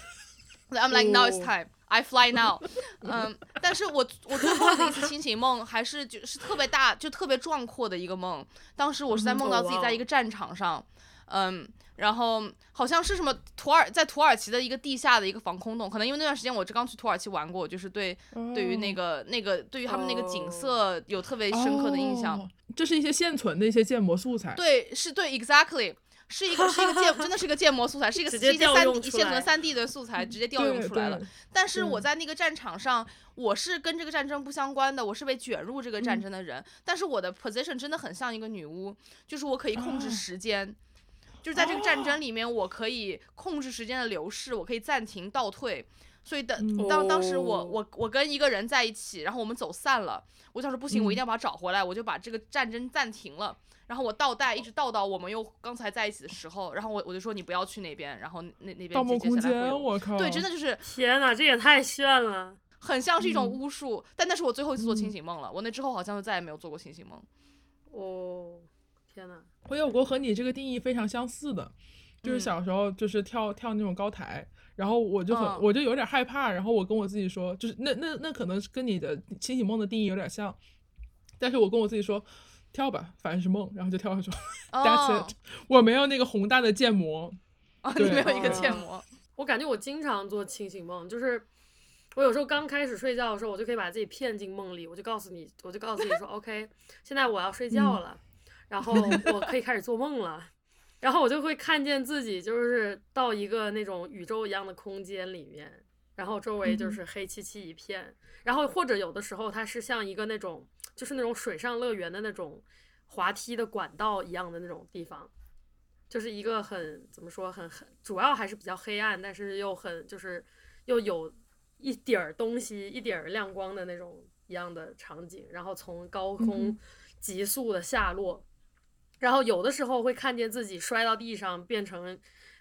[SPEAKER 1] I'm like now it's
[SPEAKER 2] 哦
[SPEAKER 1] time. I fly now，嗯， 但是我我最后的一次清醒梦还是
[SPEAKER 2] 嗯哦
[SPEAKER 1] 就是特别大，就特别壮阔的一个梦。当时我是在梦到自己在一个战场上，嗯，然后好像是什么土耳在土耳其的一个地下的一个防空洞，可能因为那段时间我刚去土耳其玩过，我就是对
[SPEAKER 2] 嗯
[SPEAKER 1] 对于那个那个对于他们那个景
[SPEAKER 2] 哦
[SPEAKER 1] 色有特别深刻的印象。
[SPEAKER 3] 哦这是一些现存的一些建模素材。
[SPEAKER 1] 对，是对，exactly，是一个是一个建，真的是一个建模素材，是一个
[SPEAKER 2] 直
[SPEAKER 1] 是
[SPEAKER 2] 接
[SPEAKER 1] 一些
[SPEAKER 2] 调
[SPEAKER 1] 三
[SPEAKER 2] 用
[SPEAKER 1] D
[SPEAKER 2] 出
[SPEAKER 1] 现存
[SPEAKER 2] 来
[SPEAKER 1] 的三 D 的素材直接调用
[SPEAKER 3] 对
[SPEAKER 1] 出来了
[SPEAKER 3] 对。
[SPEAKER 1] 但是我
[SPEAKER 3] 嗯
[SPEAKER 1] 在那个战场上，我是跟这个战争不相关的，我是被卷入这个
[SPEAKER 3] 嗯
[SPEAKER 1] 战争的人。但是我的 position 真的很像一个女巫，就是我可以控制
[SPEAKER 3] 哦
[SPEAKER 1] 时间。就是在这个战
[SPEAKER 3] 哦
[SPEAKER 1] 争里面，我可以控制时间的流逝，我可以暂停倒退。所以
[SPEAKER 3] 嗯
[SPEAKER 1] 当当当时我
[SPEAKER 2] 哦
[SPEAKER 1] 我我跟一个人在一起，然后我们走散了，我想说不行，我一
[SPEAKER 3] 嗯
[SPEAKER 1] 定要把他找回来，我就把这个战争暂停了。然后我倒带，一直倒到我们又刚才在一起的时候，然后我我就说你不要去那边，然后那那那边
[SPEAKER 3] 盗
[SPEAKER 1] 接
[SPEAKER 3] 梦
[SPEAKER 1] 接
[SPEAKER 3] 空
[SPEAKER 1] 下来会
[SPEAKER 3] 间，
[SPEAKER 1] 有。
[SPEAKER 3] 我靠！
[SPEAKER 1] 对，真的就是
[SPEAKER 2] 天哪，这也太炫了！
[SPEAKER 1] 很像是一种
[SPEAKER 3] 嗯
[SPEAKER 1] 巫术，但那是我最后一次做清
[SPEAKER 3] 嗯
[SPEAKER 1] 醒梦了。我那之后好像就再也没有做过清醒梦。
[SPEAKER 2] 哦，天哪，
[SPEAKER 3] 我有过和你这个定义非常相似的，就是
[SPEAKER 1] 嗯
[SPEAKER 3] 小时候就是跳、跳那种高台，然后我就很、
[SPEAKER 1] 嗯
[SPEAKER 3] 我就有点害怕，然后我跟我自己说，就是那那那可能是跟你的清醒梦的定义有点像，但是我跟我自己说。跳吧，反正是梦，然后就跳下去了。That's
[SPEAKER 1] 哦
[SPEAKER 3] it，、，我没有那个宏大的建模，
[SPEAKER 1] 啊，你没
[SPEAKER 3] 对
[SPEAKER 1] 有一个建
[SPEAKER 2] 哦
[SPEAKER 1] 模，
[SPEAKER 2] 我感觉我经常做清醒梦，就是我有时候刚开始睡觉的时候，我就可以把自己骗进梦里，我就告诉你，我就告诉自己说，OK，现在我要睡觉了，然后我可以开始做梦了。然后我就会看见自己，就是到一个那种宇宙一样的空间里面，然后周围就是黑漆漆一片，然后或者有的时候它是像一个那种，就是那种水上乐园的那种滑梯的管道一样的那种地方，就是一个很怎么说很很主要还是比较黑暗，但是又很就是又有一点儿东西一点儿亮光的那种一样的场景，然后从高空急速的下落，然后有的时候会看见自己摔到地上，变成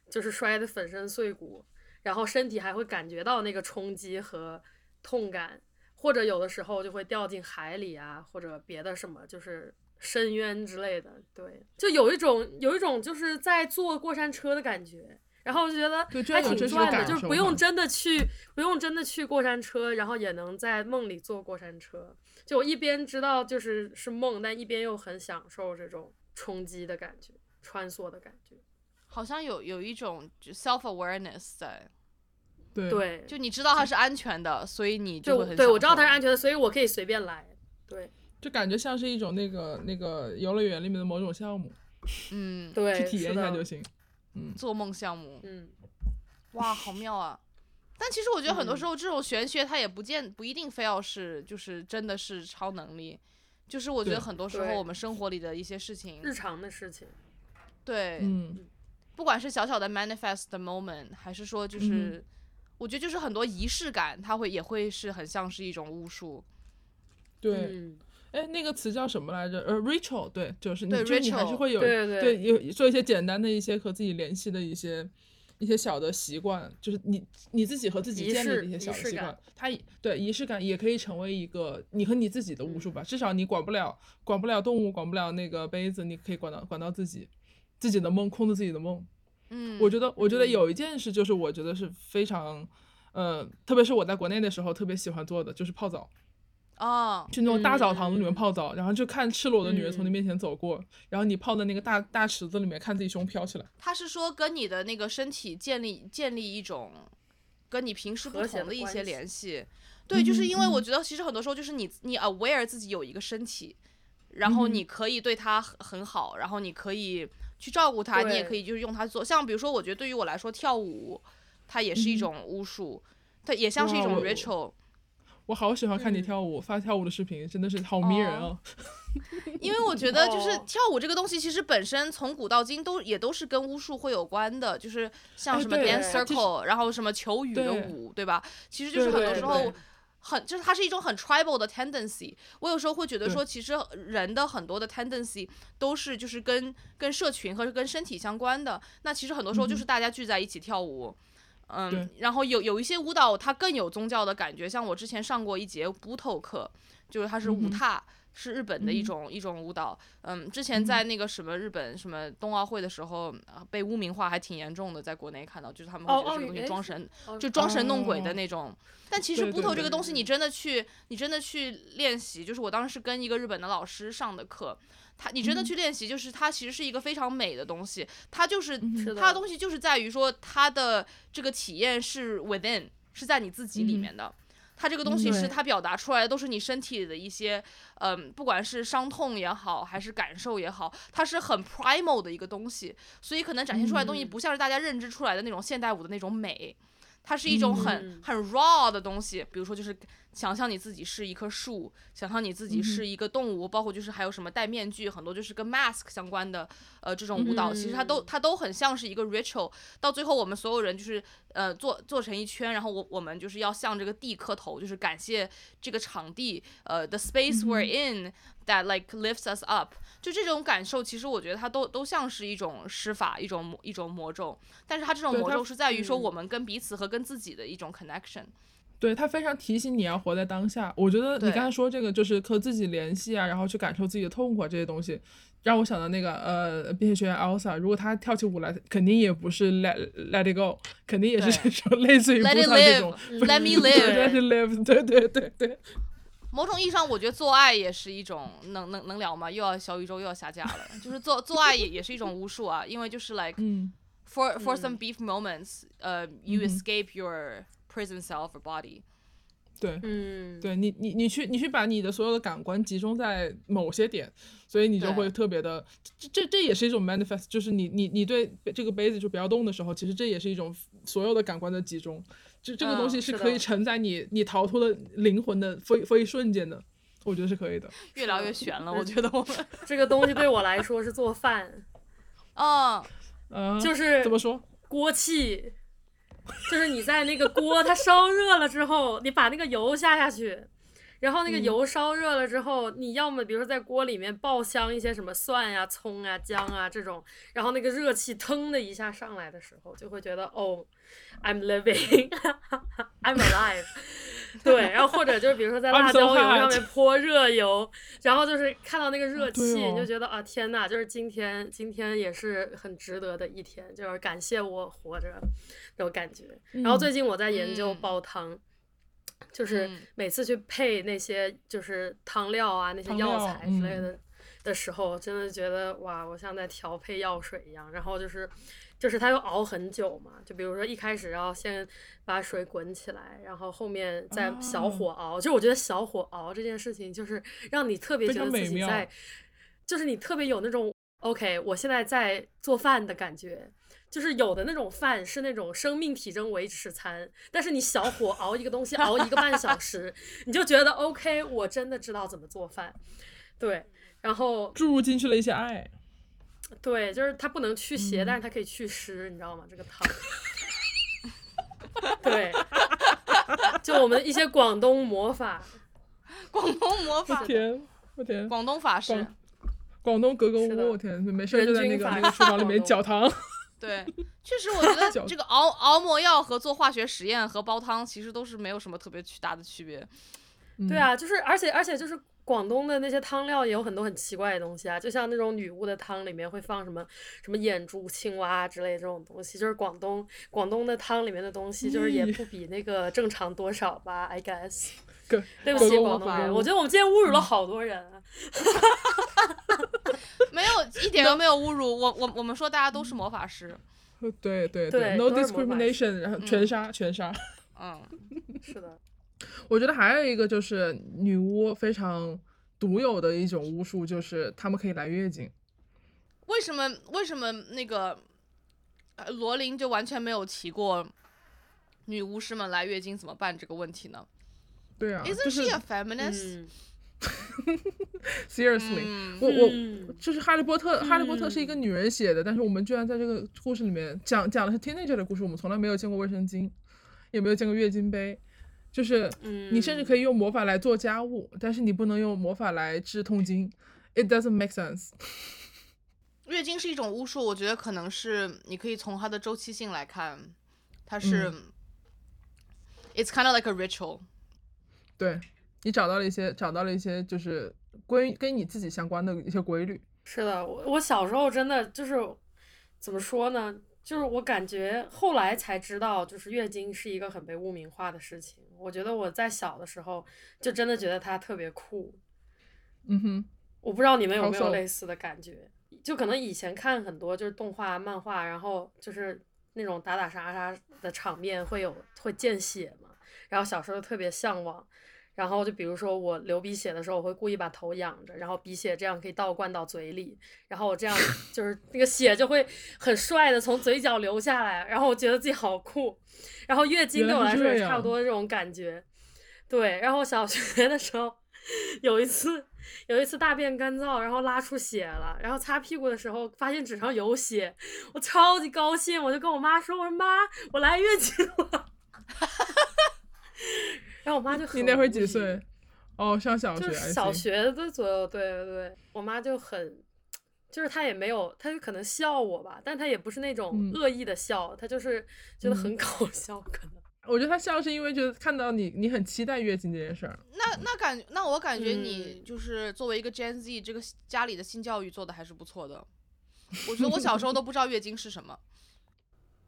[SPEAKER 2] 就是摔得粉身碎骨，然后身体还会感觉到那个冲击和痛感，或者有的时候就会掉进海里啊，或者别的什么，就是深渊之类的。对，就有一种有一种就是在坐过山车的感觉，然后我就觉得
[SPEAKER 3] 对这
[SPEAKER 2] 还
[SPEAKER 3] 样有
[SPEAKER 2] 挺
[SPEAKER 3] 真实
[SPEAKER 2] 赚
[SPEAKER 3] 的
[SPEAKER 2] 的，
[SPEAKER 3] 感
[SPEAKER 2] 就是
[SPEAKER 3] 受
[SPEAKER 2] 不用
[SPEAKER 3] 哈
[SPEAKER 2] 真的去不用真的去过山车，然后也能在梦里坐过山车。就我一边知道就是是梦，但一边又很享受这种冲击的感觉、穿梭的感觉。
[SPEAKER 1] 好像有有一种 self awareness 在，
[SPEAKER 3] 对，
[SPEAKER 2] 对，
[SPEAKER 1] 就你知道它是安全的，所以你就
[SPEAKER 2] 就
[SPEAKER 1] 会很
[SPEAKER 2] 对我知道
[SPEAKER 1] 享
[SPEAKER 2] 它是
[SPEAKER 1] 受
[SPEAKER 2] 安全的，所以我可以随便来。对
[SPEAKER 3] 就感觉像是一种那个那个游乐园里面的某种项目，
[SPEAKER 1] 嗯，
[SPEAKER 2] 对，
[SPEAKER 3] 去体验
[SPEAKER 2] 是
[SPEAKER 3] 一下
[SPEAKER 2] 的
[SPEAKER 3] 就行。嗯，
[SPEAKER 1] 做梦项目，
[SPEAKER 2] 嗯，
[SPEAKER 1] 哇，好妙啊！但其实我觉得很多时候这种玄学它也不见不一定非要是就是真的是超能力，就是我觉得
[SPEAKER 3] 对
[SPEAKER 1] 很多时候
[SPEAKER 2] 对
[SPEAKER 1] 我们生活里的一些事情，
[SPEAKER 2] 日常的事情，
[SPEAKER 1] 对，
[SPEAKER 3] 嗯，
[SPEAKER 1] 不管是小小的 manifest 的 moment，还是说
[SPEAKER 3] 嗯
[SPEAKER 1] 就是，我觉得就是很多仪式感，它会也会是很像是一种巫术。
[SPEAKER 3] 对。
[SPEAKER 2] 嗯，
[SPEAKER 3] 哎，那个词叫什么来着？呃，ritual，对，就是你，
[SPEAKER 1] 对
[SPEAKER 3] 就是你还是
[SPEAKER 1] ritual，
[SPEAKER 3] 会有
[SPEAKER 2] 对对
[SPEAKER 3] 对，有做一些简单的一些和自己联系的一些一些小的习惯，就是你你自己和自己
[SPEAKER 2] 仪
[SPEAKER 3] 建立
[SPEAKER 2] 式
[SPEAKER 3] 的一些
[SPEAKER 2] 仪
[SPEAKER 3] 小的
[SPEAKER 2] 式
[SPEAKER 3] 习
[SPEAKER 2] 感
[SPEAKER 3] 惯，它也对仪式感也可以成为一个你和你自己的巫
[SPEAKER 2] 嗯
[SPEAKER 3] 术吧。至少你管不了管不了动物，管不了那个杯子，你可以管到管到自己自己的梦，控制自己的梦。
[SPEAKER 1] 嗯，
[SPEAKER 3] 我觉得，我觉得
[SPEAKER 2] 嗯
[SPEAKER 3] 有一件事就是我觉得是非常，呃，特别是我在国内的时候特别喜欢做的，就是泡澡，
[SPEAKER 1] 啊、
[SPEAKER 3] 去那种大澡堂子里面
[SPEAKER 2] 嗯
[SPEAKER 3] 泡澡，然后就看赤裸的女人从你
[SPEAKER 2] 嗯
[SPEAKER 3] 面前走过，然后你泡在那个大大池子里面，看自己胸飘起来。
[SPEAKER 1] 它是说跟你的那个身体建立建立一种跟你平时不
[SPEAKER 2] 和谐
[SPEAKER 1] 同
[SPEAKER 2] 的
[SPEAKER 1] 一
[SPEAKER 2] 关
[SPEAKER 1] 些
[SPEAKER 2] 系
[SPEAKER 1] 联系。对，就是因为
[SPEAKER 3] 嗯
[SPEAKER 1] 我觉得其实很多时候就是你你 aware 自己有一个身体，然后
[SPEAKER 3] 嗯
[SPEAKER 1] 你可以对它很很好，然后你可以去照顾它，你也
[SPEAKER 2] 对
[SPEAKER 1] 可以就是用它做。像比如说，我觉得对于我来说，跳舞它也是一
[SPEAKER 3] 嗯
[SPEAKER 1] 种巫术，它也像是一
[SPEAKER 3] 哇
[SPEAKER 1] 种
[SPEAKER 3] 我
[SPEAKER 1] ritual。
[SPEAKER 3] 我好喜欢看你
[SPEAKER 2] 嗯
[SPEAKER 3] 跳舞，发跳舞的视频真的是好迷人啊！
[SPEAKER 1] 因为我觉得就是
[SPEAKER 2] 哦
[SPEAKER 1] 跳舞这个东西，其实本身从古到今都也都是跟巫术会有关的，就是像
[SPEAKER 3] 哎
[SPEAKER 1] 什么
[SPEAKER 3] 对
[SPEAKER 1] dance
[SPEAKER 3] 就是
[SPEAKER 1] circle，然后什么求雨的
[SPEAKER 3] 对
[SPEAKER 1] 舞，对吧？其实就是
[SPEAKER 3] 对
[SPEAKER 1] 很多
[SPEAKER 3] 对
[SPEAKER 1] 时候
[SPEAKER 3] 对
[SPEAKER 1] 很就是它是一种很 tribal 的 tendency。我有时候会觉得
[SPEAKER 3] 对
[SPEAKER 1] 说，其实人的很多的 tendency 都是就是跟跟社群和跟身体相关的。那其实很多时候就是大家聚在一起跳舞。嗯
[SPEAKER 3] 嗯对，
[SPEAKER 1] 然后有有一些舞蹈它更有宗教的感觉，像我之前上过一节舞头课，就是它是舞
[SPEAKER 3] 嗯哼
[SPEAKER 1] 踏，是日本的一
[SPEAKER 3] 嗯
[SPEAKER 1] 种、一种舞蹈。嗯，之前在那个什么日本什么冬奥会的时候，啊被污名化还挺严重的，在国内看到，就是他们会
[SPEAKER 2] 哦
[SPEAKER 1] 觉得
[SPEAKER 2] 奥
[SPEAKER 1] 这个东
[SPEAKER 2] 运
[SPEAKER 1] 西
[SPEAKER 2] 哎
[SPEAKER 1] 装神，
[SPEAKER 2] 哦
[SPEAKER 1] 就装神弄鬼的
[SPEAKER 3] 哦
[SPEAKER 1] 那种。但其实
[SPEAKER 3] 对
[SPEAKER 1] 布
[SPEAKER 3] 对
[SPEAKER 1] 头这个
[SPEAKER 3] 对
[SPEAKER 1] 东西，
[SPEAKER 2] 对
[SPEAKER 1] 你真的去，你真的去练习，就是我当时是跟一个日本的老师上的课，它你真的去练习，就是它其实是一个非常美的东西，它嗯就是
[SPEAKER 2] 是
[SPEAKER 1] 它的
[SPEAKER 2] 的，
[SPEAKER 1] 东西就是在于说它的这个体验是 within，是在你自己里
[SPEAKER 3] 嗯
[SPEAKER 1] 面的。它这个东西
[SPEAKER 3] 嗯
[SPEAKER 1] 是
[SPEAKER 3] 对
[SPEAKER 1] 它表达出来的，都是你身体里的一些，嗯，不管是伤痛也好，还是感受也好，它是很 primal 的一个东西，所以可能展现出来的东西
[SPEAKER 2] 嗯
[SPEAKER 1] 不像是大家认知出来的那种现代舞的那种美，它是一种很、
[SPEAKER 2] 嗯
[SPEAKER 1] 很 raw 的东西。比如说，就是想象你自己是一棵树，想象你自己是一个动物，包括就是还有什么戴面具，很多就是跟 mask 相关的，呃，这种舞蹈，其实它都
[SPEAKER 2] 嗯
[SPEAKER 1] 它都很像是一个 ritual。到最后，我们所有人就是呃做做成一圈，然后我我们就是要向这个地磕头，就是感谢这个场地，呃，the space we're in that like lifts us up。就这种感受，其实我觉得它都都像是一种施法，一种魔一种魔咒。但是它这种
[SPEAKER 3] 对
[SPEAKER 1] 魔
[SPEAKER 3] 它
[SPEAKER 1] 咒是在于说
[SPEAKER 2] 嗯
[SPEAKER 1] 我们跟彼此和跟自己的一种 connection。
[SPEAKER 3] 对他非常提醒你要活在当下。我觉得
[SPEAKER 1] 对
[SPEAKER 3] 你刚才说这个就是和自己联系啊，然后去感受自己的痛苦啊这些东西，让我想到那个呃，冰雪学院 Elsa，如果她跳起舞来，肯定也不是 Let Let It Go，肯定也是这
[SPEAKER 1] 对
[SPEAKER 3] 种类似于
[SPEAKER 1] Let it
[SPEAKER 3] 波塔这种
[SPEAKER 1] live，
[SPEAKER 2] 嗯
[SPEAKER 1] Let me
[SPEAKER 3] 对
[SPEAKER 1] live
[SPEAKER 2] 对
[SPEAKER 3] Let It Live，对对对对，
[SPEAKER 1] 某种意义上，我觉得做爱也是一种能能能聊吗？又要小宇宙又要下架了，就是做做爱也也是一种巫术啊，因为就是 like
[SPEAKER 3] 嗯
[SPEAKER 1] for for some beef moments，呃、y o u
[SPEAKER 3] 嗯
[SPEAKER 1] escape your prison cell for body。
[SPEAKER 3] 对。
[SPEAKER 2] 嗯，
[SPEAKER 3] 对你，你你去你去把你的所有的感官集中在某些点，所以你就
[SPEAKER 1] 对
[SPEAKER 3] 会特别的，这这这也是一种 manifest，就是你你你对这个杯子就不要动的时候，其实这也是一种所有的感官的集中，这这个东
[SPEAKER 1] 嗯
[SPEAKER 3] 西
[SPEAKER 2] 是
[SPEAKER 3] 是可以
[SPEAKER 2] 的
[SPEAKER 3] 承载你你逃脱了灵魂的非非一瞬间的，我觉得是可以的。
[SPEAKER 1] 越聊越悬了，我觉得我 们，
[SPEAKER 2] 这个东西对我来说是做饭，
[SPEAKER 1] 嗯，
[SPEAKER 3] 啊，
[SPEAKER 2] 就是
[SPEAKER 3] 怎么说？
[SPEAKER 2] 锅气，就是你在那个锅它烧热了之后，你把那个油下下去，然后那个
[SPEAKER 3] 嗯
[SPEAKER 2] 油烧热了之后，你要么比如说在锅里面爆香一些什么蒜呀、葱啊、姜啊这种，然后那个热气腾的一下上来的时候，就会觉得哦，I'm living，I'm alive。对，然后或者就是比如说在
[SPEAKER 3] I'm
[SPEAKER 2] 辣
[SPEAKER 3] so
[SPEAKER 2] 椒油上
[SPEAKER 3] hot
[SPEAKER 2] 面泼热油，然后就是看到那个热气，
[SPEAKER 3] 对哦
[SPEAKER 2] 你就觉得啊，天呐，就是今天，今天也是很值得的一天，就是感谢我活着那种感觉。然后最近我在研究
[SPEAKER 1] 嗯
[SPEAKER 2] 煲汤，就是
[SPEAKER 1] 嗯
[SPEAKER 2] 每次去配那些就是汤料啊、那些
[SPEAKER 3] 汤
[SPEAKER 2] 药
[SPEAKER 3] 料
[SPEAKER 2] 材之类的、的时候，真的觉得哇，我像在调配药水一样。然后就是就是它要熬很久嘛，就比如说一开始要先把水滚起来，然后后面再小
[SPEAKER 3] 啊
[SPEAKER 2] 火熬。就我觉得小火熬这件事情，就是让你特别
[SPEAKER 3] 非
[SPEAKER 2] 觉
[SPEAKER 3] 常
[SPEAKER 2] 得自
[SPEAKER 3] 美
[SPEAKER 2] 己
[SPEAKER 3] 妙
[SPEAKER 2] 在，就是你特别有那种 OK，我现在在做饭的感觉。就是有的那种饭是那种生命体征维持餐，但是你小火熬一个东西熬一个半小时，你就觉得 OK，我真的知道怎么做饭。对，然后
[SPEAKER 3] 注入进去了一些爱，
[SPEAKER 2] 对，就是它不能去邪，
[SPEAKER 3] 嗯
[SPEAKER 2] 但是它可以去湿，你知道吗？这个汤。 对，就我们一些广东魔法，
[SPEAKER 1] 广东魔
[SPEAKER 3] 我
[SPEAKER 1] 法，
[SPEAKER 3] 天，我天，
[SPEAKER 1] 广东法师，
[SPEAKER 3] 广广东格格
[SPEAKER 2] 是的
[SPEAKER 3] 巫，我天，没事儿
[SPEAKER 2] 人
[SPEAKER 3] 就在
[SPEAKER 2] 均
[SPEAKER 3] 那个
[SPEAKER 2] 法
[SPEAKER 3] 那个厨房里面
[SPEAKER 2] 广东
[SPEAKER 3] 搅糖，
[SPEAKER 1] 对，确实我觉
[SPEAKER 3] 角
[SPEAKER 1] 得这个熬熬魔药和做化学实验和煲汤其实都是没有什么特别区大的区别。
[SPEAKER 2] 对
[SPEAKER 3] 嗯
[SPEAKER 2] 啊，就是而且而且就是广东的那些汤料也有很多很奇怪的东西啊，就像那种女巫的汤里面会放什么什么眼珠青蛙之类这种东西，就是广东广东的汤里面的东西，就是也
[SPEAKER 3] 咦
[SPEAKER 2] 不比那个正常多少吧，I guess。
[SPEAKER 3] 格
[SPEAKER 2] 对不
[SPEAKER 3] 格
[SPEAKER 2] 起，
[SPEAKER 3] 格巫
[SPEAKER 2] 广东
[SPEAKER 3] 法
[SPEAKER 2] 人，
[SPEAKER 3] 巫
[SPEAKER 2] 我觉得我们今天侮辱
[SPEAKER 3] 嗯
[SPEAKER 2] 了好多人啊。
[SPEAKER 1] 没有一点都没有侮辱我，我我们说大家都是魔法师，
[SPEAKER 3] 对对
[SPEAKER 2] 对
[SPEAKER 3] ，no
[SPEAKER 2] 都是魔法
[SPEAKER 3] discrimination，然后全杀全杀。
[SPEAKER 1] 嗯，
[SPEAKER 2] 是的，
[SPEAKER 3] 我觉得还有一个就是女巫非常独有的一种巫术，就是她们可以来月经。
[SPEAKER 1] 为什么为什么那个呃罗琳就完全没有提过女巫师们来月经怎么办这个问题呢
[SPEAKER 3] 对啊，
[SPEAKER 1] ？Isn't
[SPEAKER 3] 就是
[SPEAKER 1] she a feminist？
[SPEAKER 2] 嗯
[SPEAKER 3] seriously，、
[SPEAKER 1] 嗯，
[SPEAKER 3] 我我
[SPEAKER 2] 嗯
[SPEAKER 3] 就是哈利波特，哈利波特是一个女人写的，但是我们居然在这个故事里面讲讲的是 teenager 的故事，我们从来没有见过卫生巾，也没有见过月经杯，就是
[SPEAKER 2] 嗯
[SPEAKER 3] 你甚至可以用魔法来做家务，但是你不能用魔法来治痛经，it doesn't make sense。
[SPEAKER 1] 月经是一种巫术，我觉得可能是你可以从它的周期性来看，它是、It's kind of like a ritual。
[SPEAKER 3] 对你找到了一些找到了一些就是规跟你自己相关的一些规律。
[SPEAKER 2] 是的，我我小时候真的就是怎么说呢？就是我感觉后来才知道，就是月经是一个很被污名化的事情。我觉得我在小的时候就真的觉得它特别酷，
[SPEAKER 3] 嗯哼，
[SPEAKER 2] 我不知道你们有没
[SPEAKER 3] 好
[SPEAKER 2] 有
[SPEAKER 3] 手
[SPEAKER 2] 类似的感觉，就可能以前看很多就是动画、漫画，然后就是那种打打杀杀的场面会有会见血嘛，然后小时候特别向往。然后就比如说我流鼻血的时候，我会故意把头仰着，然后鼻血这样可以倒灌到嘴里，然后我 这样就是那个血就会很帅的从嘴角流下来，然后我觉得自己好酷。然后月经对我来说也差不多这种感觉。对，然后我小学的时候有一次，有一次大便干燥，然后拉出血了，然后擦屁股的时候发现纸上有血，我超级高兴，我就跟我妈说：“我说妈，我来月经了。” 然后我妈就很
[SPEAKER 3] 你那会儿
[SPEAKER 2] 无
[SPEAKER 3] 几
[SPEAKER 2] 语
[SPEAKER 3] 岁？哦，上小
[SPEAKER 2] 就
[SPEAKER 3] 学，还
[SPEAKER 2] 是
[SPEAKER 3] 行
[SPEAKER 2] 小学的左右，对对对，我妈就很，就是她也没有，她就可能笑我吧，但她也不是那种
[SPEAKER 3] 嗯
[SPEAKER 2] 恶意的笑，她就是觉得很搞笑，可能。
[SPEAKER 3] 我觉得他笑是因为觉得看到你，你很期待月经这件事儿。
[SPEAKER 1] 那那感那我感觉你
[SPEAKER 2] 嗯
[SPEAKER 1] 就是作为一个 Gen Z，这个家里的性教育做的还是不错的。我觉得我小时候都不知道月经是什么，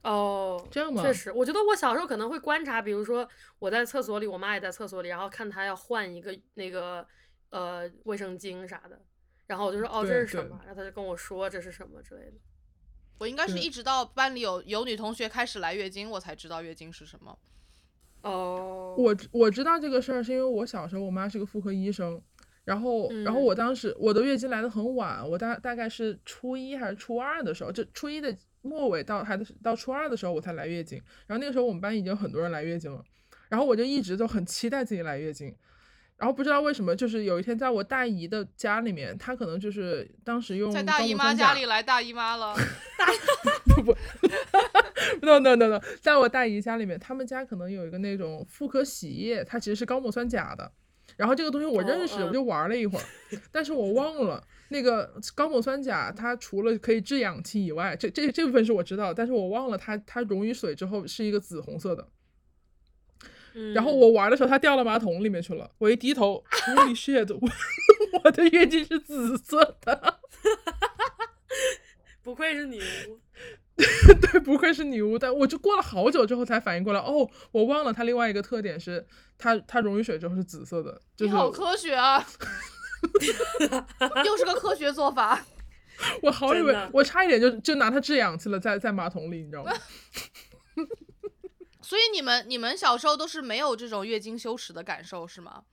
[SPEAKER 2] 哦，
[SPEAKER 3] 这样吗
[SPEAKER 2] 确实，我觉得我小时候可能会观察，比如说我在厕所里，我妈也在厕所里，然后看她要换一个那个呃卫生巾啥的，然后我就说哦这
[SPEAKER 3] 嗯对
[SPEAKER 2] 是什
[SPEAKER 3] 对
[SPEAKER 2] 么，然后她就跟我说这是什么之类的。
[SPEAKER 1] 我应该是
[SPEAKER 3] 对
[SPEAKER 1] 一直到班里有有女同学开始来月经，我才知道月经是什么。
[SPEAKER 2] 哦，
[SPEAKER 3] 我知我知道这个事儿，是因为我小时候我妈是个妇科医生，然后、然后
[SPEAKER 2] 嗯
[SPEAKER 3] 我当时我的月经来的很晚，我大大概是初一还是初二的时候，就初一的末尾到还是到初二的时候我才来月经，然后那个时候我们班已经有很多人来月经了，然后我就一直都很期待自己来月经。然后不知道为什么，就是有一天在我大姨的家里面，她可能就是当时用
[SPEAKER 1] 在大
[SPEAKER 3] 高
[SPEAKER 1] 姨
[SPEAKER 3] 锰
[SPEAKER 1] 妈
[SPEAKER 3] 酸
[SPEAKER 1] 家
[SPEAKER 3] 钾
[SPEAKER 1] 里来大姨妈 了，
[SPEAKER 3] no no no no，在我大姨家里面，他们家可能有一个那种妇科洗衣液，它其实是高锰酸钾的。然后这个东西我
[SPEAKER 2] 哦
[SPEAKER 3] 认识，我
[SPEAKER 2] 嗯
[SPEAKER 3] 就玩了一会儿， 但是我忘了那个高锰酸钾，它除了可以制氧气以外，这这这部分是我知道的，但是我忘了它它溶于水之后是一个紫红色的。然后
[SPEAKER 2] 嗯
[SPEAKER 3] 我玩的时候，它掉到马桶里面去了。我一低 头，Holy shit！我 我的月经是紫色的，
[SPEAKER 2] 不愧是女巫，
[SPEAKER 3] 对，不愧是女巫。但我就过了好久之后才反应过来，哦，我忘了它另外一个特点是它它溶于水之后是紫色的，就
[SPEAKER 1] 你
[SPEAKER 3] 是
[SPEAKER 1] 好科学 啊！又是个科学做法，
[SPEAKER 3] 我好以
[SPEAKER 2] 真
[SPEAKER 3] 为
[SPEAKER 2] 的
[SPEAKER 3] 我差一点就就拿它制氧去了，在在马桶里，你知道吗？
[SPEAKER 1] 所以你们你们小时候都是没有这种月经羞耻的感受是吗？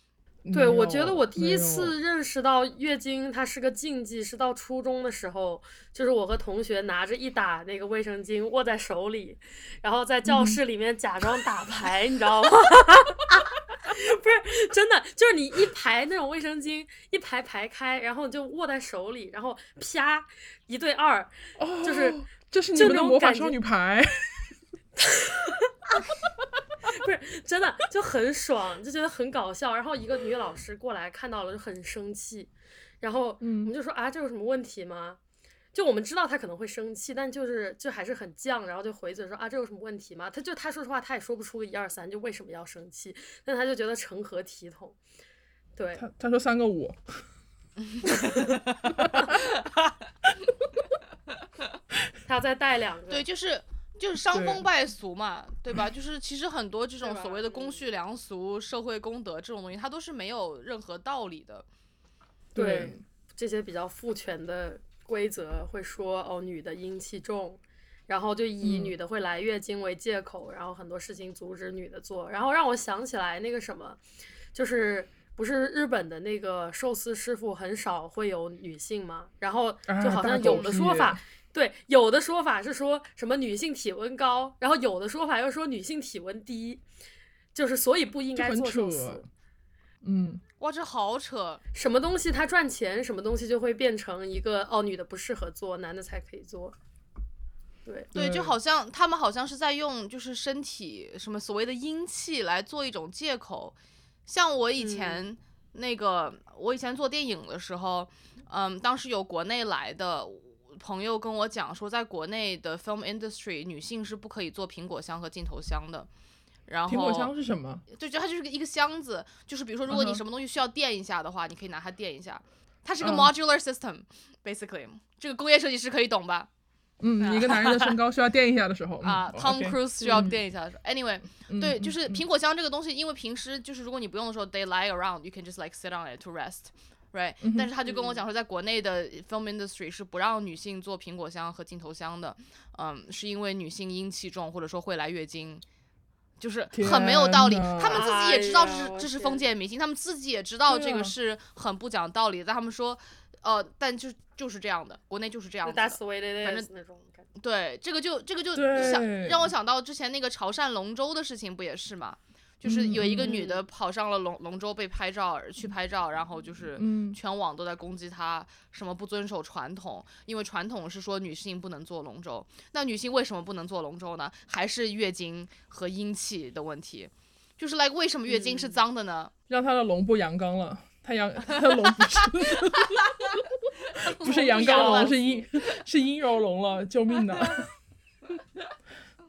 [SPEAKER 2] 对，
[SPEAKER 3] 没
[SPEAKER 2] 我觉
[SPEAKER 3] 有
[SPEAKER 2] 得我第
[SPEAKER 3] 没
[SPEAKER 2] 一
[SPEAKER 3] 有
[SPEAKER 2] 次认识到月经它是个禁忌，是到初中的时候，就是我和同学拿着一打那个卫生巾握在手里，然后在
[SPEAKER 3] 嗯
[SPEAKER 2] 教室里面假装打牌，你知道吗？ 不是真的，就是你一排那种卫生巾，一排排开，然后你就握在手里，然后啪一对二，
[SPEAKER 3] 哦，
[SPEAKER 2] 就是
[SPEAKER 3] 这是你
[SPEAKER 2] 就
[SPEAKER 3] 们
[SPEAKER 2] 那
[SPEAKER 3] 的
[SPEAKER 2] 种
[SPEAKER 3] 魔法
[SPEAKER 2] 感觉
[SPEAKER 3] 少女牌，
[SPEAKER 2] 不是真的就很爽，就觉得很搞笑。然后一个女老师过来看到了就很生气，然后我
[SPEAKER 3] 嗯
[SPEAKER 2] 们就说、啊，这有什么问题吗？就我们知道她可能会生气，但就是就还是很犟，然后就回嘴说啊，这有什么问题吗？她就她说实话，她也说不出个一二三，就为什么要生气？但她就觉得成何体统？对，
[SPEAKER 3] 他他说三个五，
[SPEAKER 2] 她要再带两个。
[SPEAKER 1] 对，就是就是伤
[SPEAKER 3] 对
[SPEAKER 1] 风败俗嘛，对 吧？就是其实很多这种
[SPEAKER 2] 对吧
[SPEAKER 1] 所谓的公
[SPEAKER 2] 嗯
[SPEAKER 1] 序良俗、社会公德这种东西，它都是没有任何道理的。
[SPEAKER 2] 对，这些比较父权的规则会说哦，女的阴气重，然后就以
[SPEAKER 3] 嗯
[SPEAKER 2] 女的会来月经为借口，然后很多事情阻止女的做，然后让我想起来那个什么，就是。不是日本的那个寿司师傅很少会有女性吗？然后
[SPEAKER 3] 啊
[SPEAKER 2] 就好
[SPEAKER 3] 大
[SPEAKER 2] 像
[SPEAKER 3] 狗
[SPEAKER 2] 有的
[SPEAKER 3] 屁
[SPEAKER 2] 说法，对，有的说法是说什么女性体温高，然后有的说法又说女性体温低，就是所以不应
[SPEAKER 3] 就
[SPEAKER 2] 该
[SPEAKER 3] 很
[SPEAKER 2] 做寿司
[SPEAKER 3] 扯。，嗯，
[SPEAKER 1] 哇，这好扯！
[SPEAKER 2] 什么东西它赚钱，什么东西就会变成一个哦，女的不适合做，男的才可以做。对，
[SPEAKER 1] 对，就
[SPEAKER 3] 对
[SPEAKER 1] 好像他们好像是在用就是身体什么所谓的阴气来做一种借口。像我以前、
[SPEAKER 3] 嗯
[SPEAKER 1] 那个，我以前做电影的时候，嗯，当时有国内来的朋友跟我讲说，在国内的 film industry，女性是不可以做苹果箱和镜头箱的。然后
[SPEAKER 3] 苹果箱是什么？
[SPEAKER 1] 对，就它就是一个箱子，就是比如说，如果
[SPEAKER 3] 嗯
[SPEAKER 1] 你
[SPEAKER 3] 哼
[SPEAKER 1] 什么东西需要垫一下的话，你可以拿它垫一下。它是个
[SPEAKER 3] 嗯
[SPEAKER 1] modular system，basically，、这个工业设计师可以懂吧？
[SPEAKER 3] 嗯，一个男人的身高需要垫一下的时候嗯
[SPEAKER 1] 啊，Tom Cruise 需要垫一下的时候。Anyway，对，就是
[SPEAKER 3] 嗯
[SPEAKER 1] 是苹果箱这个东西，因为平时就是如果你不用的时候，they lie around，you can just like sit on it to rest。 ，right？
[SPEAKER 3] 嗯哼
[SPEAKER 1] 但是他就跟我讲说，在国内的 film industry 是不让女性做苹果香和镜头香的，嗯，是因为女性阴气重，或者说会来月经。就是很没有道理，
[SPEAKER 3] 天哪
[SPEAKER 1] 他们自己也知道这
[SPEAKER 2] 哎呀
[SPEAKER 1] 是
[SPEAKER 2] 我
[SPEAKER 1] 这是
[SPEAKER 2] 天
[SPEAKER 1] 封建迷信，他们自己也知道这
[SPEAKER 3] 对啊
[SPEAKER 1] 个是很不讲道理的，但他们说，呃，但就就是这样的，国内就是这样
[SPEAKER 2] 就
[SPEAKER 1] 子的
[SPEAKER 2] that's。the way it
[SPEAKER 1] 反
[SPEAKER 2] is 那种感觉。
[SPEAKER 1] 对，这个就这个就
[SPEAKER 3] 对
[SPEAKER 1] 想让我想到之前那个潮汕龙舟的事情，不也是吗？
[SPEAKER 3] 嗯
[SPEAKER 1] 就是有一个女的跑上了龙龙舟被拍照，去拍照，然后就是
[SPEAKER 3] 嗯
[SPEAKER 1] 全网都在攻击她，什么不遵守传统，因为传统是说女性不能坐龙舟。那女性为什么不能坐龙舟呢？还是月经和阴气的问题。就是 like 为什么月
[SPEAKER 3] 嗯
[SPEAKER 1] 经是脏的呢？
[SPEAKER 3] 让他的龙不阳刚了，他阳 他的龙不 是 不是阳刚龙，是阴是阴柔龙了，救命的！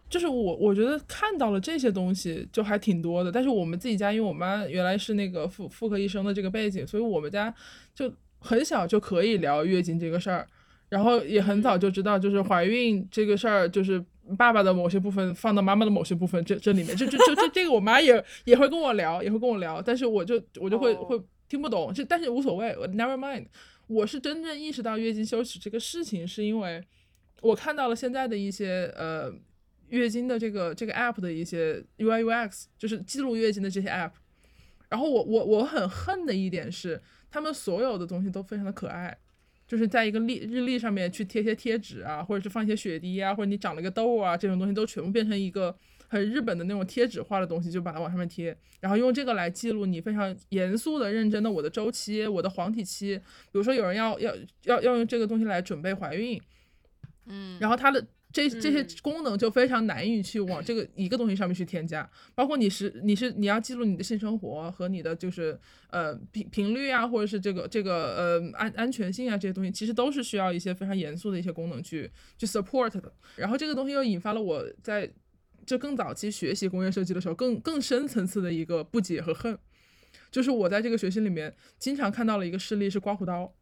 [SPEAKER 3] 就是我我觉得看到了这些东西就还挺多的，但是我们自己家，因为我妈原来是那个妇妇科医生的这个背景，所以我们家就很小就可以聊月经这个事儿，然后也很早就知道，就是怀孕这个事儿，就是爸爸的某些部分放到妈妈的某些部分这这里面，这这这这这个我妈也也会跟我聊，也会跟我聊，但是我就我就会、
[SPEAKER 2] 哦
[SPEAKER 3] 会听不懂，这但是无所谓我，never mind。我是真正意识到月经羞耻这个事情，是因为我看到了现在的一些呃月经的这个这个 app 的一些 UI UX，就是记录月经的这些 app。然后我我我很恨的一点是，他们所有的东西都非常的可爱，就是在一个历日历上面去贴些贴纸啊，或者是放一些雪滴啊，或者你长了个痘啊，这种东西都全部变成一个很日本的那种贴纸化的东西，就把它往上面贴，然后用这个来记录你非常严肃的、认真的我的周期、我的黄体期。比如说有人要要要要用这个东西来准备怀孕，
[SPEAKER 1] 嗯，
[SPEAKER 3] 然后它的这这些
[SPEAKER 2] 嗯
[SPEAKER 3] 功能就非常难以去往这个一个东西上面去添加，包括你是你是你要记录你的性生活和你的就是呃频频率啊，或者是这个这个呃安安全性啊这些东西，其实都是需要一些非常严肃的一些功能去去 support 的。然后这个东西又引发了我在就更早期学习工业设计的时候更更深层次的一个不解和恨，就是我在这个学习里面经常看到了一个事例是刮胡刀。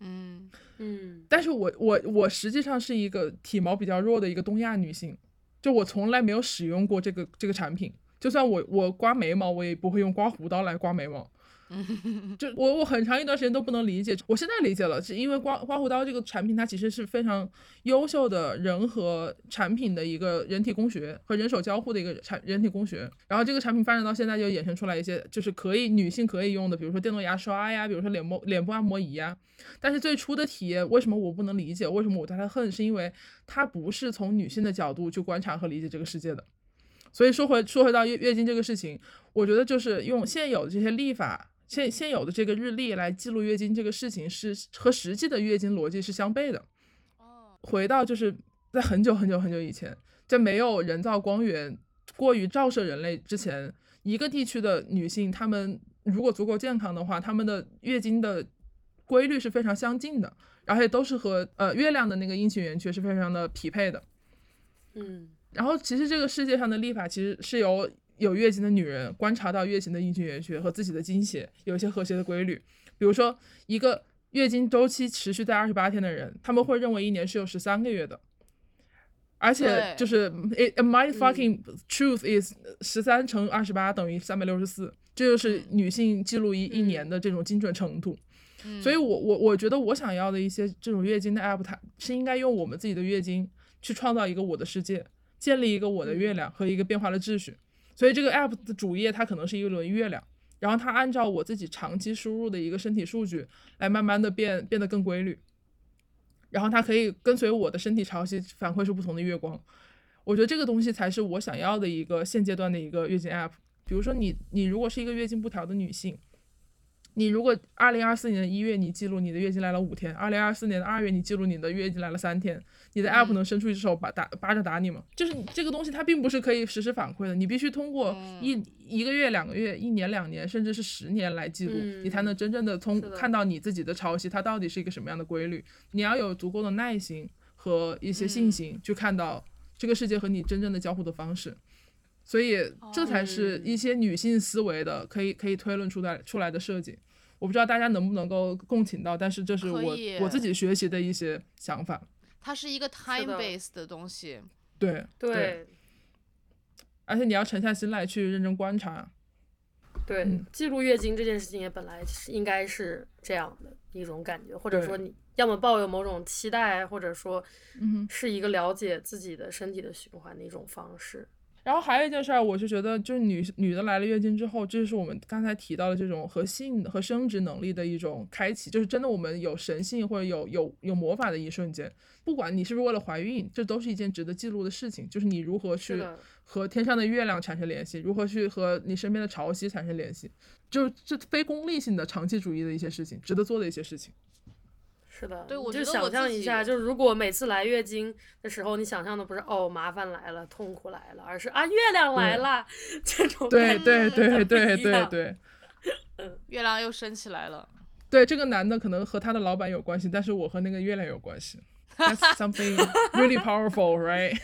[SPEAKER 1] 嗯
[SPEAKER 2] 嗯，
[SPEAKER 3] 但是我我我实际上是一个体毛比较弱的一个东亚女性，就我从来没有使用过这个这个产品。就算我我刮眉毛，我也不会用刮胡刀来刮眉毛。就我我很长一段时间都不能理解，我现在理解了，是因为刮刮胡刀这个产品，它其实是非常优秀的人和产品的一个人体工学和人手交互的一个产人体工学。然后这个产品发展到现在，就衍生出来一些就是可以女性可以用的，比如说电动牙刷呀，比如说脸部脸部按摩仪呀。但是最初的体验，为什么我不能理解？为什么我对它恨？是因为它不是从女性的角度去观察和理解这个世界的。所以说回说回到月月经这个事情，我觉得就是用现有的这些历法。现现有的这个日历来记录月经这个事情是和实际的月经逻辑是相悖的。回到就是在很久很久很久以前，在没有人造光源过于照射人类之前，一个地区的女性，她们如果足够健康的话，她们的月经的规律是非常相近的，而且都是和呃月亮的那个阴晴圆缺是非常的匹配的。
[SPEAKER 2] 嗯，
[SPEAKER 3] 然后其实这个世界上的历法其实是由有月经的女人观察到月经的阴晴圆缺和自己的经血有一些和谐的规律。比如说，一个月经周期持续在二十八天的人，他们会认为一年是有十三个月的。而且
[SPEAKER 1] 对
[SPEAKER 3] 就是 it, my fucking truth is 十三乘二十八等于三百六十四，这就是女性记录一、一年的这种精准程度。
[SPEAKER 1] 嗯
[SPEAKER 3] 所以我，我我觉得我想要的一些这种月经的 app，它是应该用我们自己的月经去创造一个我的世界，建立一个我的月亮和一个变化的秩序。所以这个 app 的主页它可能是一轮月亮，然后它按照我自己长期输入的一个身体数据来慢慢的变变得更规律，然后它可以跟随我的身体潮汐反馈出不同的月光。我觉得这个东西才是我想要的一个现阶段的一个月经 app。比如说你你如果是一个月经不调的女性，你如果二零二四年的一月你记录你的月经来了五天，二零二四年的二月你记录你的月经来了三天，你的 app
[SPEAKER 1] 嗯
[SPEAKER 3] 能伸出一只手把打巴掌打你吗？就是你这个东西它并不是可以实时反馈的，你必须通过
[SPEAKER 1] 嗯
[SPEAKER 3] 一、一个月、两个月、一年、两年，甚至是十年来记录，你才
[SPEAKER 2] 嗯
[SPEAKER 3] 能真正的从
[SPEAKER 2] 是的
[SPEAKER 3] 看到你自己的潮汐它到底是一个什么样的规律。你要有足够的耐心和一些信
[SPEAKER 1] 嗯
[SPEAKER 3] 心去看到这个世界和你真正的交互的方式。所以这才是
[SPEAKER 1] 哦
[SPEAKER 3] 一些女性思维的可以可以推论出来出来的设计。我不知道大家能不能够共情到，但是这是
[SPEAKER 1] 可
[SPEAKER 3] 我
[SPEAKER 1] 以
[SPEAKER 3] 我自己学习的一些想法。
[SPEAKER 1] 它是一个
[SPEAKER 2] 的
[SPEAKER 1] time based 的东西，
[SPEAKER 3] 对，
[SPEAKER 2] 对
[SPEAKER 3] 而且你要沉下心来去认真观察。
[SPEAKER 2] 对对，
[SPEAKER 3] 嗯
[SPEAKER 2] 记录月经这件事情也本来是应该是这样的一种感觉，或者
[SPEAKER 3] 对
[SPEAKER 2] 说你要么抱有某种期待，或者说
[SPEAKER 3] 嗯哼
[SPEAKER 2] 是一个了解自己的身体的循环的一种方式。
[SPEAKER 3] 然后还有一件事儿，我是觉得，就是女女的来了月经之后，这就是我们刚才提到的这种和性和生殖能力的一种开启，就是真的我们有神性或者有有有魔法的一瞬间。不管你是不是为了怀孕，这都是一件值得记录的事情，就是你如何
[SPEAKER 2] 是
[SPEAKER 3] 去
[SPEAKER 2] 的
[SPEAKER 3] 和天上的月亮产生联系，如何去和你身边的潮汐产生联系，就是这非功利性的长期主义的一些事情，值得做的一些事情。
[SPEAKER 2] 是的，
[SPEAKER 1] 对
[SPEAKER 2] 你
[SPEAKER 1] 我
[SPEAKER 2] 就
[SPEAKER 1] 觉得我
[SPEAKER 2] 想
[SPEAKER 1] 自
[SPEAKER 2] 象一
[SPEAKER 1] 己
[SPEAKER 2] 下，就是如果每次来月经的时候，你想象的不是哦麻烦来了、痛苦来了，而是啊月亮来
[SPEAKER 3] 对
[SPEAKER 2] 了这种
[SPEAKER 3] 对
[SPEAKER 2] 感
[SPEAKER 3] 对对
[SPEAKER 2] 觉
[SPEAKER 3] 对
[SPEAKER 2] 不一
[SPEAKER 3] 对
[SPEAKER 2] 样
[SPEAKER 3] 对。
[SPEAKER 1] 月亮又升起来了。
[SPEAKER 3] 对，这个男的可能和他的老板有关系，但是我和那个月亮有关系。That's something really powerful, right？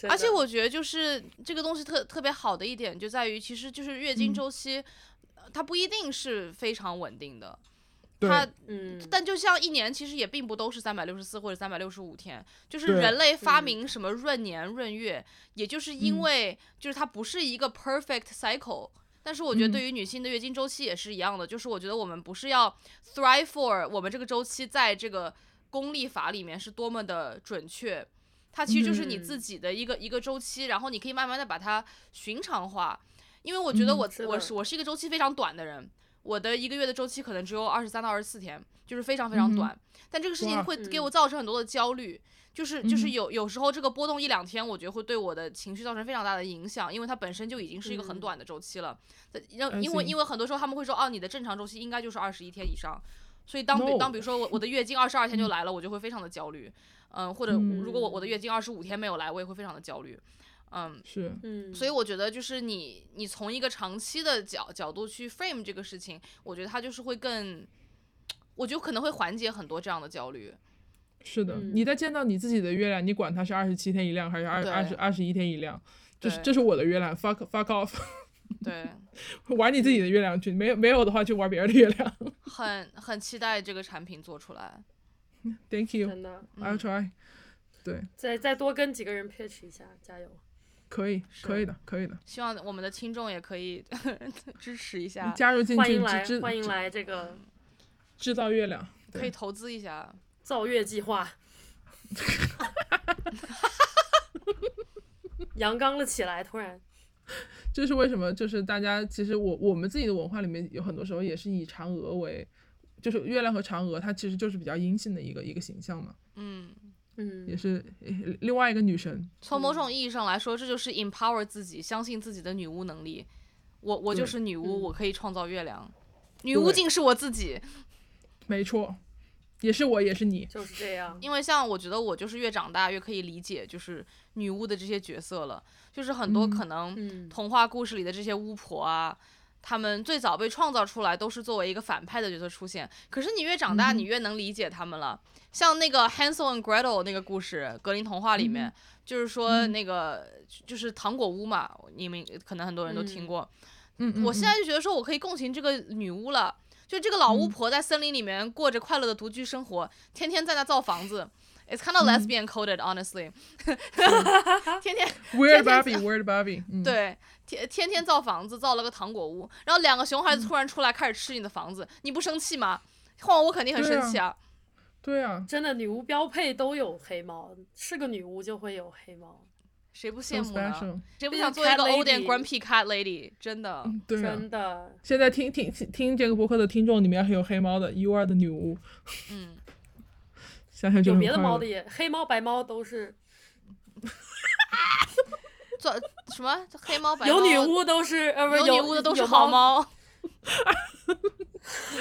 [SPEAKER 2] 真
[SPEAKER 1] 而且
[SPEAKER 2] 的
[SPEAKER 1] 我觉得就是这个东西特特别好的一点就在于，其实就是月经
[SPEAKER 3] 嗯
[SPEAKER 1] 周期，呃它不一定是非常稳定的。
[SPEAKER 3] 对
[SPEAKER 1] 它
[SPEAKER 2] 嗯
[SPEAKER 1] 但就像一年，其实也并不都是三百六十四或者三百六十五天，就是
[SPEAKER 3] 对
[SPEAKER 1] 人类发
[SPEAKER 2] 嗯
[SPEAKER 1] 明什么闰年、闰月，也就是因
[SPEAKER 3] 嗯
[SPEAKER 1] 为就是它不是一个 perfect cycle。但是我觉得
[SPEAKER 3] 嗯
[SPEAKER 1] 对于女性的月经周期也是一样的，就是我觉得我们不是要 thrive for 我们这个周期在这个公历法里面是多么的准确，它其实就是你自
[SPEAKER 2] 嗯
[SPEAKER 1] 己的一个、一个周期，然后你可以慢慢的把它寻常化。因为我觉得
[SPEAKER 3] 嗯
[SPEAKER 1] 我、
[SPEAKER 2] 是
[SPEAKER 1] 我
[SPEAKER 2] 的
[SPEAKER 1] 是我是一个周期非常短的人，我的一个月的周期可能只有二十三到二十四天，就是非常非常
[SPEAKER 3] 嗯哼
[SPEAKER 1] 短。但这个事情
[SPEAKER 3] 哇
[SPEAKER 1] 会给我
[SPEAKER 2] 嗯
[SPEAKER 1] 造成很多的焦虑，就是就
[SPEAKER 3] 嗯
[SPEAKER 1] 是
[SPEAKER 3] 哼
[SPEAKER 1] 有有时候这个波动一两天，我觉得会对我的情绪造成非常大的影响，因为它本身就已经是一个很
[SPEAKER 2] 嗯
[SPEAKER 1] 短的周期了。在让
[SPEAKER 3] 担
[SPEAKER 1] 因为
[SPEAKER 3] 心
[SPEAKER 1] 因为很多时候他们会说，哦，你的正常周期应该就是二十一天以上。所以当比
[SPEAKER 3] No
[SPEAKER 1] 当比如说我我的月经二十二天就来了，我就会非常的焦虑，嗯，或者
[SPEAKER 3] 嗯
[SPEAKER 1] 如果我我的月经二十五天没有来，我也会非常的焦虑，嗯，
[SPEAKER 3] 是，
[SPEAKER 2] 嗯，
[SPEAKER 1] 所以我觉得就是你你从一个长期的角角度去 frame 这个事情，我觉得它就是会更，我觉得可能会缓解很多这样的焦虑。
[SPEAKER 3] 是的，
[SPEAKER 2] 嗯
[SPEAKER 3] 你在见到你自己的月亮，你管它是二十七天一亮还是二
[SPEAKER 1] 对
[SPEAKER 3] 二十二十一天一亮，这是
[SPEAKER 1] 对
[SPEAKER 3] 这是我的月亮，fuck fuck off，
[SPEAKER 1] 对，
[SPEAKER 3] 玩你自己的月亮去，没有没有的话去玩别人的月亮。
[SPEAKER 1] 很很期待这个产品做出来。
[SPEAKER 3] Thank you,
[SPEAKER 2] 真的
[SPEAKER 3] I'll
[SPEAKER 1] 嗯
[SPEAKER 3] try。
[SPEAKER 2] 再再多跟几个人 pitch 一下，加油！
[SPEAKER 3] 可以，
[SPEAKER 1] 是
[SPEAKER 3] 可以的，可以的，
[SPEAKER 1] 希望我们的听众也可以 支持一下，
[SPEAKER 3] 加入进
[SPEAKER 2] 啊欢
[SPEAKER 3] 去
[SPEAKER 2] 迎来，
[SPEAKER 3] 制
[SPEAKER 2] 欢
[SPEAKER 3] 制
[SPEAKER 2] 迎来这个
[SPEAKER 3] 制造月亮。
[SPEAKER 1] 可
[SPEAKER 3] 对
[SPEAKER 1] 以，投资一下。
[SPEAKER 2] 造月计 划，阳刚了起来，突然，
[SPEAKER 3] 这是为什么？就是大家其实我我们自己的文化里面有很多时候也是以嫦娥为，就是月亮和嫦娥，它其实就是比较阴性的一个一个形象嘛，
[SPEAKER 1] 嗯，
[SPEAKER 2] 嗯
[SPEAKER 3] 也，是呃另外一个女神。
[SPEAKER 1] 从某种意义上来说，这就是 empower 自己，相信自己的女巫能力。我我就
[SPEAKER 3] 对
[SPEAKER 1] 是女巫，
[SPEAKER 2] 嗯
[SPEAKER 1] 我可以创造月亮。女巫竟是我自己，
[SPEAKER 3] 没错，也是我，也是你。
[SPEAKER 2] 就是这样。
[SPEAKER 1] 因为像我觉得我就是越长大越可以理解就是女巫的这些角色了，就是很多
[SPEAKER 3] 嗯
[SPEAKER 1] 可能
[SPEAKER 2] 嗯，
[SPEAKER 1] 童话故事里的这些巫婆啊，她们最早被创造出来都是作为一个反派的角色出现。可是你越长大，
[SPEAKER 3] 嗯哼
[SPEAKER 1] 你越能理解她们了。像那个 Hansel and Gretel 那个故事，格林童话里面，就是说
[SPEAKER 3] 嗯
[SPEAKER 1] 那个就是糖果屋嘛，你们可能很多人都听
[SPEAKER 2] 嗯
[SPEAKER 1] 过。
[SPEAKER 3] 嗯，嗯
[SPEAKER 1] 我现在就觉得说我可以共情这个女巫了。就这个老巫
[SPEAKER 3] 嗯
[SPEAKER 1] 婆在森林里面过着快乐的独居生活，天天在那造房子。It's kind of
[SPEAKER 3] 嗯
[SPEAKER 1] lesbian coded, honestly 。 天天
[SPEAKER 3] 嗯 Weird
[SPEAKER 1] 天天
[SPEAKER 3] Barbie, Weird Barbie，嗯，，
[SPEAKER 1] 对，天天天造房子，造了个糖果屋，然后两个熊孩
[SPEAKER 3] 嗯
[SPEAKER 1] 子突然出来开始吃你的房子，你不生气吗？换我肯定很
[SPEAKER 3] 对
[SPEAKER 1] 生
[SPEAKER 3] 啊
[SPEAKER 1] 气啊！
[SPEAKER 3] 对啊，
[SPEAKER 2] 真的女巫标配都有黑猫，是个女巫就会有黑猫，
[SPEAKER 1] 谁不
[SPEAKER 3] so
[SPEAKER 1] 羡慕呢？
[SPEAKER 3] special，
[SPEAKER 1] 谁不
[SPEAKER 2] 毕
[SPEAKER 1] 想
[SPEAKER 2] 竟
[SPEAKER 1] 做一
[SPEAKER 2] cat
[SPEAKER 1] 个 old and
[SPEAKER 2] lady
[SPEAKER 1] grumpy cat lady？真的，
[SPEAKER 3] 对啊。
[SPEAKER 2] 真的。
[SPEAKER 3] 现在听听听听这个播客的听众，你们要是有黑猫的，You are 的女巫，
[SPEAKER 1] 嗯，
[SPEAKER 3] 想想就
[SPEAKER 2] 有
[SPEAKER 3] 很
[SPEAKER 2] 别的
[SPEAKER 3] 快
[SPEAKER 2] 猫
[SPEAKER 3] 乐
[SPEAKER 2] 的也，黑猫白猫都是，
[SPEAKER 1] 做什么黑猫白
[SPEAKER 2] 有女
[SPEAKER 1] 猫
[SPEAKER 2] 巫都是，呃，不是
[SPEAKER 1] 有女巫的都是
[SPEAKER 2] 有
[SPEAKER 1] 好
[SPEAKER 2] 猫。嗯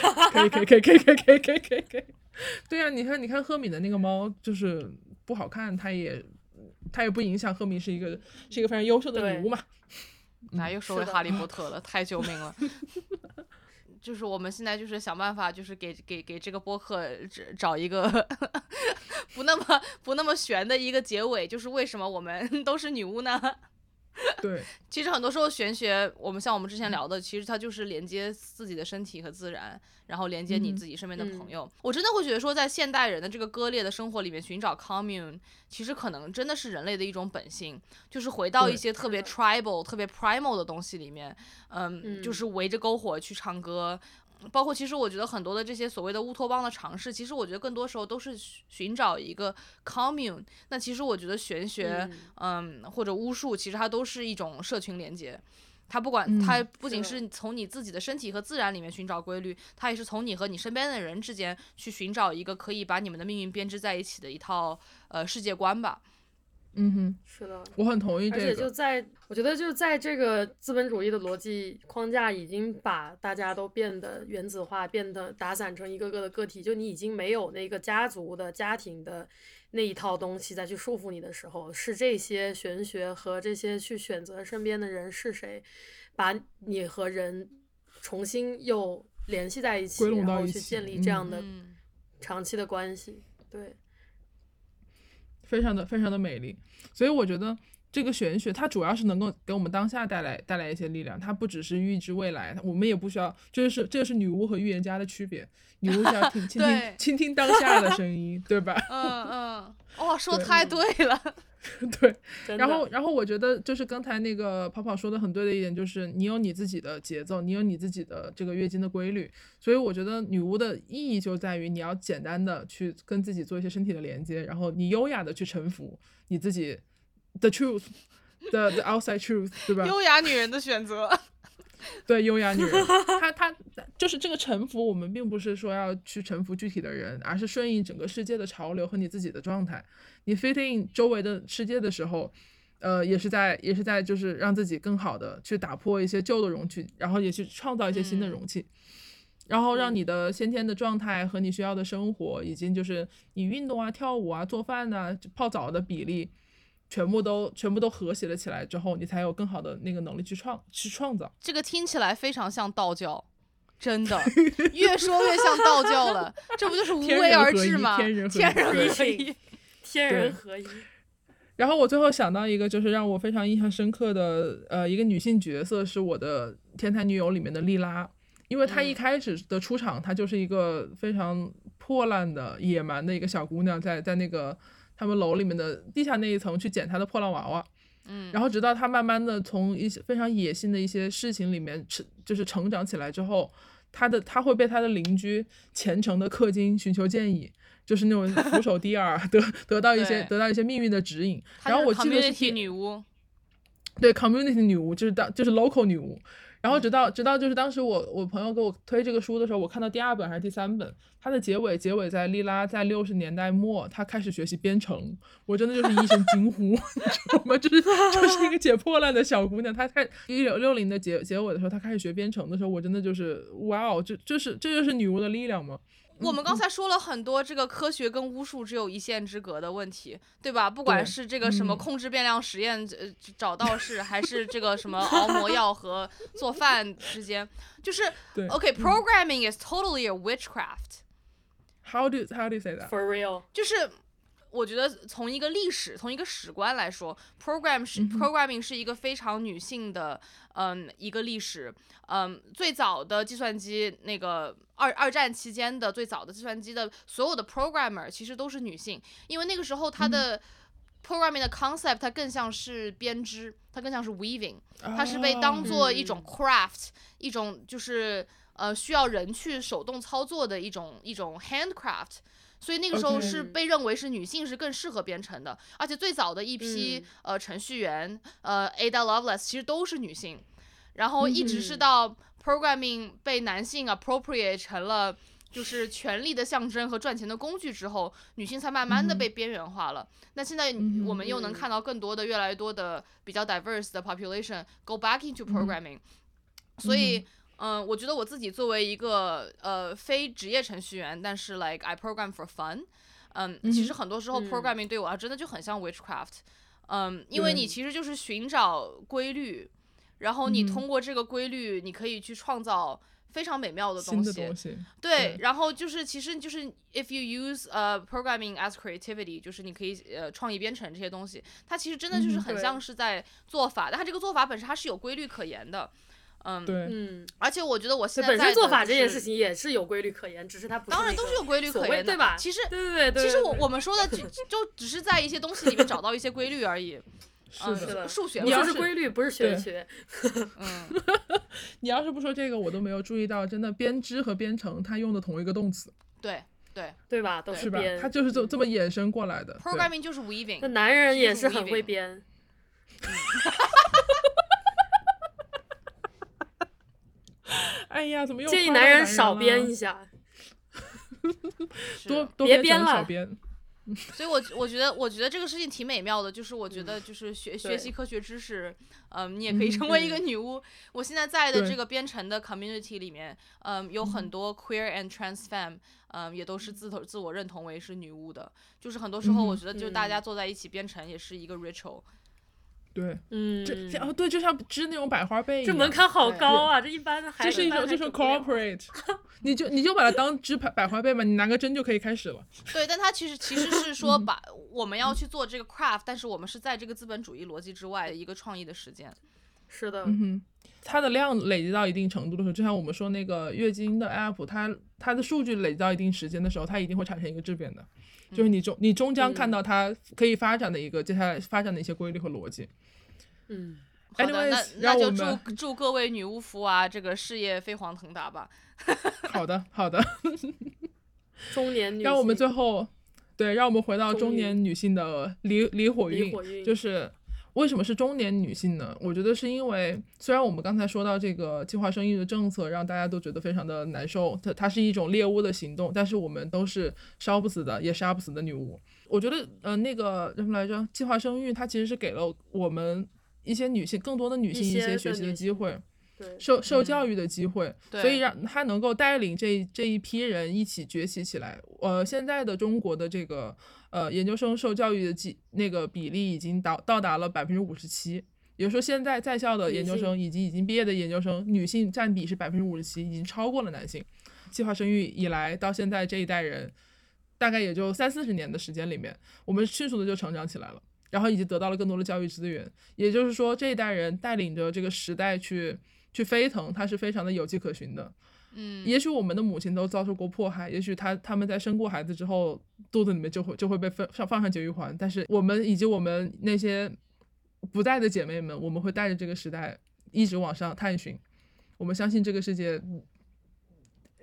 [SPEAKER 1] 猫。
[SPEAKER 3] 可以可以可以可以可以可以可以可以可以。对啊呀、你看你看赫敏的那个猫就是不好看，它也它也不影响赫敏是一个是一个非常优秀的
[SPEAKER 2] 对
[SPEAKER 3] 女巫嘛。
[SPEAKER 1] 哪哎又说回
[SPEAKER 2] 嗯是的
[SPEAKER 1] 哈利 波特了？太救命了！就是我们现在就是想办法，就是给给给这个播客找找一个 不那么不那么悬的一个结尾，就是为什么我们都是女巫呢？
[SPEAKER 3] 对，
[SPEAKER 1] 其实很多时候玄学，我们像我们之前聊的，其实它就是连接自己的身体和自然，然后连接你
[SPEAKER 3] 嗯
[SPEAKER 1] 自己身边的朋
[SPEAKER 2] 嗯
[SPEAKER 1] 友。我真的会觉得说，在现代人的这个割裂的生活里面寻找 commune，其实可能真的是人类的一种本性，就是回到一
[SPEAKER 3] 对
[SPEAKER 1] 些特别 tribal、特别 primal 的东西里面，嗯，
[SPEAKER 2] 嗯
[SPEAKER 1] 就是围着篝火去唱歌。包括，其实我觉得很多的这些所谓的乌托邦的尝试，其实我觉得更多时候都是寻寻找一个 commune。那其实我觉得玄学，嗯，或者巫术，其实它都是一种社群连接。它不管，它
[SPEAKER 3] 嗯
[SPEAKER 1] 不
[SPEAKER 2] 是
[SPEAKER 1] 仅
[SPEAKER 2] 的
[SPEAKER 1] 是从你自己的身体和自然里面寻找规律，它也是从你和你身边的人之间去寻找一个可以把你们的命运编织在一起的一套呃世界观吧。
[SPEAKER 3] 嗯哼，
[SPEAKER 2] 是的，
[SPEAKER 3] 我很同意
[SPEAKER 2] 而且
[SPEAKER 3] 这
[SPEAKER 2] 就
[SPEAKER 3] 个。
[SPEAKER 2] 在，我觉得就是在这个资本主义的逻辑框架已经把大家都变得原子化，变得打散成一个个的个体，就你已经没有那个家族的、家庭的那一套东西再去束缚你的时候，是这些玄学和这些去选择身边的人是谁，把你和人重新又联系在一起，
[SPEAKER 3] 归拢
[SPEAKER 2] 然
[SPEAKER 3] 到
[SPEAKER 2] 后
[SPEAKER 3] 一
[SPEAKER 2] 去
[SPEAKER 3] 起
[SPEAKER 2] 建立这样的
[SPEAKER 1] 嗯，
[SPEAKER 2] 长期的关系。对，
[SPEAKER 3] 非常的非常的美丽。所以我觉得这个玄学，它主要是能够给我们当下带来带来一些力量，它不只是预知未来，我们也不需要，这就是这就是女巫和预言家的区别。女巫是要 听倾听
[SPEAKER 1] 对
[SPEAKER 3] 倾听当下的声音，对吧？
[SPEAKER 1] 嗯嗯，哦，说
[SPEAKER 3] 对嗯
[SPEAKER 1] 太对了，
[SPEAKER 3] 对。
[SPEAKER 2] 真
[SPEAKER 3] 然
[SPEAKER 2] 的
[SPEAKER 3] 后，然后我觉得就是刚才那个跑跑说的很对的一点，就是你有你自己的节奏，你有你自己的这个月经的规律。所以我觉得女巫的意义就在于你要简单的去跟自己做一些身体的连接，然后你优雅的去臣服你自己，the truth，the the outside truth，对吧？
[SPEAKER 1] 优雅女人的选择。
[SPEAKER 3] 对，优雅女人，她她就是这个臣服，我们并不是说要去臣服具体的人，而是顺应整个世界的潮流和你自己的状态。你 fit in 周围的世界的时候，呃，也是在也是在就是让自己更好的去打破一些旧的容器，然后也去创造一些新的
[SPEAKER 1] 嗯
[SPEAKER 3] 容器。然后让你的先天的状态和你需要的生活，以及就是你运动啊、跳舞啊、做饭呐、就泡澡的比例，全部都全部都和谐了起来之后，你才有更好的那个能力去创去创造。
[SPEAKER 1] 这个听起来非常像道教，真 的，越说越像道教了。这不就是无
[SPEAKER 3] 天
[SPEAKER 1] 为
[SPEAKER 3] 人
[SPEAKER 1] 而
[SPEAKER 3] 合
[SPEAKER 1] 治
[SPEAKER 3] 一
[SPEAKER 1] 吗？
[SPEAKER 3] 天人合
[SPEAKER 1] 天
[SPEAKER 3] 一
[SPEAKER 1] 人合
[SPEAKER 2] 对
[SPEAKER 1] 一。
[SPEAKER 2] 天
[SPEAKER 3] 对
[SPEAKER 2] 人合一。
[SPEAKER 3] 然后我最后想到一个，就是让我非常印象深刻的，呃，一个女性角色是我的《天才女友》里面的莉拉，因为她
[SPEAKER 1] 嗯
[SPEAKER 3] 一开始的出场，她就是一个非常破烂的、野蛮的一个小姑娘，在在那个他们楼里面的地下那一层去捡她的破烂娃娃，
[SPEAKER 1] 嗯，
[SPEAKER 3] 然后直到她慢慢的从一些非常野性的一些事情里面成，就是成长起来之后，她的她会被她的邻居虔诚的氪金寻求建议。就是那种俯首低耳，得得到一些
[SPEAKER 1] 对
[SPEAKER 3] 得到一些命运的指引，
[SPEAKER 1] 她
[SPEAKER 3] 然后
[SPEAKER 1] 就
[SPEAKER 3] 我
[SPEAKER 1] 是
[SPEAKER 3] 记得是
[SPEAKER 1] community
[SPEAKER 3] 第
[SPEAKER 1] 女巫，
[SPEAKER 3] 对 community 女巫，就是当就是 local 女巫。然后直到直到就是当时我我朋友给我推这个书的时候，我看到第二本还是第三本，它的结尾结尾在莉拉在六十年代末，她开始学习编程，我真的就是一声惊呼， 你知道吗？就是就是一个解破烂的小姑娘，她开一九六零的结结尾的时候，她开始学编程的时候，我真的就是哇哦，这这是这就是女巫的力量吗？
[SPEAKER 1] 我们
[SPEAKER 3] 嗯
[SPEAKER 1] 刚才说了很多这个科学跟巫术只有一线之隔的问题，对吧？不管
[SPEAKER 3] 对
[SPEAKER 1] 是这个什么
[SPEAKER 3] 嗯
[SPEAKER 1] 控制变量实验呃找道士，还是这个什 么熬魔药和做饭之间，就是
[SPEAKER 3] 对
[SPEAKER 1] 哦
[SPEAKER 3] 嗯
[SPEAKER 1] OK，programming、is totally a witchcraft。
[SPEAKER 3] ，How do how do you say that？
[SPEAKER 2] For real，
[SPEAKER 1] 就是我觉得从一个历史、从一个史观来说，program 是、
[SPEAKER 3] 嗯哼
[SPEAKER 1] programming 是一个非常女性的，嗯，一个历史。嗯，最早的计算机那个二二战期间的最早的计算机的所有的 programmer 其实都是女性，因为那个时候她
[SPEAKER 3] 嗯
[SPEAKER 1] 的 programming 的 concept 它更像是编织，它更像是 weaving。它是被当
[SPEAKER 3] 哦
[SPEAKER 1] 做一种
[SPEAKER 2] 嗯
[SPEAKER 1] craft，、一种就是呃需要人去手动操作的一种一种 handcraft。所以那个时候是
[SPEAKER 2] OK
[SPEAKER 1] 被认为是女性是更适合编程的，而且最早的一批、
[SPEAKER 2] 嗯
[SPEAKER 1] 呃程序员呃 Ada Lovelace 其实都是女性，然后一直是
[SPEAKER 2] 嗯
[SPEAKER 1] 到 programming 被男性 appropriate 成了就是权力的象征和赚钱的工具之后，女性才慢慢的
[SPEAKER 3] 嗯哼
[SPEAKER 1] 被边缘化了。那现在
[SPEAKER 3] 嗯哼
[SPEAKER 1] 我们又能
[SPEAKER 2] 嗯
[SPEAKER 1] 看到更多的、越来越多的比较 diverse 的 population go back into
[SPEAKER 3] 嗯哼
[SPEAKER 1] programming，、所以。嗯，我觉得我自己作为一个呃非职业程序员，但是 like I program for fun，嗯，
[SPEAKER 3] 嗯
[SPEAKER 1] 其
[SPEAKER 3] 哼
[SPEAKER 1] 实很多时候
[SPEAKER 2] 嗯
[SPEAKER 1] programming 对我而真的就很像 witchcraft，嗯，因为你
[SPEAKER 3] 对
[SPEAKER 1] 其实就是寻找规律，然后你
[SPEAKER 3] 嗯哼
[SPEAKER 1] 通过这个规律，你可以去创造非常美妙的
[SPEAKER 3] 新
[SPEAKER 1] 东
[SPEAKER 3] 的
[SPEAKER 1] 西。
[SPEAKER 3] 东西，
[SPEAKER 1] 对
[SPEAKER 2] 嗯
[SPEAKER 3] 对，
[SPEAKER 1] 然后就是其实就是 if you use 呃、programming as creativity，就是你可以呃创意编程这些东西，它其实真的就是
[SPEAKER 3] 嗯
[SPEAKER 1] 很
[SPEAKER 2] 对
[SPEAKER 1] 像是在做法，但它这个做法本身它是有规律可言的，嗯，
[SPEAKER 3] 对，
[SPEAKER 2] 嗯，
[SPEAKER 1] 而且我觉得我现在
[SPEAKER 2] 对，本
[SPEAKER 1] 在
[SPEAKER 2] 身做
[SPEAKER 1] 的
[SPEAKER 2] 法
[SPEAKER 1] 就
[SPEAKER 2] 这件
[SPEAKER 1] 是
[SPEAKER 2] 事情也是有规律可言，只是它不是
[SPEAKER 1] 当然
[SPEAKER 2] 那
[SPEAKER 1] 都是
[SPEAKER 2] 个
[SPEAKER 1] 有规律
[SPEAKER 2] 所
[SPEAKER 1] 可
[SPEAKER 2] 谓
[SPEAKER 1] 言的，
[SPEAKER 2] 对吧
[SPEAKER 1] 其实
[SPEAKER 2] 对对对对，
[SPEAKER 1] 其实我
[SPEAKER 2] 对
[SPEAKER 1] 我们说的就就只是在一些东西里面找到一些规律而已，嗯，
[SPEAKER 3] 是
[SPEAKER 2] 是
[SPEAKER 3] 的。
[SPEAKER 2] 的
[SPEAKER 1] 数学
[SPEAKER 2] 你
[SPEAKER 1] 嘛
[SPEAKER 2] 要
[SPEAKER 1] 就是
[SPEAKER 2] 规律，不是玄
[SPEAKER 3] 对
[SPEAKER 2] 学，
[SPEAKER 1] 嗯。
[SPEAKER 3] 你要是不说这个，我都没有注意到，真的编织和编程它用的同一个动词，
[SPEAKER 1] 对对
[SPEAKER 2] 对吧？都
[SPEAKER 1] 对
[SPEAKER 3] 是吧
[SPEAKER 2] 编，？嗯
[SPEAKER 3] 它就是这这么衍生过来的。对
[SPEAKER 1] ，programming 就是
[SPEAKER 2] 那
[SPEAKER 1] weaving，
[SPEAKER 2] 男人
[SPEAKER 1] 是
[SPEAKER 2] 也
[SPEAKER 1] 一
[SPEAKER 2] 是
[SPEAKER 1] 种
[SPEAKER 2] 很会
[SPEAKER 1] weaving
[SPEAKER 2] 编，
[SPEAKER 3] 哎呀，怎么又
[SPEAKER 2] 建议
[SPEAKER 3] 夸
[SPEAKER 2] 男
[SPEAKER 3] 到
[SPEAKER 2] 人少
[SPEAKER 3] 了
[SPEAKER 2] 编一下。
[SPEAKER 1] 是
[SPEAKER 3] 多多
[SPEAKER 2] 别
[SPEAKER 3] 编
[SPEAKER 2] 编
[SPEAKER 3] 程少
[SPEAKER 2] 了
[SPEAKER 3] 编，
[SPEAKER 1] 所以我，我觉得，我觉得这个事情挺美妙的，就是我觉
[SPEAKER 3] 嗯
[SPEAKER 1] 得，就是 学学
[SPEAKER 2] 对
[SPEAKER 1] 习科学知识，嗯，你也可以成为一个女巫。我现在在的
[SPEAKER 3] 对
[SPEAKER 1] 这个编程的 community 里面，嗯，有很多 queer and trans femme，嗯，也都是自头自我认同为是女巫的。就是很多时候，
[SPEAKER 3] 嗯
[SPEAKER 1] 我觉得，就大家坐在一起编程也是一个 ritual。
[SPEAKER 3] 对，
[SPEAKER 2] 嗯，
[SPEAKER 3] 这这哦对，就像织那种百花被一
[SPEAKER 2] 这
[SPEAKER 3] 样，
[SPEAKER 2] 门槛好
[SPEAKER 1] 对
[SPEAKER 2] 高啊！这一般还
[SPEAKER 3] 这是一种这
[SPEAKER 2] 这种
[SPEAKER 3] 是 corporate，你 就你就把它当织百百花被嘛，你拿个针就可以开始了。
[SPEAKER 1] 对，但它其实其实是
[SPEAKER 3] 嗯
[SPEAKER 1] 说把我们要去做这个 craft，但是我们是在这个资本主义逻辑之外的一个创意的实践。
[SPEAKER 2] 是的，
[SPEAKER 3] 嗯哼，它的量累积到一定程度的时候，就像我们说那个月经的 app，它它的数据累积到一定时间的时候，它一定会产生一个质变的，就是你终你终将看到它可以发展的一个接下来发展的一些规律和逻辑。
[SPEAKER 2] 嗯，
[SPEAKER 1] 好的，那
[SPEAKER 3] Anyways，
[SPEAKER 1] 那
[SPEAKER 3] 让
[SPEAKER 1] 就
[SPEAKER 3] 我们
[SPEAKER 1] 祝祝各位女巫福娃这个事业飞黄腾达吧。
[SPEAKER 3] 好的，好的。
[SPEAKER 2] 中年女
[SPEAKER 3] 让我们
[SPEAKER 2] 性
[SPEAKER 3] 最后，对，让我们回到
[SPEAKER 2] 中
[SPEAKER 3] 中
[SPEAKER 2] 女
[SPEAKER 3] 年女性的离离火
[SPEAKER 2] 离
[SPEAKER 3] 运，
[SPEAKER 2] 火运
[SPEAKER 3] 就是为什么是中年女性呢？我觉得是因为，虽然我们刚才说到这个计划生育的政策让大家都觉得非常的难受，它它是一种猎巫的行动，但是我们都是烧不死的，也杀不死的女巫。我觉得，呃，那个什么来着，计划生育它其实是给了我们一些女性更多的女性一
[SPEAKER 2] 些
[SPEAKER 3] 些
[SPEAKER 2] 的
[SPEAKER 3] 学习的
[SPEAKER 2] 女
[SPEAKER 3] 机会。
[SPEAKER 2] 对
[SPEAKER 3] 受受
[SPEAKER 1] 嗯
[SPEAKER 3] 教育的机会，
[SPEAKER 1] 对
[SPEAKER 3] 所以让他能够带领这一这一批人一起崛起起来。呃，现在的中国的这个呃研究生受教育的几那个比例已经到到达了百分之五十七，也就是说现在在校的
[SPEAKER 2] 女
[SPEAKER 3] 研究
[SPEAKER 2] 性
[SPEAKER 3] 生以及已经毕业的研究生，女性占比是百分之五十七，已经超过了男性。计划生育以来到现在这一代人，大概也就三四十年的时间里面，我们迅速的就成长起来了。然后以及得到了更多的教育资源，也就是说，这一代人带领着这个时代去去飞腾，它是非常的有迹可循的。
[SPEAKER 1] 嗯，
[SPEAKER 3] 也许我们的母亲都遭受过迫害，也许她她们在生过孩子之后，肚子里面就会就会被放上放上绝育环，但是我们以及我们那些不在的姐妹们，我们会带着这个时代一直往上探寻。我们相信这个世界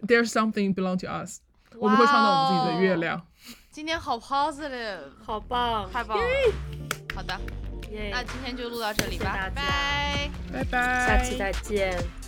[SPEAKER 3] ，there's something belong to us，我们会创造我们自己的
[SPEAKER 2] 哦
[SPEAKER 3] 月亮。
[SPEAKER 1] 今天好 positive，
[SPEAKER 2] 好棒，
[SPEAKER 1] 太棒了。好的，
[SPEAKER 2] 耶！哎
[SPEAKER 1] 那今天就录到这里
[SPEAKER 2] 谢谢
[SPEAKER 1] 吧，
[SPEAKER 2] 大
[SPEAKER 1] 拜
[SPEAKER 2] 家
[SPEAKER 1] 拜。
[SPEAKER 3] 拜拜，
[SPEAKER 2] 下期再见。